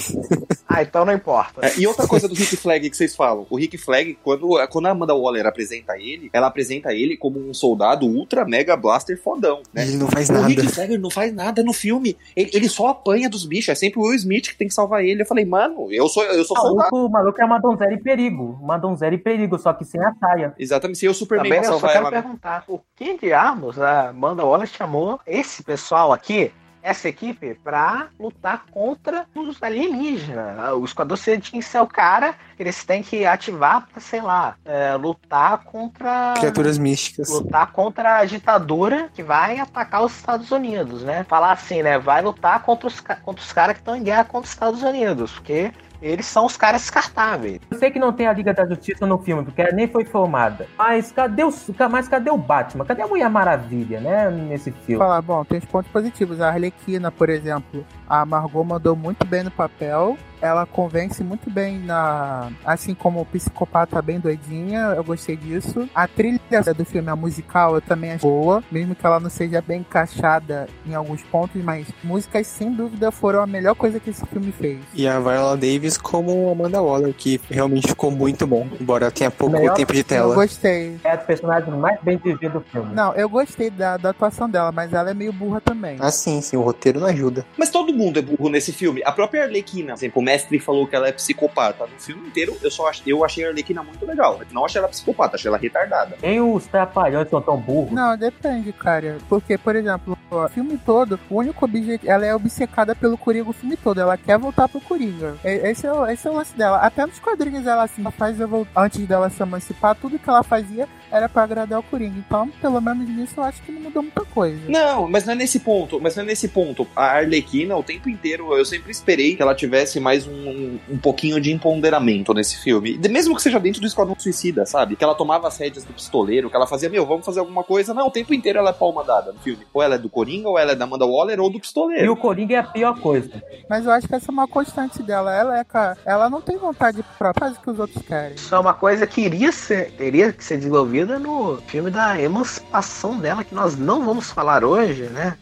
A: Ah, então não importa.
D: É, e outra coisa do Rick Flag que vocês falam. O Rick Flag, quando, quando a Amanda Waller apresenta ele, ela apresenta ele como um soldado ultra mega blaster fodão, né?
B: Ele não faz
D: O Rick
B: nada.
D: Flag não faz nada no filme. Ele, ele só apanha dos bichos. É sempre o Will Smith que tem que salvar ele. Eu falei, mano, eu sou, eu sou
C: O
D: soldado.
C: maluco, o maluco é uma donzela em perigo. Uma donzela em perigo, só que sem a saia.
D: Exatamente, se eu Superman
A: Também
D: pra
A: eu só
D: salvar
A: quero
D: ela.
A: perguntar, o que diabos a Amanda Waller chamou esse pessoal aqui, essa equipe, pra lutar contra os alienígenas? O Esquadrão Suicida é o cara, eles têm que ativar pra, sei lá, é, lutar contra...
B: [LAUGHS] Criaturas místicas.
A: Lutar contra a ditadura que vai atacar os Estados Unidos, né? Falar assim, né? Vai lutar contra os, ca- contra os caras que estão em guerra contra os Estados Unidos, porque eles são os caras descartáveis.
C: Eu sei que não tem a Liga da Justiça no filme, porque ela nem foi formada. Mas cadê o, mas cadê o Batman? Cadê a Mulher Maravilha, né? Nesse filme.
E: Falar, bom, tem os pontos positivos. A Arlequina, por exemplo, a Margot mandou muito bem no papel. Ela convence muito bem na. Assim como o psicopata bem doidinha, eu gostei disso. A trilha do filme, a musical, eu também acho boa. Mesmo que ela não seja bem encaixada em alguns pontos, mas músicas sem dúvida foram a melhor coisa que esse filme fez.
B: E a Viola Davis como Amanda Waller, que realmente ficou muito bom, embora tenha pouco
C: Melhor
B: tempo de
E: Eu
B: tela.
E: gostei.
C: É a personagem mais bem dirigida do filme.
E: Não, eu gostei da, da atuação dela, mas ela é meio burra também.
B: Ah, sim, sim, o roteiro não ajuda.
D: Mas todo mundo é burro nesse filme. A própria Arlequina, por exemplo, o mestre falou que ela é psicopata. No filme inteiro, eu só ach- eu achei a Arlequina muito legal. Eu Não achei ela psicopata, achei ela retardada.
C: Nem os trapalhões que são tão burros.
E: Não, depende, cara. Porque, por exemplo, o filme todo, o único objetivo. Ela é obcecada pelo Coringa o filme todo. Ela quer voltar pro Coringa. E- Esse é, o- esse é o lance dela. Até nos quadrinhos ela assim, ela faz eu vol- antes dela se emancipar, tudo que ela fazia era pra agradar o Coringa. Então, pelo menos nisso, eu acho que não mudou muita coisa.
D: Não, mas não é nesse ponto. Mas não é nesse ponto. A Arlequina, o tempo inteiro, eu sempre esperei que ela tivesse mais um, um, um pouquinho de empoderamento nesse filme. De- Mesmo que seja dentro do Esquadrão Suicida, sabe? Que ela tomava as rédeas do pistoleiro, que ela fazia, meu, vamos fazer alguma coisa. Não, o tempo inteiro ela é palma dada no filme. Ou ela é do Coringa, ou ela é da Amanda Waller, ou do
C: E
D: pistoleiro.
C: o Coringa é a pior coisa.
E: Mas eu acho que essa é uma constante dela. Ela é, cara, ela não tem vontade própria, faz o que os outros querem.
A: Isso é uma coisa que iria ser, teria que ser desenvolvida no filme da emancipação dela, que nós não vamos falar hoje, né?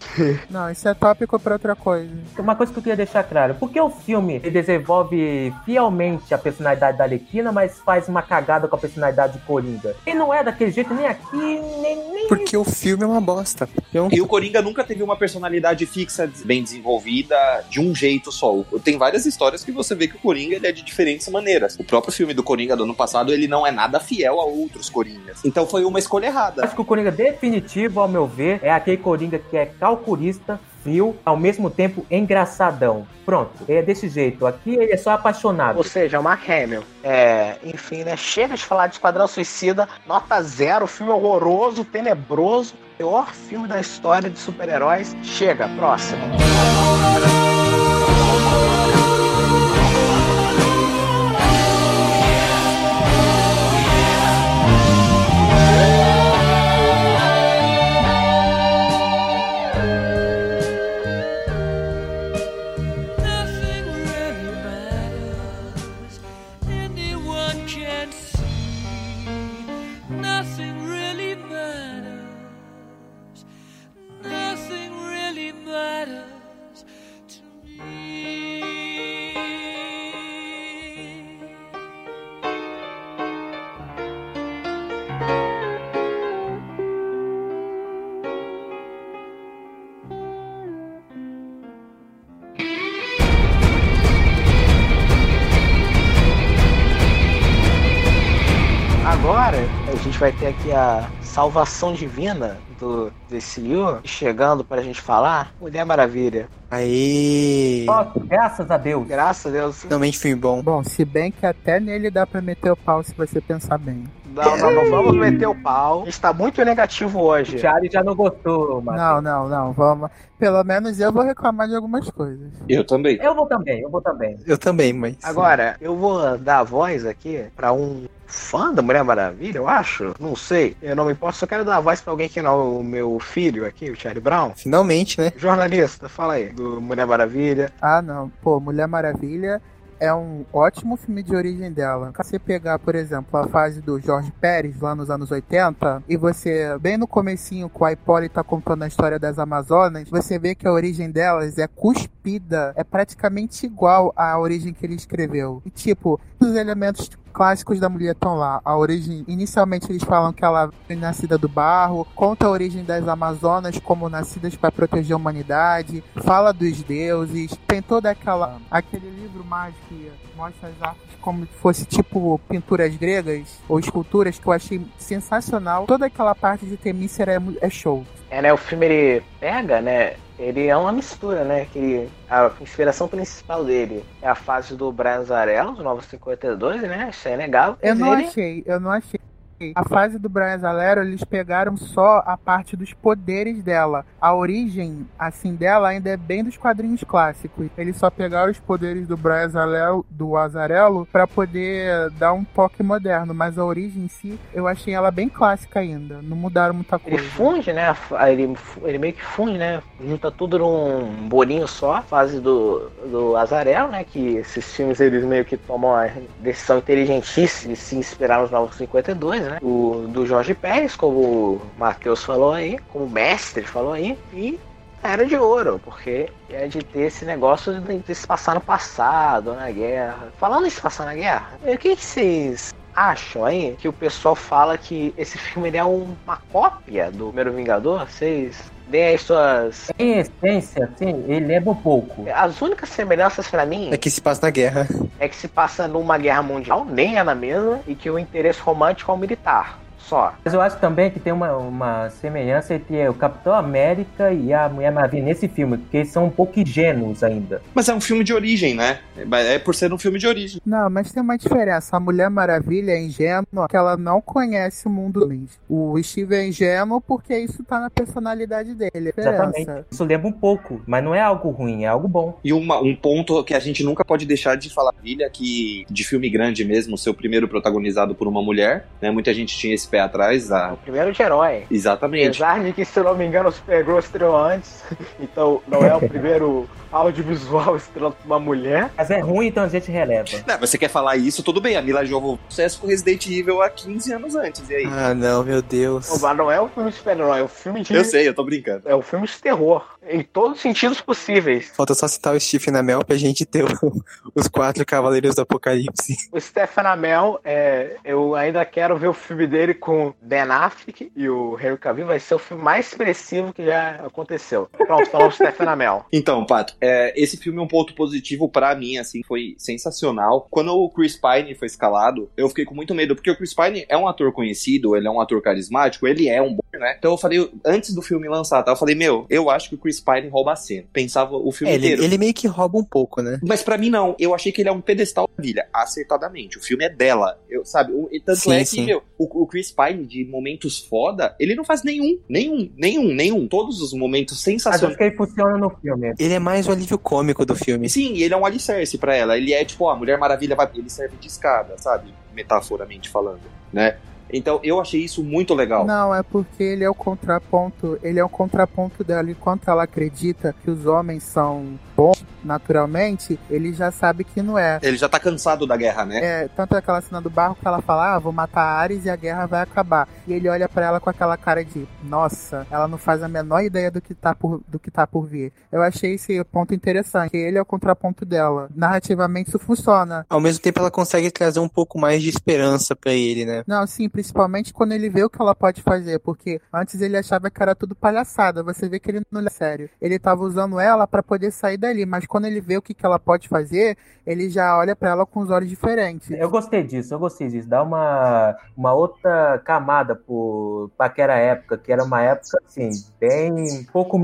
E: Não, isso é tópico pra outra coisa.
C: Uma coisa que eu queria deixar claro, porque o filme ele desenvolve fielmente a personalidade da Arlequina, mas faz uma cagada com a personalidade do Coringa. E não é daquele jeito nem aqui, nem, nem
B: Porque o filme é uma bosta. Então,
D: E o Coringa nunca teve uma personalidade fixa, bem desenvolvida, de um jeito só. Tem várias histórias que você vê que o Coringa ele é de diferentes maneiras. O próprio filme do Coringa do ano passado, ele não é nada fiel a outros Coringas. Então foi uma escolha errada.
C: Acho que o Coringa definitivo, ao meu ver, é aquele Coringa que é calculista, frio, ao mesmo tempo engraçadão. Pronto, é desse jeito. Aqui ele é só apaixonado.
A: Ou seja, uma Hamill. É, enfim, né? Chega de falar de Esquadrão Suicida, nota zero, filme horroroso, tenebroso, pior filme da história de super-heróis. Chega, próximo.
I: Nothing really matters. Anyone can see. Nothing really matters. Nothing
A: gente vai ter aqui a salvação divina do DCU chegando pra gente falar. Mulher Maravilha.
B: Aí.
C: Ó, graças a Deus.
A: Graças a Deus.
B: Finalmente filme bom.
E: Bom, se bem que até nele dá pra meter o pau se você pensar bem.
A: Não, não, não vamos meter o pau. A gente tá muito negativo
C: O
A: hoje.
C: Charlie já não gostou, mas. é.
E: Não, não, não, vamos. Pelo menos eu vou reclamar de algumas coisas.
D: Eu também.
C: Eu vou também, eu vou também.
B: Eu também, mas.
A: Agora, eu vou dar a voz aqui pra um fã da Mulher Maravilha, eu acho. Não sei, eu não me importo, só quero dar a voz pra alguém que não é o meu filho aqui, o Charlie Brown.
B: Finalmente, né?
A: Jornalista, fala aí, do Mulher Maravilha.
E: Ah, não. Pô, Mulher Maravilha é um ótimo filme de origem dela. Se você pegar, por exemplo, a fase do Jorge Pérez lá nos anos 80 e você, bem no comecinho com a Hipólita contando a história das Amazonas, você vê que a origem delas é cuspida, é praticamente igual à origem que ele escreveu. E tipo, os elementos clássicos da mulher estão lá. A origem, inicialmente eles falam que ela foi nascida do barro, conta a origem das Amazonas como nascidas para proteger a humanidade, fala dos deuses, tem toda aquela aquele livro mágico que mostra as artes como se fosse tipo pinturas gregas ou esculturas que eu achei sensacional. Toda aquela parte de Temícera é, mu- é show.
A: É, né, o filme ele pega, né, ele é uma mistura, né, que ele- a inspiração principal dele é a fase do Brian Zarella, do 952, né, isso é legal.
E: Eu
A: Mas
E: não
A: ele-
E: achei, eu não achei. A fase do Brian Zalero, eles pegaram só a parte dos poderes dela. A origem, assim, dela ainda é bem dos quadrinhos clássicos. Eles só pegaram os poderes do Brian Zalero, do Azarello, pra poder dar um toque moderno. Mas a origem em si, eu achei ela bem clássica ainda. Não mudaram muita
A: Ele
E: coisa.
A: funde, né? a fa- Ele, fu- ele meio que funde, né? Junta tudo num bolinho só. Fase do, do Azarel, né? Que esses filmes eles meio que tomam a decisão inteligentíssima de se inspirar nos Novos 52, né? O do Jorge Pérez, como o Matheus falou aí, como o mestre falou aí. E a Era de Ouro, porque é de ter esse negócio de, de se passar no passado, na guerra. Falando em se passar na guerra, o que que vocês acham aí que o pessoal fala que esse filme ele é um- uma cópia do primeiro Vingador? Vocês deem aí suas.
C: Em essência, assim, ele lembra um pouco.
A: As únicas semelhanças pra mim
B: É que se passa na guerra.
A: é que se passa numa guerra mundial, nem é na mesma, e que o interesse romântico é o militar. Só.
C: Mas eu acho também que tem uma, uma semelhança entre é, o Capitão América e a Mulher Maravilha nesse filme, porque eles são um pouco ingênuos ainda.
D: Mas é um filme de origem, né? É é por ser um filme de origem.
E: Não, mas tem uma diferença. A Mulher Maravilha é ingênua que ela não conhece o mundo deles. O Steve é ingênuo porque isso tá na personalidade dele. É a diferença.
C: Exatamente. Isso lembra um pouco, mas não é algo ruim, é algo bom.
D: E uma- um ponto que a gente nunca pode deixar de falar, Vilha, que de filme grande mesmo, seu primeiro protagonizado por uma mulher, né? Muita gente tinha esse pé atrás.
A: É O
D: ah,
A: primeiro de herói.
D: Exatamente.
A: Apesar de que, se eu não me engano, o Supergirl estreou antes. [LAUGHS] Então, não é o primeiro audiovisual estrelado por uma mulher.
C: Mas é ruim, então a gente releva.
D: Não, você quer falar isso, tudo bem. A Mila jogou sucesso com Resident Evil há 15 anos antes, e aí?
B: Ah, não, meu Deus.
A: Não, mas não é um filme de super-herói, é um filme de.
D: Eu sei, eu tô brincando.
A: É um filme de terror. Em todos os sentidos possíveis.
B: Falta só citar o Stephen Amell pra gente ter o- os quatro Cavaleiros do Apocalipse.
A: O Stephen Amell, é, eu ainda quero ver o filme dele com Ben Affleck e o Henry Cavill. Vai ser o filme mais expressivo que já aconteceu. Pronto, falamos do Stephen Amell.
D: Então, Pato, é, esse filme é um ponto positivo pra mim, assim, foi sensacional. Quando o Chris Pine foi escalado, eu fiquei com muito medo, porque o Chris Pine é um ator conhecido, ele é um ator carismático, ele é um bom, né? Então eu falei, antes do filme lançar, tá? eu falei, meu, eu acho que o Chris Pine rouba a cena. Pensava o filme
B: É, ele,
D: inteiro.
B: ele meio que rouba um pouco, né?
D: Mas pra mim não, eu achei que ele é um pedestal da Vilha, acertadamente. O filme é dela, eu, sabe? O- e tanto
B: Sim,
D: é que,
B: sim.
D: meu, o, o Chris Pine, de momentos foda, ele não faz nenhum, nenhum, nenhum, nenhum. Todos os momentos
C: Mas
D: sensacionais.
C: acho que ele funciona no filme.
B: Ele é mais o alívio cômico do filme.
D: Sim, e ele é um alicerce pra ela. Ele é tipo, ó, a Mulher Maravilha vai, ele serve de escada, sabe? Metaforamente falando, né? Então eu achei isso muito legal.
E: Não, é porque ele é o contraponto, ele é o contraponto dela. Enquanto ela acredita que os homens são bons naturalmente, ele já sabe que não é.
D: Ele já tá cansado da guerra, né?
E: É, tanto aquela cena do barco que ela fala, ah, vou matar a Ares e a guerra vai acabar. E ele olha pra ela com aquela cara de, nossa, ela não faz a menor ideia do que tá por, do que tá por vir. Eu achei esse ponto interessante, que ele é o contraponto dela. Narrativamente isso funciona.
B: Ao mesmo tempo, ela consegue trazer um pouco mais de esperança pra ele, né?
E: Não, sim, principalmente quando ele vê o que ela pode fazer, porque antes ele achava que era tudo palhaçada, você vê que ele não é sério. Ele tava usando ela pra poder sair dali, mas quando ele vê o que, que ela pode fazer, ele já olha pra ela com os olhos diferentes.
C: Eu gostei disso, eu gostei disso. Dá uma, uma outra camada pro, pra aquela época, que era uma época, assim, bem pouco.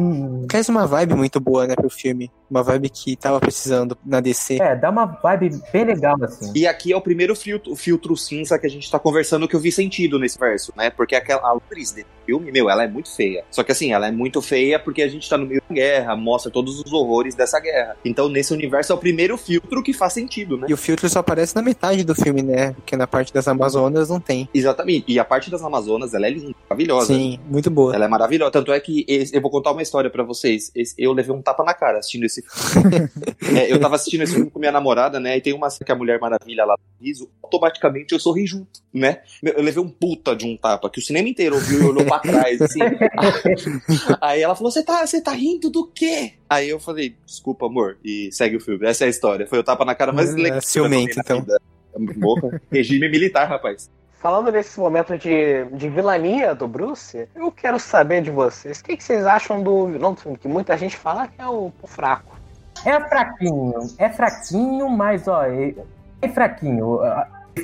B: Traz uma vibe muito boa, né, pro filme. Uma vibe que tava precisando na DC.
C: É, dá uma vibe bem legal, assim.
D: E aqui é o primeiro filtro, filtro cinza que a gente tá conversando que eu vi sentido nesse verso, né? Porque aquela, a atriz desse filme, meu, ela é muito feia. Só que assim, ela é muito feia porque a gente tá no meio da guerra, mostra todos os horrores dessa guerra. Então nesse universo é o primeiro filtro que faz sentido, né?
B: E o filtro só aparece na metade do filme, né? Porque na parte das Amazonas não tem.
D: Exatamente. E a parte das Amazonas, ela é linda, maravilhosa.
B: Sim, muito boa.
D: Ela é maravilhosa. Tanto é que esse- eu vou contar uma história pra vocês. Esse- eu levei um tapa na cara assistindo esse
B: [LAUGHS]
D: filme. É, eu tava assistindo esse filme com minha namorada, né? E tem uma cena que a Mulher Maravilha lá no riso, automaticamente eu sorri junto, né? Meu, Eu levei um puta de um tapa, que o cinema inteiro ouviu e olhou pra trás,
B: [LAUGHS]
D: assim. Aí ela falou: Você tá, cê tá rindo do quê? Aí eu falei: Desculpa, amor. E segue o filme. Essa é a história. Foi o tapa na cara mais
B: Ah,
D: legal. que eu tomei
B: ciumento,
D: na
B: então.
D: vida. Boa. Regime militar, rapaz.
A: Falando nesse momento de, de vilania do Bruce, eu quero saber de vocês. O que, que vocês acham do vilão do filme? Que muita gente fala que é o fraco.
C: É fraquinho, é fraquinho, mas, ó, é, é fraquinho.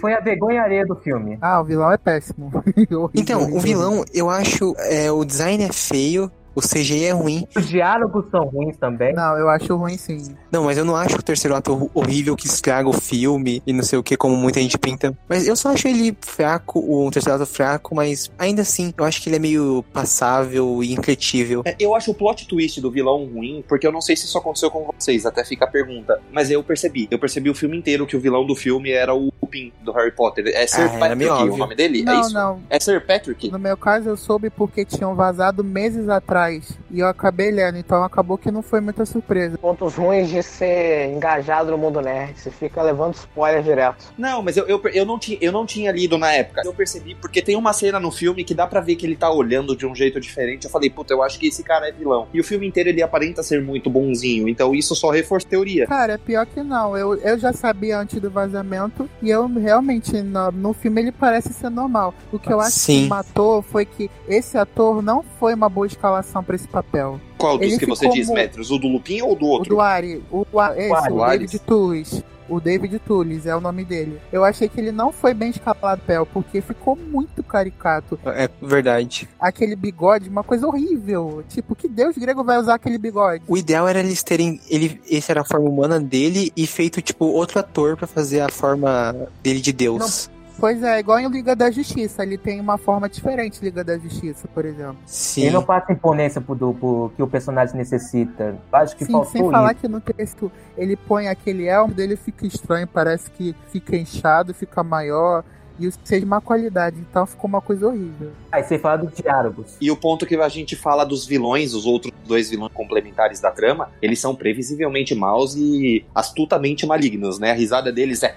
C: Foi a vergonharia do filme.
E: Ah, o vilão é péssimo. [LAUGHS] Horrível,
B: Então, o
E: horrível.
B: vilão, eu acho. É, o design é feio, o CGI é ruim.
C: Os diálogos são ruins também.
E: Não, eu acho ruim sim.
B: Não, mas eu não acho o terceiro ato hor- horrível que estraga o filme e não sei o que, como muita gente pinta. Mas eu só acho ele fraco, o terceiro ato fraco, mas ainda assim, eu acho que ele é meio passável e incretível.
D: É, Eu acho o plot twist do vilão ruim, porque eu não sei se isso aconteceu com vocês, até fica a pergunta. Mas eu percebi. Eu percebi o filme inteiro que o vilão do filme era o Pin do Harry Potter. É Sir
B: Ah, era
D: Patrick
B: meio
D: o
B: óbvio.
D: nome dele? é
E: Não,
D: isso?
E: não.
D: É Sir Patrick?
E: No meu caso, eu soube porque tinham vazado meses atrás. E eu acabei lendo, então acabou que não foi muita surpresa.
A: Pontos ruins de ser engajado no mundo nerd. Você fica levando spoiler direto.
D: Não, mas eu, eu, eu, não tinha, eu não tinha lido na época. Eu percebi, porque tem uma cena no filme que dá pra ver que ele tá olhando de um jeito diferente. Eu falei, puta, eu acho que esse cara é vilão. E o filme inteiro ele aparenta ser muito bonzinho, então isso só reforça a teoria.
E: Cara, pior que não. Eu, eu já sabia antes do vazamento e eu realmente, no, no filme, ele parece ser normal. O que eu acho
B: Sim.
E: que matou foi que esse ator não foi uma boa escalação pra esse papel.
D: Qual dos
E: Ele
D: que você
E: ficou
D: diz,
E: mu-
D: Metros? O do Lupin ou do
E: O
D: outro?
E: do Ari, o, o, a- esse,
C: Ari.
E: o David Tullis. O David Tullis é o nome dele. Eu achei que ele não foi bem escalado, Pel, porque ficou muito caricato.
B: É verdade.
E: Aquele bigode, uma coisa horrível. Tipo, que Deus grego vai usar aquele bigode?
B: O ideal era eles terem. Ele, esse era a forma humana dele e feito, tipo, outro ator pra fazer a forma dele de Deus.
E: Pois é, igual em Liga da Justiça. Ele tem uma forma diferente, Liga da Justiça, por exemplo.
B: Sim.
C: Ele não passa imponência pro, do- pro que o personagem necessita. Acho que
E: Sim,
C: faltou
E: sem
C: isso.
E: falar que no texto ele põe aquele elmo dele, fica estranho, parece que fica inchado, fica maior. E isso seja má qualidade, então ficou uma coisa horrível.
C: Aí você fala dos diálogos.
D: E o ponto que a gente fala dos vilões, os outros dois vilões complementares da trama, eles são previsivelmente maus e astutamente malignos, né? A risada deles é.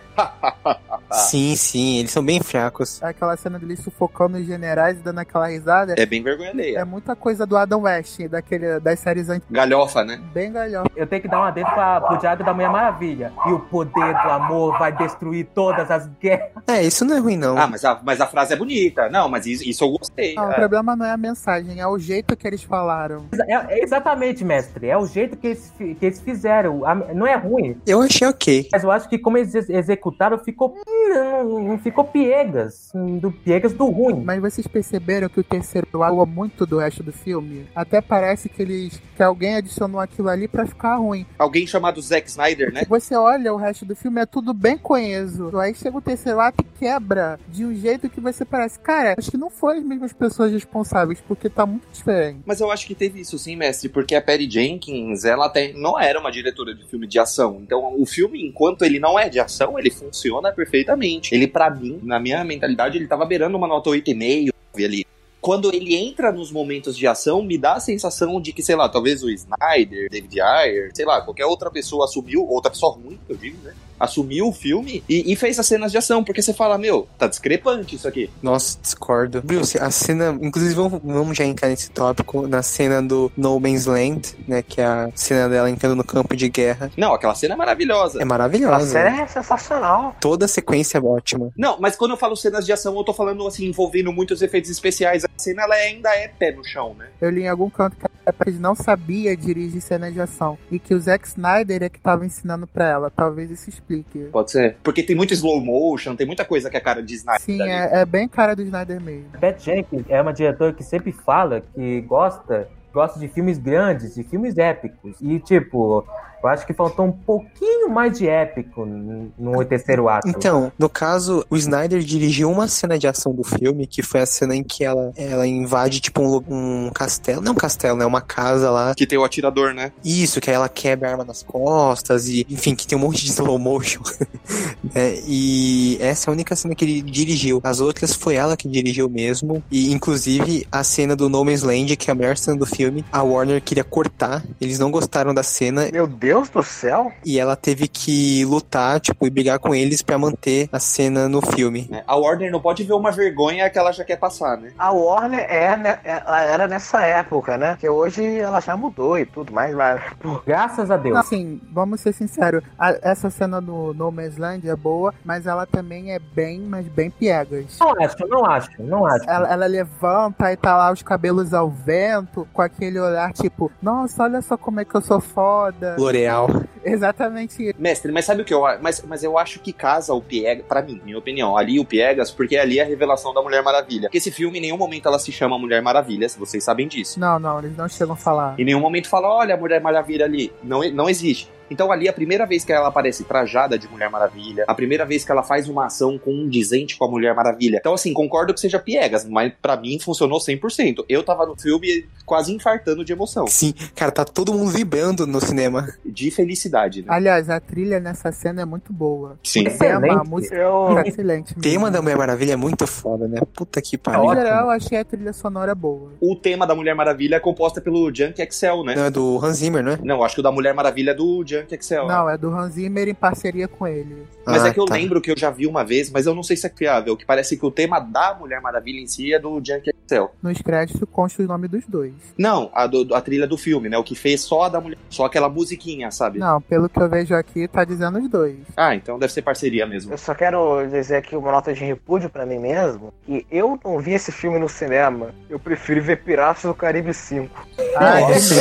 B: Sim, sim, eles são bem fracos.
E: Aquela cena dele sufocando os generais e dando aquela risada.
D: É bem vergonha
E: É
D: alheia.
E: muita coisa do Adam West, daquele, das séries antigas,
D: Galhofa, né?
E: bem galhão.
C: Eu tenho que dar uma dentro pra, pro diálogo da Mulher Maravilha. E o poder do amor vai destruir todas as guerras.
B: É, isso não é ruim, não.
D: Ah, mas a, mas a frase é bonita. Não, mas isso, isso eu gostei.
E: Não, o
D: É.
E: problema não é a mensagem, é o jeito que eles falaram.
C: É, é exatamente, mestre. É o jeito que eles, fi- que eles fizeram. A- não é ruim.
B: Eu achei ok.
C: Mas eu acho que como eles ex- executaram, ficou. hum, Ficou piegas. hum, Do piegas do ruim.
E: Mas vocês perceberam que o terceiro ato é muito do resto do filme? Até parece que eles que alguém adicionou aquilo ali pra ficar ruim.
D: Alguém chamado Zack Snyder, né?
E: Você olha o resto do filme, é tudo bem coeso. Aí chega o terceiro ato e quebra de um jeito que você parece, cara, acho que não foram as mesmas pessoas responsáveis, porque tá muito diferente.
D: Mas eu acho que teve isso sim, mestre, porque a Perry Jenkins, ela até não era uma diretora de filme de ação. Então, o filme, enquanto ele não é de ação, ele funciona perfeitamente. Ele, pra mim, na minha mentalidade, ele tava beirando uma nota 8,5 ali. Quando ele entra nos momentos de ação, me dá a sensação de que, sei lá, talvez o Snyder, David Ayer, sei lá, qualquer outra pessoa assumiu, outra pessoa ruim, eu digo, né? assumiu o filme e, e fez as cenas de ação, porque você fala, meu, tá discrepante isso aqui.
B: Nossa, discordo. Bruce, a cena. Inclusive, vamos, vamos já entrar nesse tópico na cena do No Man's Land, né? Que é a cena dela entrando no campo de guerra.
D: Não, aquela cena é maravilhosa.
B: É
A: A
B: maravilhosa.
A: série é sensacional.
B: Toda a sequência é ótima.
D: Não, mas quando eu falo cenas de ação, eu tô falando assim, envolvendo muitos efeitos especiais. A cena ela ainda é pé no chão, né?
E: Eu li em algum canto que a Paz não sabia dirigir cena de ação e que o Zack Snyder é que tava ensinando pra ela. Talvez isso explique.
D: Pode ser. Porque tem muito slow motion, tem muita coisa que a cara de Snyder.
E: Sim,
D: ali.
E: é, é bem cara do Snyder mesmo.
C: Pat Jenkins é uma diretora que sempre fala que gosta, gosta de filmes grandes, de filmes épicos. E, tipo, eu acho que faltou um pouquinho mais de épico no no terceiro ato.
B: Então, no caso, o Snyder dirigiu uma cena de ação do filme, que foi a cena em que ela, ela invade, tipo, um, lu- um castelo. Não um castelo, né? Uma casa lá.
D: Que tem o atirador, né?
B: Isso, que aí ela quebra a arma nas costas e, enfim, que tem um monte de slow motion. [LAUGHS] né? E essa é a única cena que ele dirigiu. As outras foi ela que dirigiu mesmo. E, inclusive, a cena do No Man's Land, que é a melhor cena do filme, a Warner queria cortar. Eles não gostaram da cena
A: Meu Deus do céu.
B: e ela teve que lutar, tipo, e brigar com eles pra manter a cena no filme.
D: É, A Warner não pode ver uma vergonha que ela já quer passar, né?
A: A Warner é, né, ela era nessa época, né? Porque hoje ela já mudou e tudo mais, mas. pô,
C: Graças a Deus.
E: Não, Assim, vamos ser sinceros, a- essa cena do No Man's Land é boa, mas ela também é bem, mas bem piegas.
C: Não acho, não acho, não acho.
E: Ela, ela levanta e tá lá os cabelos ao vento, com aquele olhar tipo, nossa, olha só como é que eu sou foda.
B: L'Oreal.
E: Exatamente isso.
D: Mestre, mas sabe o que eu acho? Mas, mas eu acho que casa o Piegas, pra mim, minha opinião, ali o Piegas, porque ali é a revelação da Mulher Maravilha. Porque esse filme, em nenhum momento ela se chama Mulher Maravilha, se vocês sabem disso.
E: Não, não, eles não chegam a falar.
D: Em nenhum momento fala, olha a Mulher Maravilha ali. Não, não existe. Então ali, a primeira vez que ela aparece trajada de Mulher Maravilha, a primeira vez que ela faz uma ação condizente com a Mulher Maravilha. Então assim, concordo que seja piegas, mas pra mim funcionou 100%. Eu tava no filme quase infartando de emoção,
B: Sim, cara, tá todo mundo vibrando no cinema.
D: de felicidade, né?
E: Aliás, a trilha nessa cena é muito boa.
D: Sim.
E: O tema, a
C: Excelente.
E: música
A: Eu.
E: tá excelente.
B: O
E: mesmo.
B: tema da Mulher Maravilha é muito foda, né? Puta que
D: É
E: Em
B: pariu.
E: geral, eu achei a trilha sonora boa.
D: O tema da Mulher Maravilha é composta pelo Junk Excel, né?
B: Não, é do Hans Zimmer, não é?
D: Não, acho que o da Mulher Maravilha é do Junk Excel. né?
E: Não, é do Hans Zimmer em parceria com ele.
D: Mas é
B: Ah,
D: que eu
B: tá.
D: lembro que eu já vi uma vez, mas eu não sei se é criável, que parece que o tema da Mulher Maravilha em si é do Junk Excel.
E: Nos créditos consta o nome dos dois.
D: Não, a, do- a trilha do filme, né? O que fez só a da mulher. Só aquela musiquinha, sabe?
E: Não, pelo que eu vejo aqui, tá dizendo os dois.
D: Ah, então deve ser parceria mesmo.
A: Eu só quero dizer aqui uma nota de repúdio pra mim mesmo, que eu não vi esse filme no cinema. Eu prefiro ver Piratas do Caribe 5.
C: É,
E: Ai,
B: Nossa.
E: Ah, que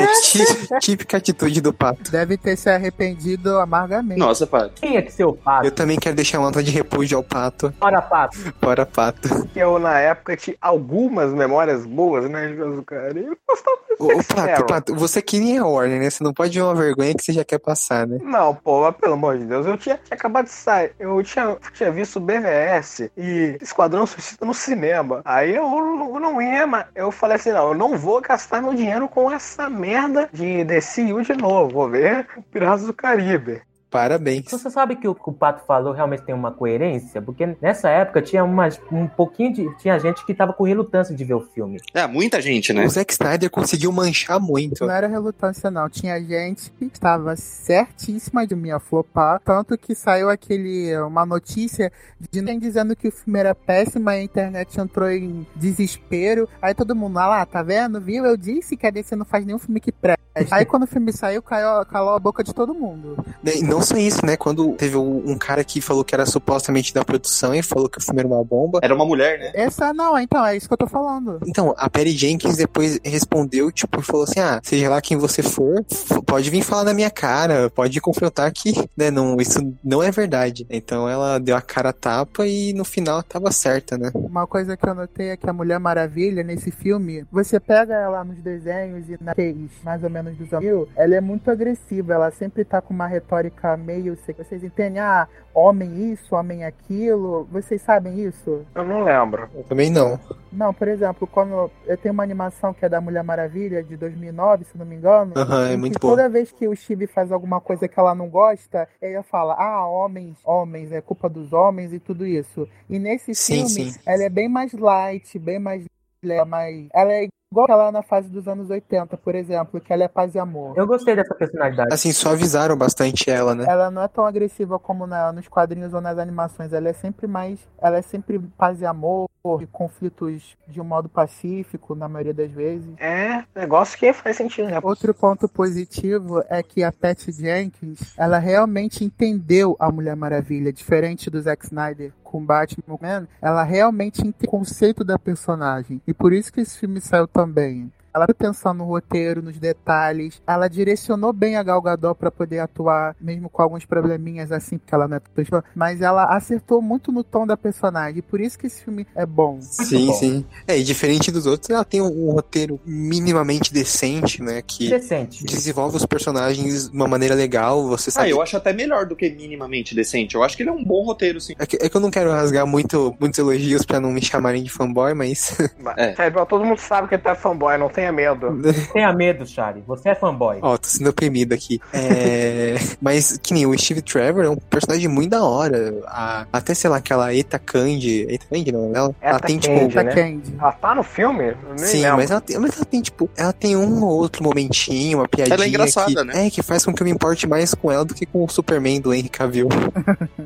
E: merda.
B: Tí- Típica atitude do pato.
E: Deve ter se arrependido amargamente.
D: Nossa, pá.
C: Quem é que seu pato?
B: Eu também quero deixar uma nota de repúdio ao pato.
C: Ora, pato.
B: Bora, pato.
A: Que eu, na época, tinha algumas memórias boas, né, de Piratas do Caribe. Eu gostava de
B: Ô, ô,
A: Jack
B: pato,
A: Sparrow.
B: pato, você que nem a Warner, né? Você não pode ver uma vergonha que você já quer passar, né?
A: Não, pô, mas pelo amor de Deus, eu tinha, tinha acabado de sair. Eu tinha, tinha visto BVS e Esquadrão Suicida no cinema. Aí eu, não- eu não ia, mas eu falei assim: não, eu não vou gastar meu dinheiro com essa merda de DCU de novo. Vou ver Piratas do Caribe.
B: Parabéns.
C: Então, Você sabe que o que o Pato falou realmente tem uma coerência? Porque nessa época tinha umas, um pouquinho de. Tinha gente que tava com relutância de ver o filme.
D: É, muita gente, né?
B: O Zack Snyder conseguiu manchar muito. né?
E: Não era relutância, não. Tinha gente que estava certíssima de minha flopar. Tanto que saiu aquele uma notícia de ninguém dizendo que o filme era péssimo, aí a internet entrou em desespero. Aí todo mundo, ah lá, tá vendo? Viu? Eu disse que a DC não faz nenhum filme que presta. Aí quando o filme saiu, caiu, calou a boca de todo mundo.
B: E não só isso, né? Quando teve um um cara que falou que era supostamente da produção e falou que o filme era uma bomba.
D: Era uma mulher, né?
E: Essa não, então, é isso que eu tô falando.
B: Então, a Perry Jenkins depois respondeu, tipo, falou assim: ah, seja lá quem você for, f- pode vir falar na minha cara, pode confrontar que, né, não, isso não é verdade. Então ela deu a cara a tapa e no final tava certa, né?
E: Uma coisa que eu notei é que a Mulher Maravilha, nesse filme, você pega ela nos desenhos e naqueles mais ou menos dos anos 2000, ela é muito agressiva, ela sempre tá com uma retórica meio. se- Vocês entendem? Ah, homem isso, homem aquilo. Vocês sabem isso?
A: Eu não lembro.
B: Eu também não.
E: Não, por exemplo, quando eu tenho uma animação que é da Mulher Maravilha, de 2009, se não me engano.
B: Aham, é
E: em
B: muito
E: que
B: boa.
E: Toda vez que o Steve faz alguma coisa que ela não gosta, ela fala, ah, homens, homens, é culpa dos homens e tudo isso. E nesse
B: Sim,
E: filme,
B: sim.
E: ela é bem mais light, bem mais. leve, mais- Ela é Igual ela na fase dos anos 80, por exemplo, que ela é paz e amor.
C: Eu gostei dessa personalidade.
B: Assim, suavizaram bastante ela, né?
E: Ela não é tão agressiva como na- nos quadrinhos ou nas animações. Ela é sempre mais. Ela é sempre paz e amor, e conflitos de um modo pacífico, na maioria das vezes.
A: É, negócio que faz sentido, né?
E: Outro ponto positivo é que a Patty Jenkins, ela realmente entendeu a Mulher Maravilha, diferente do Zack Snyder com Batman, Man, ela realmente entende o conceito da personagem. E por isso que esse filme saiu também. Ela prestou atenção no roteiro, nos detalhes. Ela direcionou bem a Gal Gadot pra poder atuar, mesmo com alguns probleminhas assim, porque ela não é tão fã, mas ela acertou muito no tom da personagem. Por isso que esse filme é bom.
B: Sim,
C: bom.
B: sim. É, e diferente dos outros, ela tem um, um roteiro minimamente decente, né? Que
C: Decente.
B: desenvolve os personagens de uma maneira legal, você
D: Ah,
B: sabe.
D: eu acho até melhor do que minimamente decente. Eu acho que ele é um bom roteiro, sim.
B: É que, é que eu não quero rasgar muito, muitos elogios pra não me chamarem de fanboy, mas.
D: É.
A: Sério, ó, tá, todo mundo sabe que ele tá fanboy, não tenha medo.
C: Tenha medo, Charlie. Você é fanboy.
B: Ó, tô sendo oprimido aqui. É, [LAUGHS] mas que nem o Steve Trevor é um personagem muito da hora. A- até, sei lá, aquela Eta Candy. Eta Candy não, ela, ela
A: Eta
B: tem, tipo.
A: Candy,
E: Tá,
A: né?
E: Candy?
A: Ela tá no filme? Eu nem
B: Sim,
A: lembro.
B: mas ela, tem, mas ela tem, tipo, ela tem um ou outro momentinho, uma piadinha.
D: engraçada,
B: que,
D: né?
B: É, que faz com que eu me importe mais com ela do que com o Superman do Henry Cavill.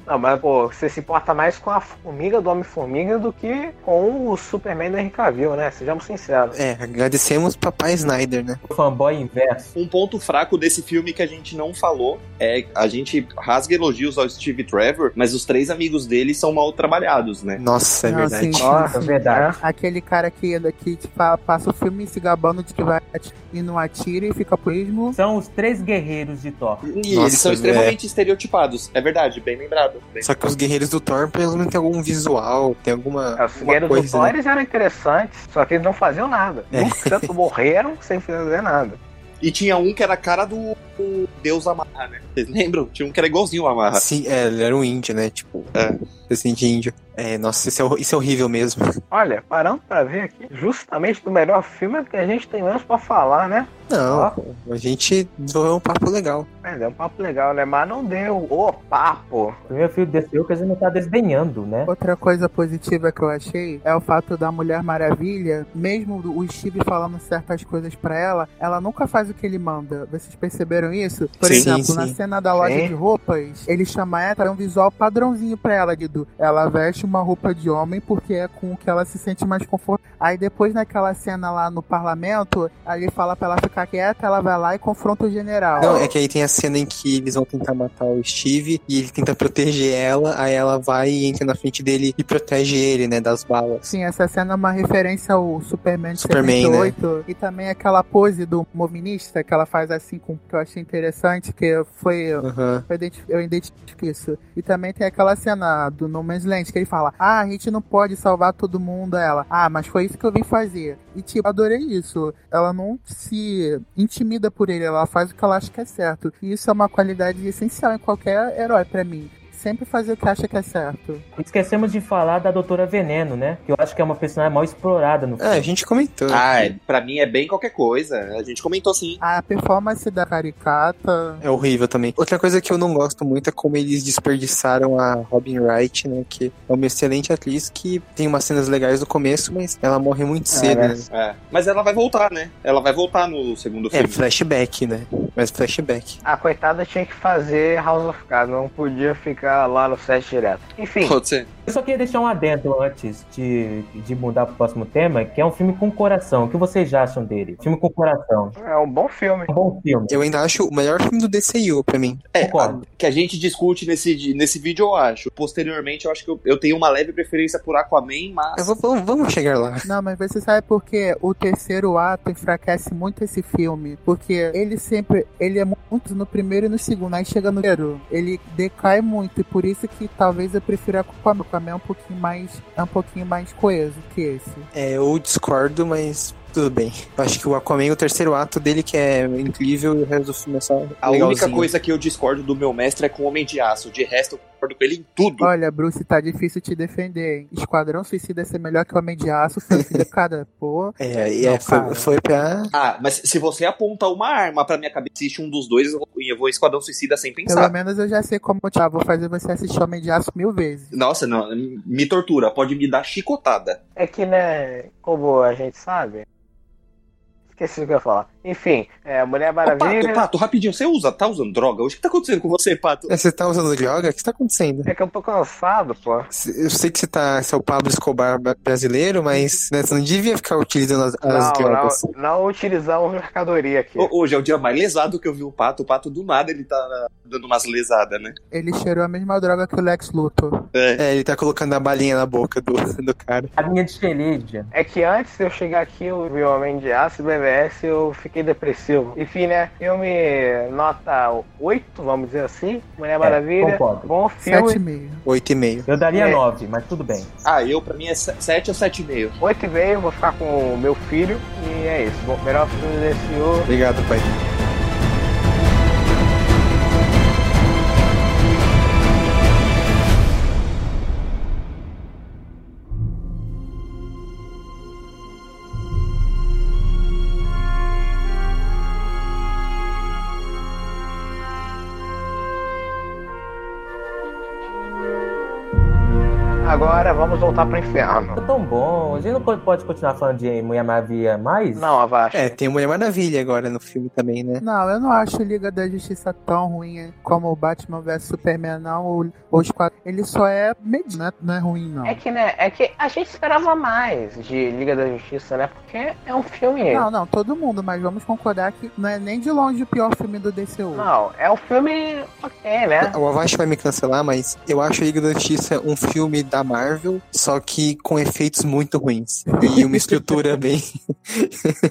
A: Não, mas, pô, você se importa mais com a formiga do Homem-Formiga do que com o Superman do Henry Cavill, né? Sejamos sinceros.
B: É, agradecemos papai Snyder, né?
C: Fanboy inverso.
D: Um ponto fraco desse filme que a gente não falou é a gente rasga elogios ao Steve Trevor, mas os três amigos dele são mal trabalhados, né?
B: Nossa, é
E: Não,
B: verdade.
E: Ah, sim.
A: Nossa,
C: É verdade.
E: Aquele cara que, que tipo, passa o filme se gabando de que vai ati- e não atira e fica por ismo.
C: São os três guerreiros de Thor.
D: E
B: Nossa,
D: eles são extremamente estereotipados. É verdade, bem lembrado. Bem-
B: Só que os guerreiros do Thor, pelo menos, tem algum visual, tem alguma.
A: É, os
B: alguma
A: guerreiros do
B: coisa,
A: Thor
B: né?
A: eles eram interessantes, só que eles não faziam nada.
B: É.
A: Nunca tanto morreram sem fazer nada.
D: E tinha um que era a cara do do Deus Amarra, né? Vocês lembram? Tinha um que era igualzinho o Amarra.
B: Sim, é, ele era um índio, né? Tipo,
D: É.
B: descendente de índio. É, nossa, isso é, hor- isso é horrível mesmo.
A: Olha, parando pra ver aqui, justamente do melhor filme é que a gente tem menos pra falar, né?
B: Não,
A: Ó.
B: a gente desenvolveu um papo legal.
A: Mas é um papo legal, né? Mas não deu. Ô, papo!
C: O meu filho desceu que a gente não tá desdenhando, né?
E: Outra coisa positiva que eu achei é o fato da Mulher Maravilha, mesmo o Steve falando certas coisas pra ela, ela nunca faz o que ele manda. Vocês perceberam isso? Por
B: Sim,
E: exemplo,
B: sim.
E: na cena da loja
A: Sim.
E: de roupas, ele chama ela pra um visual padrãozinho pra ela, Guido. Ela veste uma roupa de homem porque é com o que ela se sente mais confortável. Aí depois naquela cena lá no parlamento, aí ele fala pra ela ficar quieta, ela vai lá e confronta o general.
B: Não, é que aí tem a cena em que eles vão tentar matar o Steve e ele tenta proteger ela, aí ela vai e entra na frente dele e protege ele, né, das balas.
E: Sim, essa cena é uma referência ao Superman de
B: Superman,
E: 78 e também aquela pose do movinista que ela faz assim com que eu achei interessante, que foi
B: Aham.
E: eu identi- eu identifico isso. E também tem aquela cena do No Man's Land que ele fala: "Ah, a gente não pode salvar todo mundo", ela. Ah, mas foi isso que eu vim fazer. E tipo, eu adorei isso. Ela não se intimida por ele, ela faz o que ela acha que é certo. E isso é uma qualidade essencial em qualquer herói pra mim. Sempre fazer o que acha que é certo.
C: Esquecemos de falar da Doutora Veneno, né? Que eu acho que é uma personagem mal explorada no
B: É, a gente comentou.
D: Ah, é- pra mim é bem qualquer coisa. A gente comentou sim.
E: A performance da caricata,
B: É horrível também. Outra coisa que eu não gosto muito é como eles desperdiçaram a Robin Wright, né? Que é uma excelente atriz que tem umas cenas legais no começo, mas ela morre muito cedo,
A: né?
B: né?
D: É. Mas ela vai voltar, né? Ela vai voltar no segundo
B: É,
D: filme.
B: flashback, né? Mas flashback.
A: A coitada tinha que fazer House of Cards, não podia ficar lá no set direto. Enfim,
D: Pode ser.
C: Eu só queria deixar um adendo antes de, de mudar pro próximo tema, que é um filme com coração. O que vocês acham dele? Filme com coração.
A: é um bom filme.
C: É um bom filme.
B: Eu ainda acho o melhor filme do DCU pra mim.
D: É,
C: Concordo.
D: a- que a gente discute nesse, nesse vídeo, eu acho. Posteriormente, eu acho que eu, eu tenho uma leve preferência por Aquaman,
B: Eu
D: mas.
B: vou- vamos, vamos chegar lá.
E: Não, mas você sabe por que o terceiro ato enfraquece muito esse filme? Porque ele sempre, ele é muito no primeiro e no segundo, aí chega no terceiro, ele decai muito, e por isso que talvez eu prefira Aquaman. Aquaman é um pouquinho mais, é um pouquinho mais coeso que esse.
B: É, eu discordo, mas tudo bem. Eu acho que o Aquaman, o terceiro ato dele que é incrível e o resto do filme é só
D: A única
B: legalzinho.
D: coisa que eu discordo do meu mestre é com o Homem de Aço. De resto, eu concordo com ele em tudo.
E: Olha, Bruce, tá difícil te defender, hein? Esquadrão Suicida ser melhor que Homem de Aço, foi filho, cara, pô.
B: É, é
E: Não,
B: foi,
E: cara.
B: foi pra...
D: Ah, mas se você apontar uma arma pra minha cabeça, existe um dos dois, eu vou, eu vou Esquadrão Suicida sem
E: Pelo
D: pensar.
E: menos eu já sei como te ah, vou fazer você assistir Homem de Aço mil vezes.
D: Nossa, não, me tortura, pode me dar chicotada.
A: É que, né, como a gente sabe, Esqueci o que eu ia falar. Enfim, é, Mulher Maravilha.
D: Pato, Pato, rapidinho, você usa, tá usando droga hoje? O que tá acontecendo com você, Pato?
B: É, Você tá usando droga? O que tá acontecendo?
A: É que eu tô cansado, pô.
B: C- Eu sei que você tá, você é o Pablo Escobar bra- brasileiro, mas né, você não devia ficar utilizando as, as
A: Não, não,
B: drogas. Oh.
A: não utilizamos mercadoria aqui.
D: Ho- Hoje é o dia mais lesado que eu vi o Pato. O Pato, do nada, ele tá ah, dando umas lesadas, né?
G: Ele cheirou a mesma droga que o Lex Luthor.
B: É, ele tá colocando a balinha na boca do, [LAUGHS] do cara.
C: A minha de Xelídia.
A: É que antes de eu chegar aqui, eu vi o Homem de Aço e BBS, eu fiquei depressivo. Enfim, né? Filme nota 8, vamos dizer assim. Mulher
B: É,
A: Maravilha.
C: É, concordo.
A: Bom filme.
G: 7,5.
B: Oito e meio.
C: Eu daria
A: É.
C: nove, mas tudo bem.
D: Ah, eu, pra mim, é 7
A: [LAUGHS]
D: ou 7,5.
A: 8 e meio, vou ficar com o meu filho. E é isso. Bom, melhor filme desse ano.
B: Obrigado, pai.
A: Agora vamos voltar pro inferno.
C: Tá tão bom. A gente não co- pode continuar falando de Mulher Maravilha mais?
A: Não, Avast.
B: É, tem Mulher Maravilha agora no filme também, né?
G: Não, eu não acho Liga da Justiça tão ruim como o Batman vs Superman, não, ou, ou os quatro. Ele só é mediano, né? não é ruim, não.
A: É que, né, é que a gente esperava mais de Liga da Justiça, né? Porque é um filme.
G: Não, não, todo mundo, mas vamos concordar que não é nem de longe o pior filme do DCU.
A: Não, é um filme ok, né?
B: É, O Avast vai me cancelar, mas eu acho Liga da Justiça um filme da Marvel, só que com efeitos muito ruins. E uma estrutura bem.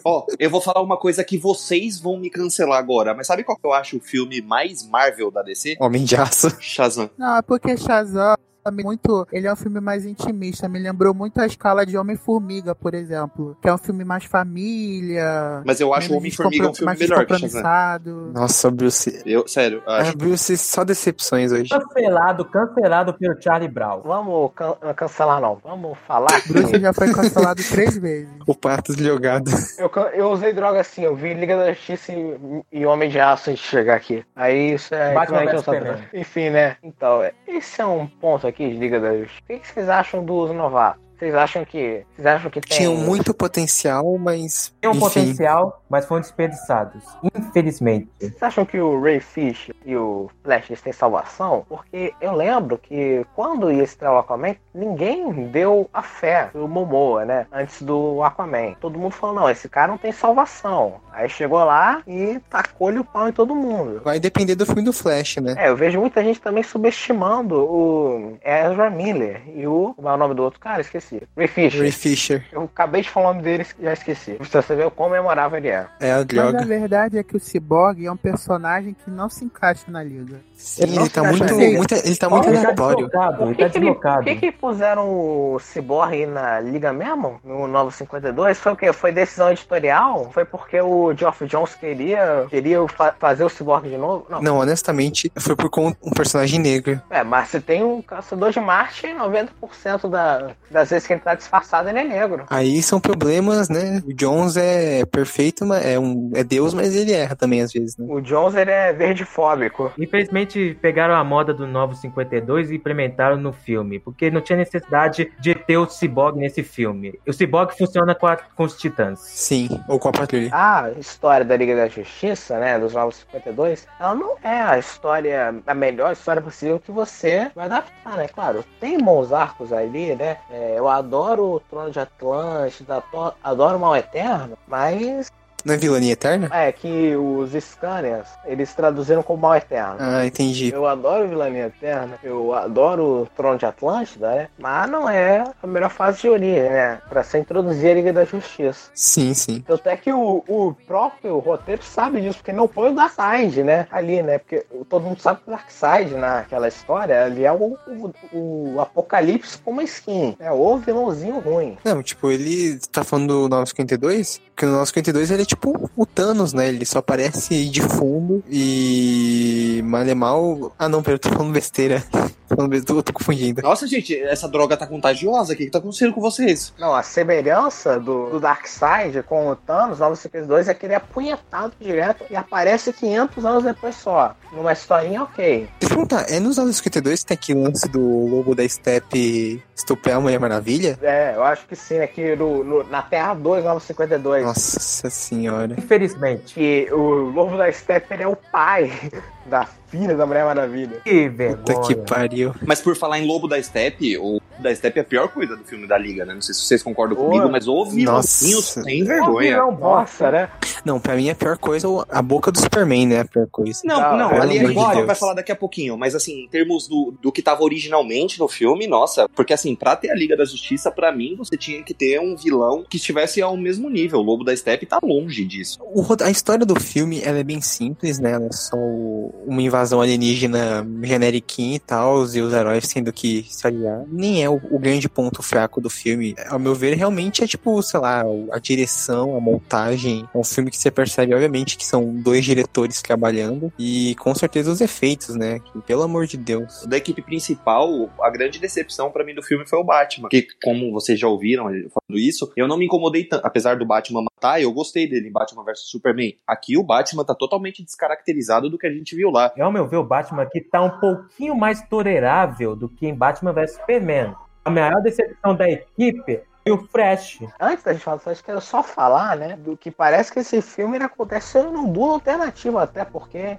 D: Ó, eu vou falar uma coisa que vocês vão me cancelar agora. Mas sabe qual que eu acho o filme mais Marvel da DC?
B: Homem de aço.
D: Shazam.
G: Não, é porque Shazam é muito, ele é um filme mais intimista, me lembrou muito a escala de Homem-Formiga, por exemplo, que é um filme mais família.
D: Mas eu acho o
G: menos
D: Homem-Formiga um
G: descompro- mais
D: filme melhor que Shazam. [LAUGHS]
G: descompromissado.
B: Nossa, Bruce.
D: Eu, sério,
B: Ah,
D: acho.
B: Bruce, só decepções hoje.
C: Cancelado, cancelado pelo Charlie Brown.
A: Vamos can- cancelar, não. Vamos falar.
G: Bruce já foi cancelado três vezes.
B: O Pato jogado.
A: Eu, can- eu usei droga assim, eu vi Liga da Justiça e, e Homem de Aço antes de chegar aqui. Aí isso é.
C: Batman
A: realmente
C: vs
A: outra droga.
C: Superman.
A: Enfim, né? Então, é, esse é um ponto aqui de Liga da Justiça. O que, que vocês acham dos novatos? Vocês acham que. Vocês acham que
B: [LAUGHS]
A: tem.
B: Tinham muito potencial, mas.
C: Tem um
B: enfim.
C: potencial, mas foram desperdiçados. Infelizmente.
A: Vocês acham que o Ray Fish e o Flash eles têm salvação? Porque eu lembro que quando ia estrear o Aquaman, ninguém deu a fé o Momoa, né? Antes do Aquaman. Todo mundo falou, não, esse cara não tem salvação. Aí chegou lá e tacou-lhe o pau em todo mundo.
B: Vai depender do filme do Flash, né?
A: É, eu vejo muita gente também subestimando o Ezra Miller e o... Como é o nome do outro cara? Esqueci. Ray
B: Ray
A: Fish.
B: Fisher.
A: Eu acabei de falar o nome dele e já esqueci. Pra você ver o quão memorável ele é.
B: É a
G: Mas a
B: droga.
G: verdade é que o Cyborg é um personagem que não se encaixa na liga.
B: Sim, ele tá
A: Nossa,
B: muito.
A: cara.
B: muito- ele tá muito
C: ele tá
B: aleatório.
C: deslocado,
A: Por
C: ele
A: que,
C: tá
A: que, ele- por
C: deslocado.
A: que, que puseram o Cyborg na liga mesmo? No Novo 52? Foi o quê? Foi decisão editorial? Foi porque o Geoff Jones queria, queria fa- fazer o Cyborg de novo? Não.
B: Não, honestamente, foi por conta um personagem negro.
A: É, mas se tem um caçador de Marte, 90% da, das vezes que ele tá disfarçado, ele é negro.
B: Aí são problemas, né? O Jones é perfeito, mas é, um, é Deus, mas ele erra também às vezes, né?
A: O Jones, ele é verdifóbico.
C: Infelizmente, pegaram a moda do Novo 52 e implementaram no filme, porque não tinha necessidade de ter o Cyborg nesse filme. O Cyborg funciona com, a- com os Titãs.
B: Sim, ou com a patrulha.
A: A história da Liga da Justiça, né, dos Novos 52, ela não é a história, a melhor história possível que você vai adaptar, né? Claro, tem bons arcos ali, né? É, eu adoro o Trono de Atlântida, ato- adoro o Mal Eterno, mas
B: Não é vilania eterna?
A: é que os Scanners, eles traduziram como Mal Eterno.
B: Ah, entendi.
A: Eu adoro Vilania Eterna, eu adoro o Trono de Atlântida, né? Mas não é a melhor fase de origem, né? Pra se introduzir a Liga da Justiça.
B: Sim, sim.
A: Tanto é que o, o próprio roteiro sabe disso, porque não põe o Darkseid, né? Ali, né? Porque todo mundo sabe que o Darkseid naquela história ali é o, o, o Apocalipse com uma skin. É o vilãozinho ruim.
B: Não, tipo, ele tá falando do 952, porque no 952 ele é tipo o Thanos, né? Ele só aparece de fundo e. Mal é mal. Ah, não, pera, eu tô falando besteira. [LAUGHS] Falando mesmo, eu tô confundindo.
D: Nossa, gente, essa droga tá contagiosa. O que, que tá acontecendo com vocês?
A: Não, a semelhança do, do Darkseid com o Thanos, Novos 52, é que ele é apunhetado direto e aparece 500 anos depois só. Numa historinha, ok.
B: Deixa eu perguntar, é nos anos 52 que tem aquele lance do lobo da Steppe estuprar a Mulher Maravilha?
A: É, eu acho que sim, aqui no, no- na Terra 2, Novos 52.
B: Nossa senhora.
C: Infelizmente.
A: Que o Lobo da Steppe ele é o pai [LAUGHS] da filha da Mulher Maravilha.
C: Que
B: Puta que
C: vergonha.
B: pariu.
D: Mas por falar em Lobo da Steppe, o da Steppe é a pior coisa do filme da Liga, né? Não sei se vocês concordam
A: Ô,
D: comigo, mas o vilãozinho
B: nossa.
D: sem vergonha.
C: Não,
A: Nossa, né?
B: Não, pra mim a pior coisa é o- a boca do Superman, né? A pior coisa.
D: Não, não,
B: pelo
D: ali a
B: amor
D: gente
B: de
D: vai-
B: Deus.
D: vai falar daqui a pouquinho, mas assim, em termos do, do que tava originalmente no filme, nossa, porque assim, pra ter a Liga da Justiça, pra mim, você tinha que ter um vilão que estivesse ao mesmo nível. O Lobo da Steppe tá longe disso.
B: O rote- a história do filme ela é bem simples, né? Ela é só o- uma invasão alienígena generiquinha e tal, e os heróis tendo que se aliar. Nem é o, o grande ponto fraco do filme. Ao meu ver, realmente é tipo, sei lá, o- a direção, a montagem. É um filme que você percebe, obviamente, que são dois diretores trabalhando. E com certeza os efeitos, né? Que, pelo amor de Deus.
D: Da equipe principal, a grande decepção pra mim do filme foi o Batman. Que, como vocês já ouviram falando isso, eu não me incomodei tanto. Apesar do Batman matar, eu gostei dele em Batman vs Superman. Aqui o Batman tá totalmente descaracterizado do que a gente viu lá.
C: E, ao meu ver, o Batman aqui tá um pouquinho mais tolerável do que em Batman vs Superman. A maior decepção da equipe foi o Flash.
A: Antes da gente falar disso, acho que era só falar, né? Do que parece que esse filme ele acontece num duo alternativo, até porque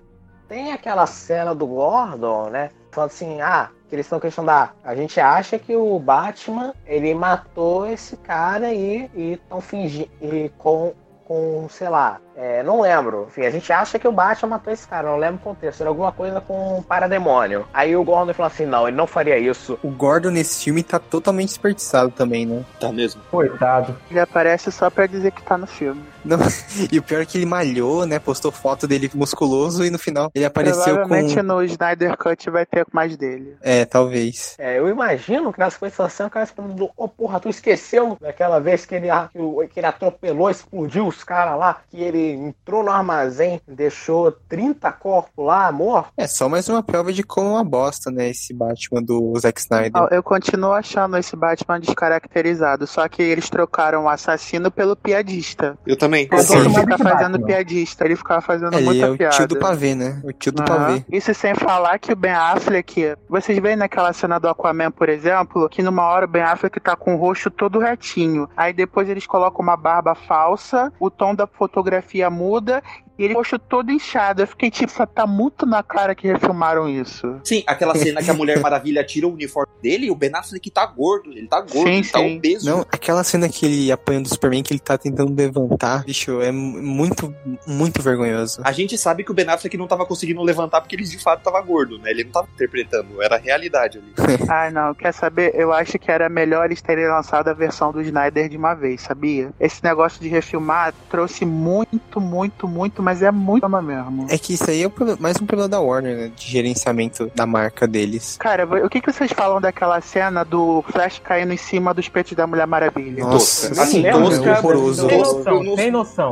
A: tem aquela cena do Gordon, né? Falando assim, ah, que eles estão questionando, ah, a gente acha que o Batman, ele matou esse cara e estão fingindo, e com, com, sei lá, é, não lembro. Enfim, a gente acha que o Batman matou esse cara, não lembro o contexto, era alguma coisa com um parademônio. Aí o Gordon falou assim, não, ele não faria isso.
B: O Gordon nesse filme tá totalmente desperdiçado também, né?
D: Tá mesmo?
C: Coitado.
E: Ele aparece só pra dizer que tá no filme.
B: E o pior é que ele malhou, né? Postou foto dele musculoso e no final ele apareceu
E: Provavelmente
B: com.
E: no Snyder Cut vai ter mais dele.
B: É, talvez.
A: É, eu imagino que na sequência da cena o cara falando, ô porra, tu esqueceu daquela vez que ele, a- que o- que ele atropelou, explodiu os caras lá, que ele entrou no armazém, deixou 30 corpos lá mortos.
B: É só mais uma prova de como é uma bosta, né? Esse Batman do Zack Snyder.
E: Ó, Eu continuo achando esse Batman descaracterizado, só que eles trocaram o assassino pelo piadista.
D: Eu também.
E: Eu
B: Sim.
E: gosto mais
C: Sim.
E: de fazendo
C: Batman.
E: piadista, ele ficava fazendo
B: Ele
E: muita
B: é o
E: piada.
B: tio do pavê, né? O tio do
E: Aham.
B: pavê.
E: Isso sem falar que o Ben Affleck, vocês veem naquela cena do Aquaman, por exemplo, que numa hora o Ben Affleck tá com o rosto todo retinho. Aí depois eles colocam uma barba falsa, o tom da fotografia muda e ele com o rosto todo inchado. Eu fiquei tipo, "Só tá muito na cara que refilmaram
D: [LAUGHS]
E: isso.
D: Sim, aquela cena que a Mulher Maravilha tira o uniforme dele e o Ben Affleck tá gordo. Ele tá gordo,
E: Sim,
D: ele tá
E: sim.
D: obeso.
B: Não, aquela cena que ele apanha do Superman que ele tá tentando levantar, bicho, é mu- muito, muito vergonhoso.
D: A gente sabe que o Ben Affleck não tava conseguindo levantar porque ele de fato tava gordo, né? Ele não tava interpretando, era a realidade ali.
E: Ai não, quer saber? Eu acho que era melhor eles terem lançado a versão do Snyder de uma vez, sabia? Esse negócio de refilmar trouxe muito, muito, muito, mas é muito problema mesmo.
B: É que isso aí é o proble- mais um problema da Warner, né? De gerenciamento da marca deles.
E: Cara, vo- o que, que vocês falam daquela cena do Flash caindo em cima dos peitos da Mulher Maravilha?
B: Nossa,
D: tosca.
B: sim,
D: Assim,
B: é
D: tosca,
B: horroroso.
C: Tem
D: Tosca. Eu não-
C: um noção,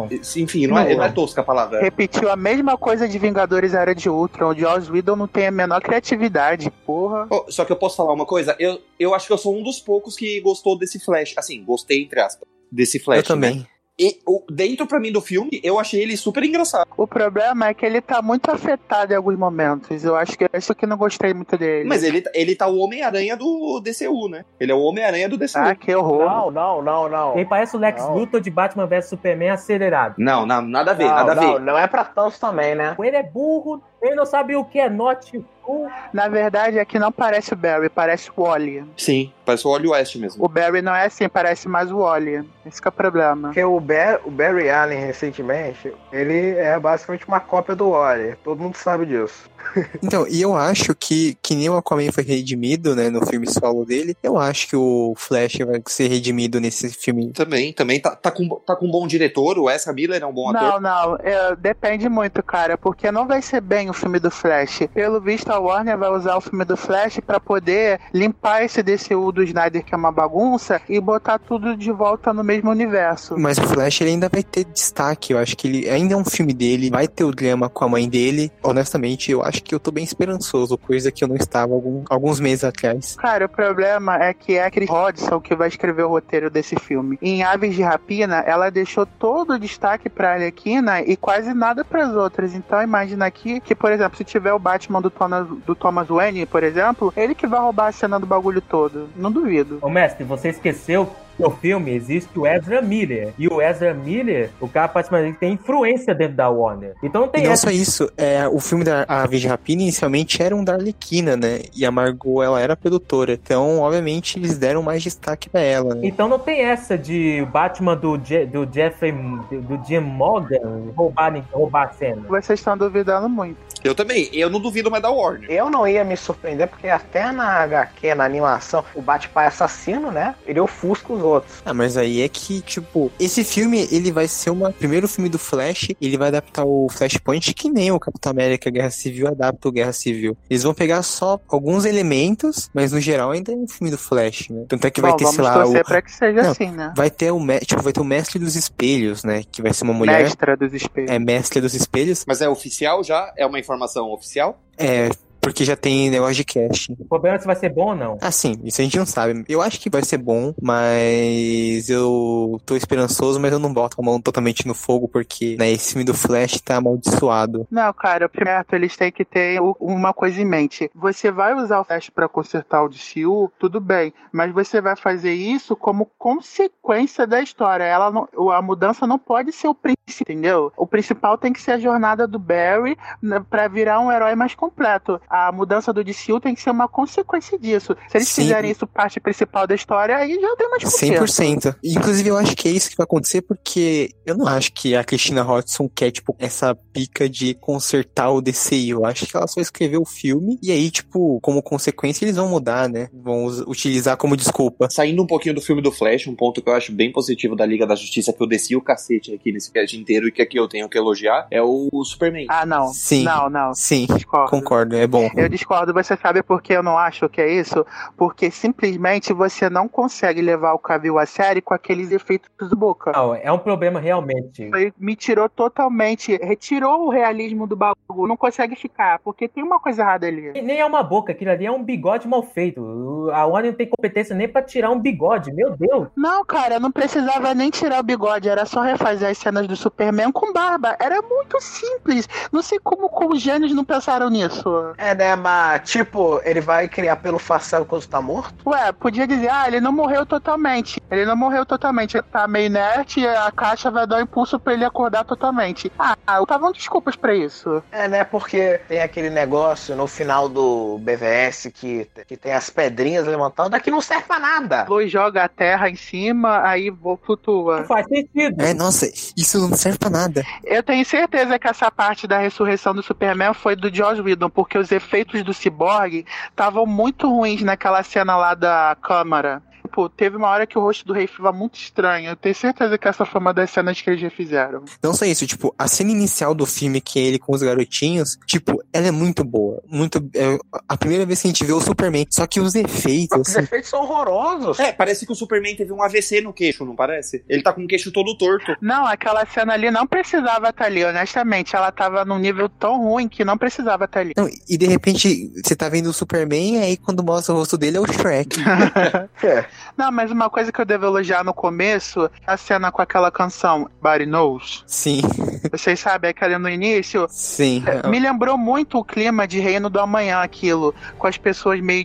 C: tem noção.
D: Enfim, não é,
E: Não.
D: não é tosca a palavra.
E: Repetiu a mesma coisa de Vingadores Era de Ultron. O Joss Whedon não tem a menor criatividade, porra.
D: Oh, só que eu posso falar uma coisa? Eu, eu acho que eu sou um dos poucos que gostou desse Flash. Assim, gostei, entre aspas, desse Flash.
B: Eu também.
D: né? E o- dentro pra mim do filme, eu achei ele super engraçado.
E: O problema é que ele tá muito afetado em alguns momentos. Eu acho que é isso que eu não gostei muito dele.
D: Mas ele, ele tá o Homem-Aranha do DCU, né? Ele é o Homem-Aranha do DCU.
E: Ah, que horror.
A: Não, não, não, não.
C: Ele parece o Lex
A: Não.
C: Luthor de Batman vs Superman acelerado.
D: Não, não, nada a ver,
A: não,
D: nada a ver.
A: não, não é pra tanto também, né?
C: Ele é burro, ele não sabe o que é Not Full.
E: Na verdade, aqui não parece o Barry, parece o Wally.
D: Sim, parece o Wally West mesmo.
E: O Barry não é assim, parece mais o Wally. Esse que é o problema.
A: Porque o, Bar- o Barry Allen, recentemente, ele é basicamente uma cópia do Wally. Todo mundo sabe disso.
B: Então, e eu acho que, que nem o Aquaman foi redimido, né, no filme solo dele, eu acho que o Flash vai ser redimido nesse filme.
D: Também, também. Tá, tá, com, tá com um bom diretor, o Ezra Miller é um bom ator.
E: Não, não, é, depende muito, cara, porque não vai ser bem tem o filme do Flash. Pelo visto, a Warner vai usar o filme do Flash pra poder limpar esse DCU do Snyder, que é uma bagunça, e botar tudo de volta no mesmo universo.
B: Mas o Flash ele ainda vai ter destaque. Eu acho que ele ainda é um filme dele. Vai ter o drama com a mãe dele. Honestamente, eu acho que eu tô bem esperançoso, coisa que eu não estava algum- alguns meses atrás.
E: Cara, o problema é que é a Chris Hodgson que vai escrever o roteiro desse filme. Em Aves de Rapina, ela deixou todo o destaque pra Arlequina e quase nada pras outras. Então imagina aqui que, por exemplo, se tiver o Batman do Thomas, do Thomas Wayne, por exemplo, ele que vai roubar a cena do bagulho todo. Não duvido.
C: Ô mestre, você esqueceu que no filme existe o Ezra Miller. E o Ezra Miller, o cara praticamente ele tem influência dentro da Warner. Então não
B: E
C: tem
B: não
C: essa.
B: só isso, é, o filme da Aves de Rapina inicialmente era um da Arlequina, né? E a Margot, ela era produtora. Então, obviamente, eles deram mais destaque pra ela, né?
C: Então não tem essa de o Batman do, Je- do Jeffrey do, do Jim Morgan roubar, roubar a cena.
E: Vocês estão duvidando muito.
D: Eu também. Eu não duvido mais da Warner.
A: Eu não ia me surpreender, porque até na HQ, na animação, o Bate-Pai assassino, né? Ele ofusca os outros.
B: Ah, mas aí é que, tipo, esse filme, ele vai ser uma primeiro filme do Flash, ele vai adaptar o Flashpoint que nem o Capitão América Guerra Civil adapta o Guerra Civil. Eles vão pegar só alguns elementos, mas no geral ainda é um filme do Flash, né? Tanto é que vai
E: Bom,
B: ter,
E: vamos
B: sei lá,
E: torcer
B: o,
E: pra que seja
B: Não,
E: assim, né?
B: vai ter o, me- tipo, vai ter o Mestre dos Espelhos, né? Que vai ser uma mulher,
E: Mestra dos espelhos.
B: é Mestre dos Espelhos,
D: Mas é oficial já? É uma informação oficial?
B: é... Porque já tem negócio de casting.
C: O problema é se vai ser bom ou não.
B: Assim, isso a gente não sabe. Eu acho que vai ser bom, mas eu tô esperançoso, mas eu não boto a mão totalmente no fogo, porque né, esse filme do Flash tá amaldiçoado.
E: Não, cara, primeiro eles têm que ter o- uma coisa em mente. Você vai usar o Flash pra consertar o DCU, tudo bem, mas você vai fazer isso como consequência da história. Ela não- o- a mudança não pode ser o príncipe, entendeu? O principal tem que ser a jornada do Barry né, pra virar um herói mais completo. A mudança do DCU tem que ser uma consequência disso. Se eles
B: Sim.
E: fizerem isso parte principal da história, aí já tem mais discussão.
B: 100%. Inclusive, eu acho que é isso que vai acontecer, porque eu não acho que a Christina Hodson quer, tipo, essa pica de consertar o DCI. Eu acho que ela só escreveu o filme, e aí, tipo, como consequência, eles vão mudar, né? Vão us- utilizar como desculpa.
D: Saindo um pouquinho do filme do Flash, um ponto que eu acho bem positivo da Liga da Justiça, que eu desci o cacete aqui nesse cast inteiro e que aqui eu tenho que elogiar, é o Superman.
E: Ah, não.
B: Sim.
E: Não, não.
B: Sim,
E: Discordo.
B: concordo, é bom.
E: Eu discordo, você sabe por que eu não acho que é isso? Porque simplesmente você não consegue levar o Cavill a sério com aqueles efeitos do boca.
C: Não, é um problema realmente.
E: Isso aí me tirou totalmente, retirou o realismo do bagulho. Não consegue ficar, porque tem uma coisa errada ali.
C: E Nem é uma boca, aquilo ali é um bigode mal feito. O- A Warner não tem competência nem pra tirar um bigode, meu Deus.
E: Não, cara, não precisava nem tirar o bigode, era só refazer as cenas do Superman com barba. Era muito simples. Não sei como, como os gênios não pensaram nisso.
A: É, né? Mas, tipo, ele vai criar pelo facial quando tá morto?
E: Ué, podia dizer, ah, ele não morreu totalmente. Ele não morreu totalmente. Ele tá meio inerte e a caixa vai dar um impulso pra ele acordar totalmente. Ah, estavam desculpas pra isso.
A: É, né? Porque tem aquele negócio no final do BVS que, que tem as pedrinhas levantando, daqui não serve pra nada.
E: A luz joga a terra em cima, aí vo-
C: Não
E: flutua.
C: faz sentido.
B: É, nossa, isso não serve pra nada.
E: Eu tenho certeza que essa parte da ressurreição do Superman foi do Joss Whedon, porque os efeitos do Cyborg estavam muito ruins naquela cena lá da câmara. Tipo, teve uma hora que o rosto do rei ficava muito estranho. Eu tenho certeza que essa foi uma das cenas que eles refizeram.
B: Não só isso, tipo, a cena inicial do filme, que é ele com os garotinhos, tipo, ela é muito boa. Muito. É a primeira vez que a gente vê o Superman. Só que os efeitos,
A: Os [LAUGHS]
B: assim,
A: efeitos são horrorosos.
D: É, parece que o Superman teve um AVC no queixo, não parece? Ele tá com o queixo todo torto.
E: Não, aquela cena ali não precisava estar ali, honestamente. Ela tava num nível tão ruim que não precisava
B: [LAUGHS]
E: estar ali.
B: não, e de repente, você tá vendo o Superman, aí quando mostra o rosto dele é o Shrek.
E: Não, mas uma coisa que eu devo elogiar no começo, a cena com aquela canção
B: [LAUGHS]
E: Body Knows.
B: Sim,
E: Vocês sabem, aquela no início.
B: sim.
E: Me lembrou muito o clima de Reino do Amanhã, aquilo, com as pessoas meio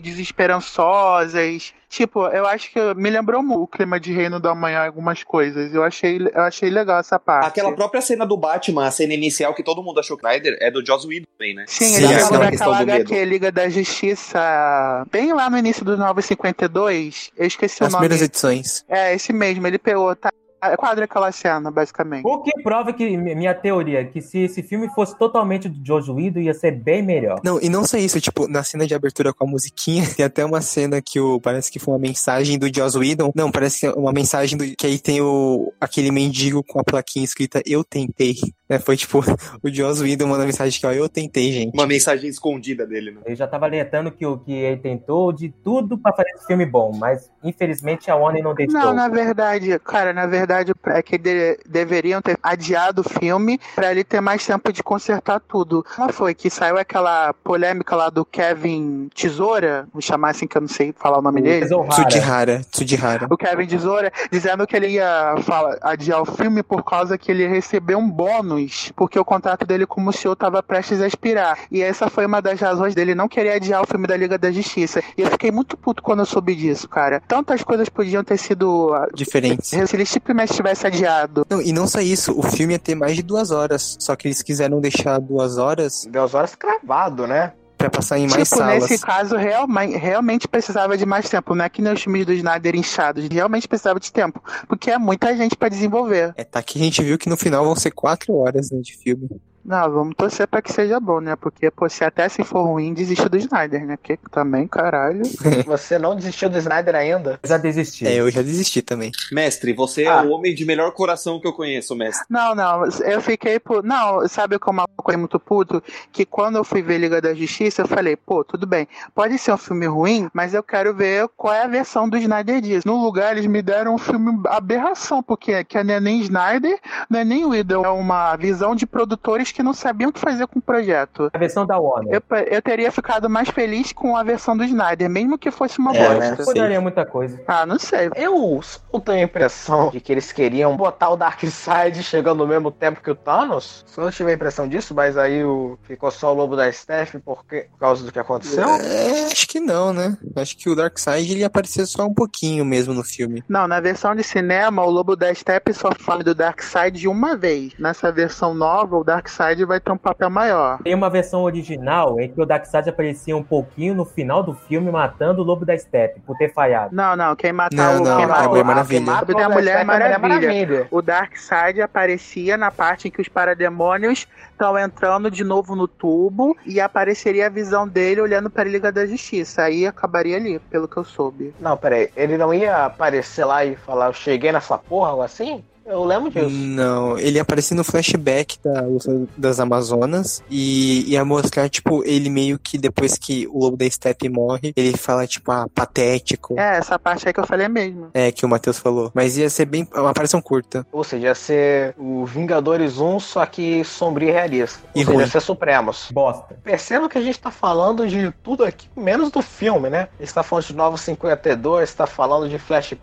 E: desesperançosas. Tipo, eu acho que me lembrou muito o clima de Reino do Amanhã, algumas coisas. Eu achei, eu achei legal essa
A: Ah,
E: parte.
D: Aquela própria cena do Batman, a cena inicial que todo mundo achou que Snyder, é do Joss Whedon também, né?
E: Sim,
B: Sim,
E: ele
B: aquela
E: falou
D: questão
E: daquela
D: do medo.
E: HQ Liga da Justiça bem lá no início dos 952. Eu esqueci
B: As
E: o nome.
B: primeiras edições.
E: É, esse mesmo. Ele pegou. Tá, quadra aquela cena, basicamente.
C: O que prova que minha teoria, é que se esse filme fosse totalmente do Jojo Whedon, ia ser bem melhor.
B: Não, e não só isso, tipo, na cena de abertura com a musiquinha, [LAUGHS] tem até uma cena que o, parece que foi uma mensagem do Joss Whedon. Não, parece que é uma mensagem do, que aí tem o, aquele mendigo com a plaquinha escrita Eu Tentei. É, foi tipo, [LAUGHS] o Joss Whedon manda mensagem que, é, ó, eu tentei, gente.
D: Uma mensagem escondida dele, né?
C: Ele já tava alertando que o que ele tentou de tudo pra fazer esse filme bom, mas infelizmente a Warner não deixou.
E: Não, na verdade, cara, na verdade é que de- deveriam ter adiado o filme pra ele ter mais tempo de consertar tudo. Mas foi que saiu aquela polêmica lá do Kevin Tesoura, vou chamar assim que eu não sei falar o nome
C: O
E: dele.
C: Tesourara.
B: Tsudihara, Tsudihara.
E: O Kevin Tesoura dizendo que ele ia fala, adiar o filme por causa que ele recebeu um bônus, porque o contrato dele como CEO estava prestes a expirar. E essa foi uma das razões dele não querer adiar o filme da Liga da Justiça. E eu fiquei muito puto quando eu soube disso, cara. Tantas coisas podiam ter sido. ah,
B: Diferentes.
E: Se ele simplesmente tivesse adiado.
B: Não, e não só isso, o filme ia ter mais de duas horas, só que eles quiseram deixar duas horas
A: Duas horas cravado, né?
B: pra passar em mais
E: tipo,
B: salas.
E: nesse caso, realmente, realmente precisava de mais tempo. Não é que nem os filmes do Snyder inchados. Realmente precisava de tempo. Porque é muita gente pra desenvolver.
B: É, tá aqui a gente viu que no final vão ser quatro horas né, de filme.
E: Não, vamos torcer pra que seja bom, né? Porque, pô, se até se for ruim, desiste do Snyder, né? Que também, caralho.
A: [LAUGHS] Você não desistiu do Snyder ainda?
C: Já desistiu.
B: É, eu já desisti também.
D: Mestre, você
A: Ah.
D: é o homem de melhor coração que eu conheço, mestre.
E: Não, não, eu fiquei por. Não, sabe como eu fiquei muito puto? Que quando eu fui ver Liga da Justiça, eu falei, pô, tudo bem, pode ser um filme ruim, mas eu quero ver qual é a versão do Snyder disso. No lugar, eles me deram um filme aberração, porque que não é nem Snyder, não é nem Whedon. É uma visão de produtores que não sabiam o que fazer com o projeto.
C: A versão da Warner.
E: Eu, eu teria ficado mais feliz com a versão do Snyder, mesmo que fosse uma
A: É,
E: bosta.
A: né?
C: Eu mudaria muita coisa.
E: Ah, não sei.
A: Eu só tenho a impressão de que eles queriam botar o Darkseid chegando no mesmo tempo que o Thanos. Só eu tive a impressão disso, mas aí o... ficou só o Lobo da Steph porque... por causa do que aconteceu.
B: É, acho que não, né? Acho que o Darkseid ele ia aparecer só um pouquinho mesmo no filme.
E: Não, na versão de cinema, o Lobo da Steppe só fala do Darkseid uma vez. Nessa versão nova, o Darkseid vai ter um papel maior.
C: Tem uma versão original em que o Darkseid aparecia um pouquinho no final do filme matando o Lobo da Steppe por ter falhado.
E: Não, não, quem matar
B: Não,
E: o
B: não,
E: quem
B: não,
E: matar
B: é Mulher
E: o-
B: Maravilha.
A: quem mata o
E: Da
A: Lobo
E: Mulher
A: Steph é a
E: Maravilha. o Darkseid aparecia na parte em que os parademônios estão entrando de novo no tubo e apareceria a visão dele olhando para a Liga da Justiça. Aí acabaria ali, pelo que eu soube.
A: Não, peraí. Ele não ia aparecer lá e falar, eu cheguei nessa porra, algo assim? Eu lembro disso.
B: Hum. Não, ele ia aparecer no flashback da luta das Amazonas e ia mostrar, tipo, ele meio que depois que o Lobo da Steppe morre, ele fala, tipo, ah, patético.
E: É, essa parte aí que eu falei mesmo.
B: É, que o Matheus falou. Mas ia ser bem. Uma aparição curta.
A: Ou seja, ia ser o Vingadores 1, só que sombrio e realista. Ou
B: E
A: seja,
B: ruim.
A: ia ser Supremos.
C: Bosta.
A: Perceba que a gente tá falando de tudo aqui, menos do filme, né? A gente tá falando de Novo 52, tá falando de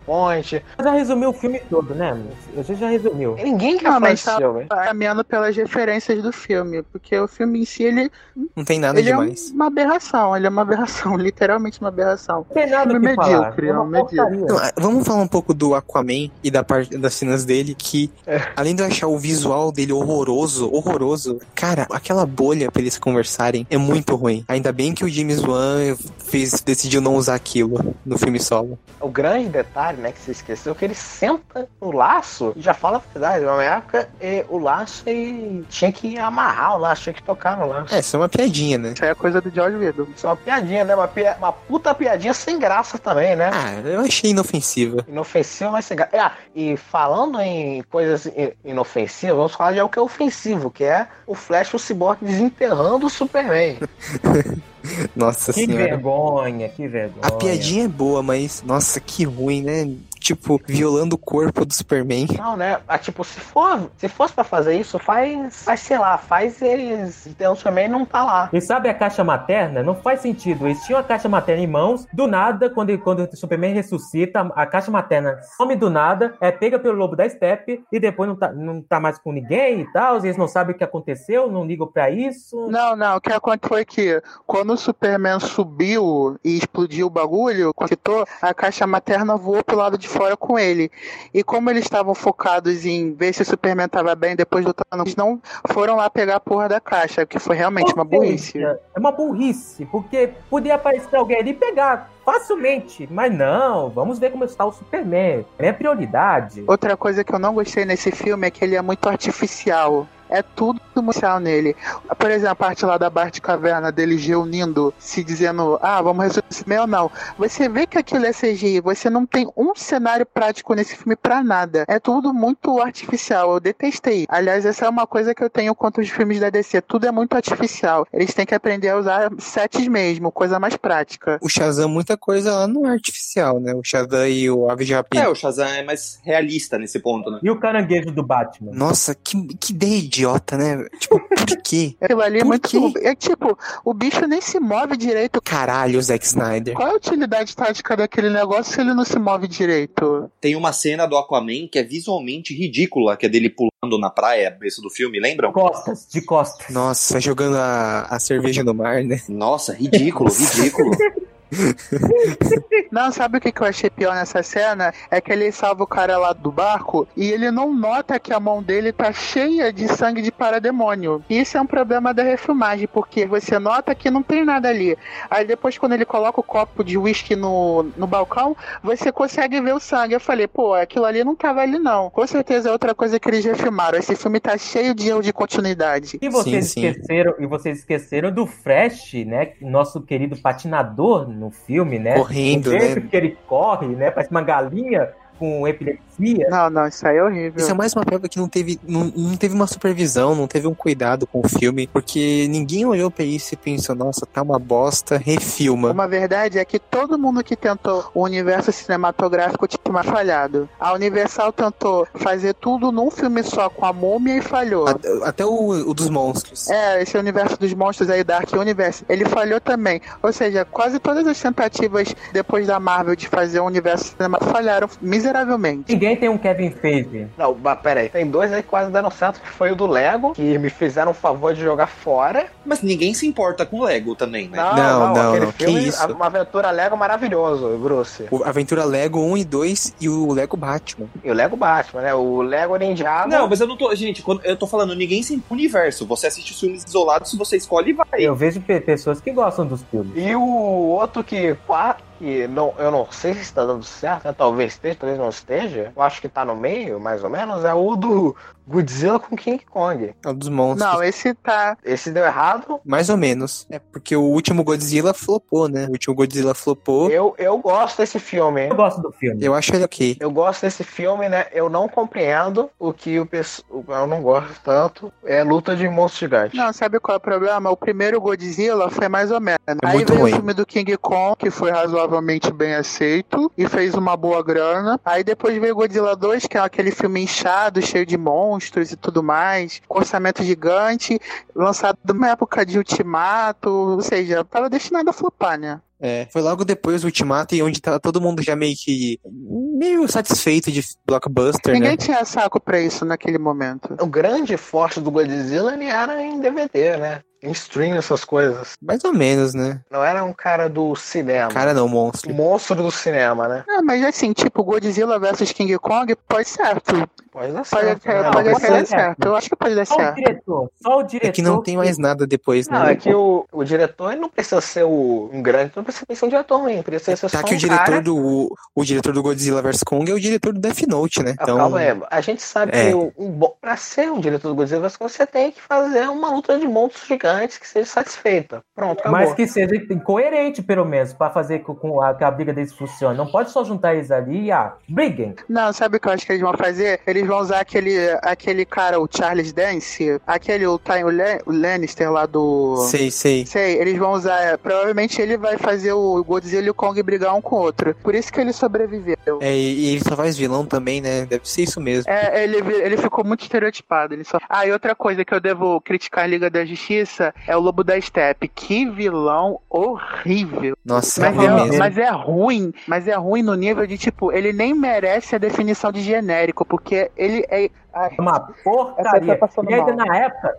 A: Flashpoint.
C: Você já resumiu o filme todo, né? Você já resumiu.
A: Ninguém quer
E: Não,
A: falar
E: mas
A: desse
E: tá-
A: filme.
E: Caminhando pelas referências do filme, porque o filme em si ele
B: Não tem nada
E: ele
B: Tá demais.
E: é uma aberração, ele é uma aberração, [LAUGHS] literalmente uma aberração.
C: Não tem nada o que falar. É
E: Medíocre, é um
C: uma
E: medíocre.
C: porcaria.
B: Não, ah, vamos falar um pouco do Aquaman e da parte das cenas dele, que além de eu achar o visual dele horroroso, horroroso, cara, aquela bolha pra eles conversarem é muito ruim. Ainda bem que o James Wan fez, decidiu não usar aquilo no filme solo.
A: O grande detalhe, né, que você esqueceu, é que ele senta no laço e já fala a verdade. Na época, eh, o laço ele tinha que amarrar o laço, tinha que tocar no laço.
B: É, isso é uma piadinha, né?
E: Isso aí é coisa do George Whedon.
A: Isso é uma piadinha, né? Uma, pia- uma puta piadinha sem graça também, né?
B: Ah, eu achei inofensiva. [LAUGHS]
A: Inofensivo, mas sem graça. Ah, e falando em coisas i- inofensivas, vamos falar de algo que é ofensivo, que é o Flash e o Cyborg desenterrando o Superman.
B: Nossa
C: Que
B: senhora.
C: vergonha, que vergonha.
B: A piadinha é boa, mas nossa, que ruim, né? Tipo, violando o corpo do Superman.
A: Não, né? Ah, tipo, se, for, se fosse pra fazer isso, faz, faz, sei lá, faz eles enterrando o Superman e não tá lá.
C: E sabe a caixa materna? Não faz sentido. Eles tinham a caixa materna em mãos, do nada, quando, quando o Superman ressuscita, a caixa materna some do nada, é pega pelo lobo da steppe e depois não tá, não tá mais com ninguém e tal. Eles não sabem o que aconteceu, não ligam pra isso.
E: Não, não, o que aconteceu foi que quando o Superman subiu e explodiu o bagulho, conectou, a caixa materna voou pro lado de fora com ele. E como eles estavam focados em ver se o Superman tava bem depois do Thanos, eles não foram lá pegar a porra da caixa, que foi realmente uma
C: Ou seja,
E: burrice.
C: É uma burrice, porque podia aparecer alguém ali e pegar facilmente. Mas não, vamos ver como está o Superman. É minha prioridade.
E: Outra coisa que eu não gostei nesse filme é que ele é muito artificial. É tudo marcial nele. Por exemplo, a parte lá da Bart Caverna deles reunindo, se dizendo, ah, vamos resolver esse meio não. Você vê que aquilo é CGI, você não tem um cenário prático nesse filme pra nada. É tudo muito artificial, eu detestei. Aliás, essa é uma coisa que eu tenho contra os filmes da DC, tudo é muito artificial. Eles têm que aprender a usar sets mesmo, coisa mais prática.
B: O Shazam, muita coisa lá não é artificial, né? O Shazam e o Ave de Rapina.
D: É, o Shazam é mais realista nesse ponto, né?
C: E o caranguejo do Batman?
B: Nossa, que, que ideia idiota, né? Tipo, por quê?
E: Aquilo ali é
B: Por
E: muito.
B: quê?
E: É tipo, o bicho nem se move direito.
B: Caralho, Zack Snyder.
E: Qual é a utilidade tática daquele negócio se ele não se move direito?
D: Tem uma cena do Aquaman que é visualmente ridícula, que é dele pulando na praia, esse do filme, lembram?
C: Costas, de costas.
B: Nossa, vai jogando a, a cerveja no mar, né?
D: Nossa, [LAUGHS] ridículo, ridículo.
E: Não, sabe o que, que eu achei pior nessa cena? É que ele salva o cara lá do barco e ele não nota que a mão dele tá cheia de sangue de parademônio. E Isso é um problema da refilmagem, porque você nota que não tem nada ali. Aí depois, quando ele coloca o copo de uísque no, no balcão, você consegue ver o sangue. Eu falei, pô, aquilo ali não tava ali não. Com certeza é outra coisa que eles refilmaram. Esse filme tá cheio de erro de continuidade.
C: E vocês
B: Sim, sim.
C: esqueceram, e vocês esqueceram do Fresh, né? Nosso querido patinador no filme, né?
B: Correndo,
C: o jeito
B: né?
C: que ele corre, né? Parece uma galinha com epilepsia.
E: Não, não, isso aí é horrível.
B: Isso é mais uma prova que não teve, não, não teve uma supervisão, não teve um cuidado com o filme, porque ninguém olhou pra isso e pensou, nossa, tá uma bosta, refilma.
E: Uma verdade é que todo mundo que tentou o universo cinematográfico tinha mais falhado. A Universal tentou fazer tudo num filme só com a múmia e falhou.
B: A- Até o, o dos monstros.
E: É, esse universo dos monstros aí, Dark Universe, ele falhou também. Ou seja, quase todas as tentativas depois da Marvel de fazer um universo cinematográfico falharam miseravelmente.
C: Ninguém tem um Kevin Feige.
A: Não, mas peraí, tem dois aí que quase deram certo, que foi o do Lego, que me fizeram o favor de jogar fora.
D: Mas ninguém se importa com Lego também, né?
A: Não, não,
B: Não, não,
A: aquele
B: não, que
A: filme,
B: isso?
A: a- uma aventura Lego maravilhoso, Bruce.
B: O Aventura Lego 1 e 2 e o Lego Batman.
A: E o Lego Batman, né? O Lego Ninjago.
D: Não, mas eu não tô. Gente, quando- eu tô falando, ninguém se universo. Você assiste os filmes isolados, você escolhe e vai.
C: Eu vejo pe- pessoas que gostam dos filmes.
A: E o outro que, qua- que não, eu não sei se está dando certo, né? talvez esteja, talvez não esteja. Eu acho que tá no meio, mais ou menos, é o do Godzilla com King Kong.
B: É o dos monstros.
E: Não, esse tá.
A: Esse deu errado.
B: Mais ou menos. É porque o último Godzilla flopou, né? O último Godzilla flopou.
A: Eu, eu gosto desse filme.
C: Eu gosto do filme.
B: Eu acho ele ok.
A: Eu gosto desse filme, né? Eu não compreendo o que o pessoal. Eu não gosto tanto. É luta de monstro gigante.
E: Não, sabe qual é o problema? O primeiro Godzilla foi mais ou menos.
B: É
E: Aí
B: muito
E: veio
B: ruim.
E: o filme do King Kong, que foi razoavelmente bem aceito e fez uma boa grana. Aí depois veio Godzilla 2, que é aquele filme inchado, cheio de monstros e tudo mais, com orçamento gigante, lançado numa época de Ultimato, ou seja, tava destinado a flopar, né?
B: É, foi logo depois do Ultimato e onde tava todo mundo já meio que. meio satisfeito de blockbuster,
E: Ninguém
B: né?
E: tinha saco pra isso naquele momento.
A: O grande forte do Godzilla ele era em DVD, né? Em stream, essas coisas.
B: Mais ou menos, né?
A: Não era um cara do cinema.
B: Cara, não,
A: O
B: monstro.
A: monstro do cinema, né?
E: Ah, mas assim, tipo, Godzilla versus King Kong, pode ser certo.
A: Pode dar
E: Pode,
A: certo. né?
C: Não,
E: pode
C: pode
E: ser
C: ser. Então,
E: certo. Eu acho que pode dar
C: Só o
E: certo.
C: diretor, só o diretor.
B: É que não tem mais nada depois, né?
A: Não, é que o, o diretor ele não precisa ser o, um grande, não precisa ser um diretor ruim, precisa ser
B: Tá
A: só
B: que
A: um
B: o diretor
A: cara.
B: do. O, diretor do Godzilla vs Kong é o diretor do Death Note, né?
A: Ah,
B: Então.
A: Calma aí, a gente sabe
B: É.
A: que o, um bom, pra ser um diretor do Godzilla, você tem que fazer uma luta de monstros gigantes que seja satisfeita. Pronto, acabou.
C: Mas que seja coerente, pelo menos, pra fazer com, com a, que a briga deles funcione. Não pode só juntar eles ali e, ah, briguem.
E: Não, sabe o que eu acho que eles vão fazer? Eles vão usar aquele, aquele cara, o Charles Dance, aquele, o Tywin Lan- o Lannister lá do...
B: Sei, sei.
E: Sei, eles vão usar, é, provavelmente ele vai fazer o Godzilla e o Kong brigar um com o outro. Por isso que ele sobreviveu.
B: É, e e ele só faz vilão também, né? Deve ser isso mesmo.
E: É, ele, vi- ele ficou muito estereotipado. Ele só... Ah, e outra coisa que eu devo criticar a Liga da Justiça é o Lobo da Steppe. Que vilão horrível.
B: Nossa,
E: Mas
B: é
C: Não,
E: é,
B: mesmo.
E: mas é ruim, mas é ruim no nível de, tipo, ele nem merece a definição de genérico, porque ele é... Ai.
C: É Uma
E: Essa tá
C: porcaria.
E: passando
C: E ainda
E: mal.
C: na época,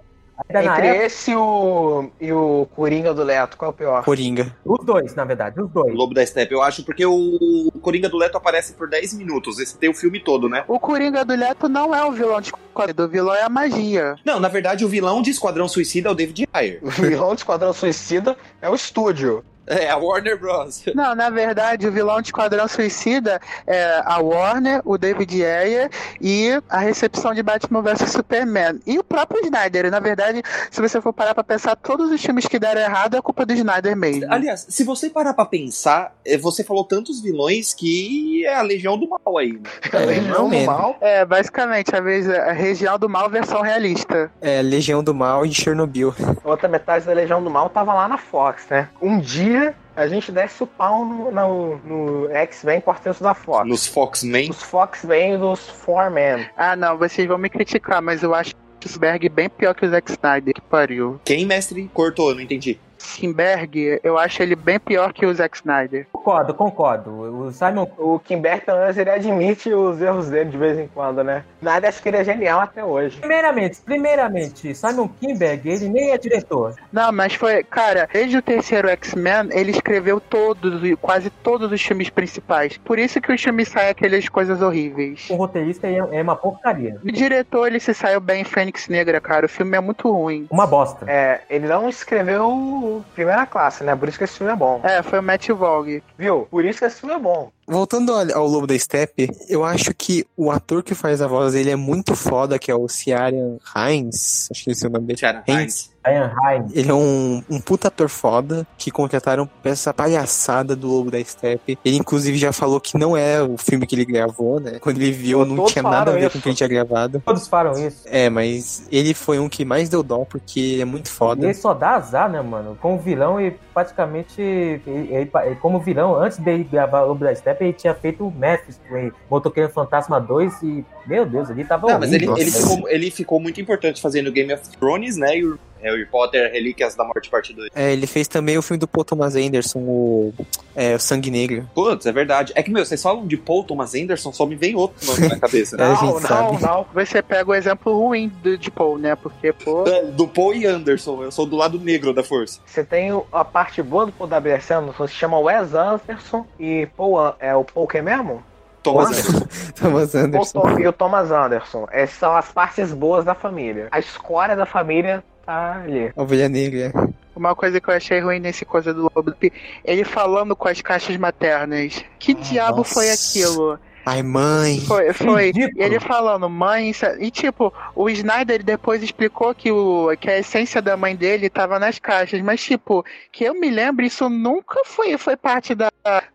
C: ainda na
A: Entre
C: época,
A: esse e o, e o Coringa do Leto, qual é o pior?
B: Coringa.
C: os dois, na verdade, os dois.
D: Lobo da Steppe, eu acho, porque o Coringa do Leto aparece por 10 minutos. Esse tem o filme todo, né?
E: O Coringa do Leto não é o vilão de quadrinho, o vilão é a magia.
D: Não, na verdade, o vilão de Esquadrão Suicida é o David Ayer.
A: O vilão do Esquadrão Suicida é o estúdio.
D: É, a Warner Bros.
E: Não, na verdade, o vilão de Esquadrão Suicida é a Warner, o David Ayer e a recepção de Batman vs Superman. E o próprio Snyder. Na verdade, se você for parar pra pensar, todos os filmes que deram errado é culpa do Snyder mesmo.
D: [LAUGHS] Aliás, se você parar pra pensar, eh, você falou tantos vilões que é a legião do mal aí. né?
A: [LAUGHS]
B: É,
A: Legião do
B: mesmo.
A: um Mal.
E: É, basicamente, a, vez, a região do mal versão realista.
B: É, Legião do Mal e Chernobyl.
A: A outra metade da Legião do Mal tava lá na Fox, né? Um dia a gente desce o pau no, no, no X-Men Quarteto da Fox.
D: Nos Foxmen.
A: Os Fox vêm dos Four Men.
E: Ah, não, vocês vão me criticar, mas eu acho o Berg bem pior que o Zack Snyder, que pariu.
D: Quem, mestre, cortou? Eu não entendi.
E: Simberg, eu acho ele bem pior que o Zack Snyder.
C: Concordo, concordo. O Simon
A: O Kimber, pelo menos, ele admite os erros dele de vez em quando, né? Nada, acho que ele é genial até hoje.
C: Primeiramente, primeiramente, Simon Kinberg, ele nem é diretor.
E: Não, mas foi, cara, desde o terceiro X-Men, ele escreveu todos, e- quase todos os filmes principais. Por isso que os filmes saem aquelas coisas horríveis.
C: O roteirista é é uma porcaria.
E: O diretor, ele se saiu bem em Fênix Negra, cara. O filme é muito ruim.
C: Uma bosta.
A: É, ele não escreveu primeira classe, né? Por isso que esse filme é bom.
E: É, foi o Matt Vogue.
A: Viu? Por isso que esse filme é bom.
B: Voltando ao, ao Lobo da Steppe, eu acho que o ator que faz a voz dele é muito foda, que é o Ciaran Hines, acho que esse é o nome dele.
D: Tiara Heinz.
C: Ian Hines.
B: Ele é um, um puta ator foda que contrataram pra essa palhaçada do Lobo da Steppe. Ele, inclusive, já falou que não é o filme que ele gravou, né? Quando ele viu,
A: Pô,
B: não
A: todos
B: tinha nada a ver
A: falaram
B: com o
A: isso.
B: que ele tinha gravado.
C: Todos falam isso.
B: É, mas ele foi um que mais deu dó porque ele é muito
C: E
B: foda.
C: ele só dá azar, né, mano? Com o vilão e praticamente. ele- ele- ele- como vilão, antes dele gravar o Lobo da Step, ele tinha feito o Memphis com Motoqueiro Fantasma 2 e. Meu Deus, ele tava.
D: Não, Ah, mas ele,
C: horrível,
D: ele,
C: né?
D: ficou, ele ficou muito importante fazendo Game of Thrones, né? E o Harry Potter, Relíquias da Morte, parte 2.
B: É, ele fez também o filme do Paul Thomas Anderson, o, é, o Sangue Negro. [LAUGHS]
D: Putz, é verdade. É que, meu, vocês falam de Paul Thomas Anderson, só me vem outro nome na cabeça. né?
B: É, a gente
A: não, não,
B: sabe.
A: não.
E: Você pega o exemplo ruim do, de Paul, né? Porque, pô.
D: [LAUGHS] É, Do Paul e Anderson, eu sou do lado negro da força.
A: Você tem o- a parte boa do Paul W.S. Anderson, se chama Wes Anderson e Paul, An- é o Paul quem mesmo?
D: Thomas
A: Olha.
D: Anderson.
B: Thomas
A: Paul
B: Anderson.
A: Tom- e o Thomas Anderson. Essas são as partes boas da família. A escória da família tá ali.
B: A Ovelha Negra.
E: Uma coisa que eu achei ruim nesse coisa do Lobo, ele falando com as caixas maternas. Que diabo
B: nossa.
E: foi aquilo?
B: Ai, mãe.
E: Foi, foi.
C: Ridículo.
E: Ele falando, mãe, isso é-" e tipo, o Snyder depois explicou que, o, que a essência da mãe dele tava nas caixas, mas tipo, que eu me lembro, isso nunca foi, foi parte da.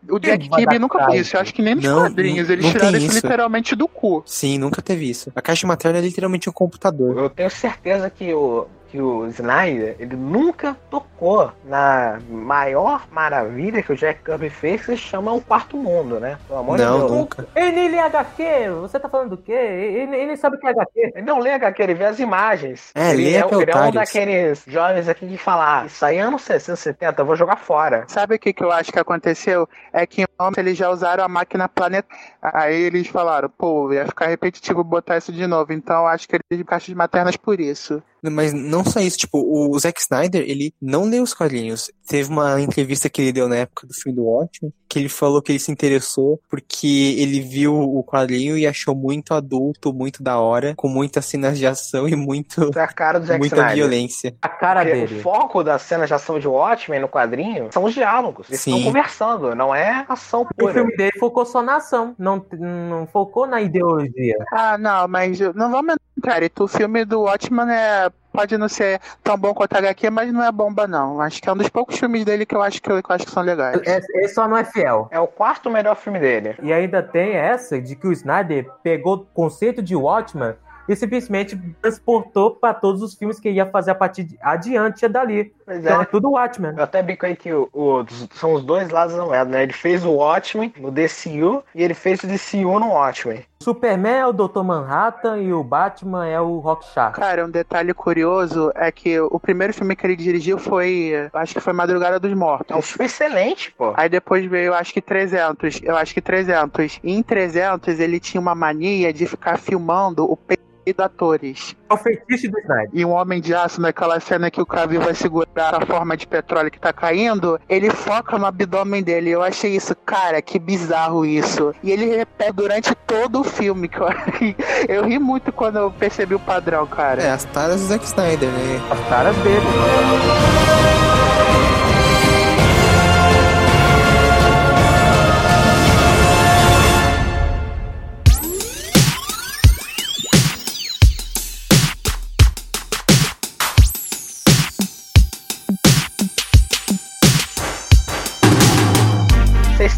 E: O Jack
C: vai
E: Kirby
C: dar
E: nunca
C: caixa?
E: fez isso, eu acho que nem nos
B: Não,
E: quadrinhos,
B: não-
E: eles
B: não tem
E: tiraram isso
B: isso.
E: literalmente do cu.
B: Sim, nunca teve isso. A caixa materna é literalmente um computador.
A: Eu tenho certeza que o, que o Snyder, ele nunca tocou na maior maravilha que o Jack Kirby fez, que se chama O Quarto Mundo, né? Pelo amor de
B: Não,
A: Deus.
B: nunca.
C: Ele, ele é HQ, você tá falando do quê? Ele, ele sabe o que é HQ.
A: Ele não lê HQ, ele vê as imagens.
B: É,
A: ele,
B: lê
A: é,
B: pra
A: ele é um
B: otários.
A: daqueles jovens aqui que fala, "Ah, isso aí é anos 60, 70, eu vou jogar fora.
E: Sabe o que, que eu acho que aconteceu? É que em Homens eles já usaram a máquina planetária. Aí eles falaram, pô, ia ficar repetitivo botar isso de novo. Então eu acho que eles caixas maternas por isso.
B: Mas não só isso, tipo, o Zack Snyder, ele não leu os quadrinhos. Teve uma entrevista que ele deu na época do filme do Watchmen, que ele falou que ele se interessou porque ele viu o quadrinho e achou muito adulto, muito da hora, com muitas cenas de ação e muito,
A: Isso é a cara do Zack
B: muita
A: Snyder.
B: violência.
C: A cara
A: Porque
C: dele.
A: o foco das cenas de ação de Watchmen no quadrinho são os diálogos. Eles
B: Sim.
A: estão conversando, não é ação
C: O
A: pura.
C: filme dele focou só na ação, não, não focou na ideologia.
E: Ah, não, mas não vamos entrar. E tu, O filme do Watchman é, pode não ser tão bom quanto a HQ, mas não é bomba, não. Acho que é um dos poucos filmes dele que eu acho que, que eu acho que são legais.
C: É- Ele só não é fiel.
A: É o quarto melhor filme dele.
C: E ainda tem essa de que o Snyder pegou o conceito de Watchman e simplesmente transportou para todos os filmes que ele ia fazer a partir de adiante dali.
A: Pois
C: Então é
A: é.
C: tudo Watchman.
A: Eu até bico aí que o, o- são os dois lados da moeda, né? Ele fez o Watchmen no DCU e ele fez o DCU no Watchmen.
C: O Superman é o Dr. Manhattan e o Batman é o Rock Shark.
E: Cara, um detalhe curioso é que o primeiro filme que ele dirigiu foi, acho que foi Madrugada dos
A: É um
E: Mortos.
A: filme excelente, pô.
E: Aí depois veio, acho que 300. Eu acho que 300. E em 300 ele tinha uma mania de ficar filmando o peito dos atores.
C: É o feitiço do Snyder.
E: E um homem de aço, naquela cena que o Cavill vai segurar a forma de petróleo que tá caindo, ele foca no abdômen dele. Eu achei isso, cara, que bizarro isso. E ele repete durante todo o filme. Que eu, [LAUGHS] eu ri muito quando eu percebi o padrão, cara.
B: É, as taras do Zack Snyder, né?
C: As caras dele.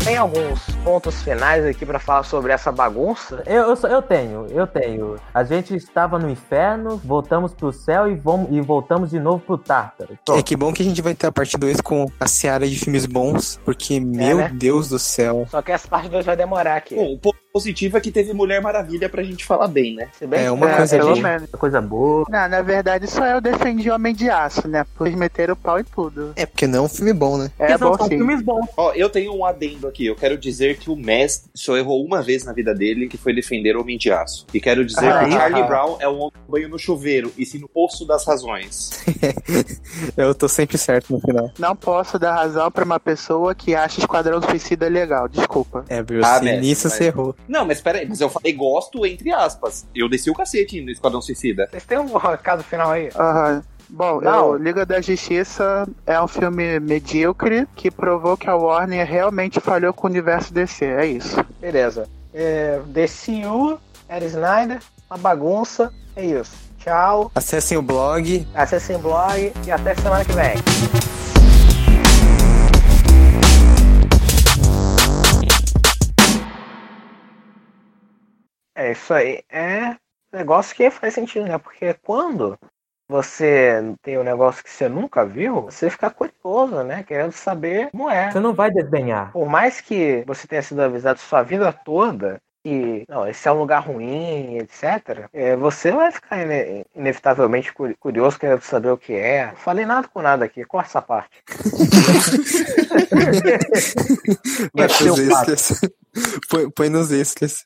A: tem alguns pontos finais aqui pra falar sobre essa bagunça?
C: Eu, eu, só- eu tenho, eu tenho. A gente estava no inferno, voltamos pro céu e, vamos, e voltamos de novo pro Tártaro.
B: É que bom que a gente vai ter a parte 2 com a seara de filmes bons, porque, meu
A: né?
B: Deus do céu.
A: Só que essa parte 2 vai demorar aqui.
D: Bom, o ponto positivo é que teve Mulher Maravilha pra gente falar bem, né?
A: Se bem
B: é
A: que
B: uma
A: pra-
B: coisa
A: eu-
E: pelo
B: de-
E: menos.
C: Coisa boa.
E: Não, na verdade, só eu defendi Homem de Aço, né? Pois meteram o pau em tudo.
B: É porque não é um filme bom, né?
E: É
C: são, um
E: bom
C: são
E: sim.
C: filmes bons.
D: Ó, eu tenho um adendo aqui. Eu quero dizer que o mestre só errou uma vez na vida dele, que foi defender o Homem de Aço. E quero dizer
E: Ah,
D: que
E: ah.
D: Charlie Brown é um homem que banho no chuveiro, e sim no poço das razões.
B: Eu tô sempre certo no final.
E: Não posso dar razão pra uma pessoa que acha Esquadrão Suicida legal, desculpa.
B: É, Bruce,
D: Ah, mestre,
B: nisso
D: mas-
B: você errou.
D: Não, mas peraí, mas eu falei gosto entre aspas. Eu desci o cacete no Esquadrão Suicida.
A: Vocês têm um [LAUGHS] recado final aí?
E: Aham. Bom,
A: Não.
E: eu, Liga da Justiça é um filme medíocre que provou que a Warner realmente falhou com o universo DC, é isso.
A: Beleza. É, DCU, Eric Snyder, uma bagunça. É isso. Tchau.
B: Acessem o blog,
A: Acessem o blog e até semana que vem. É isso aí. É negócio que faz sentido, né? Porque quando você tem um negócio que você nunca viu, você fica curioso, né? Querendo saber como é.
C: Você não vai desdenhar.
A: Por mais que você tenha sido avisado sua vida toda que não, esse é um lugar ruim, etc., é, você vai ficar ine- inevitavelmente cu- curioso, querendo saber o que é. Não falei nada com nada aqui, corta essa parte.
B: vai
C: Esse é o
B: pros extras. [LAUGHS] põe, põe nos extras.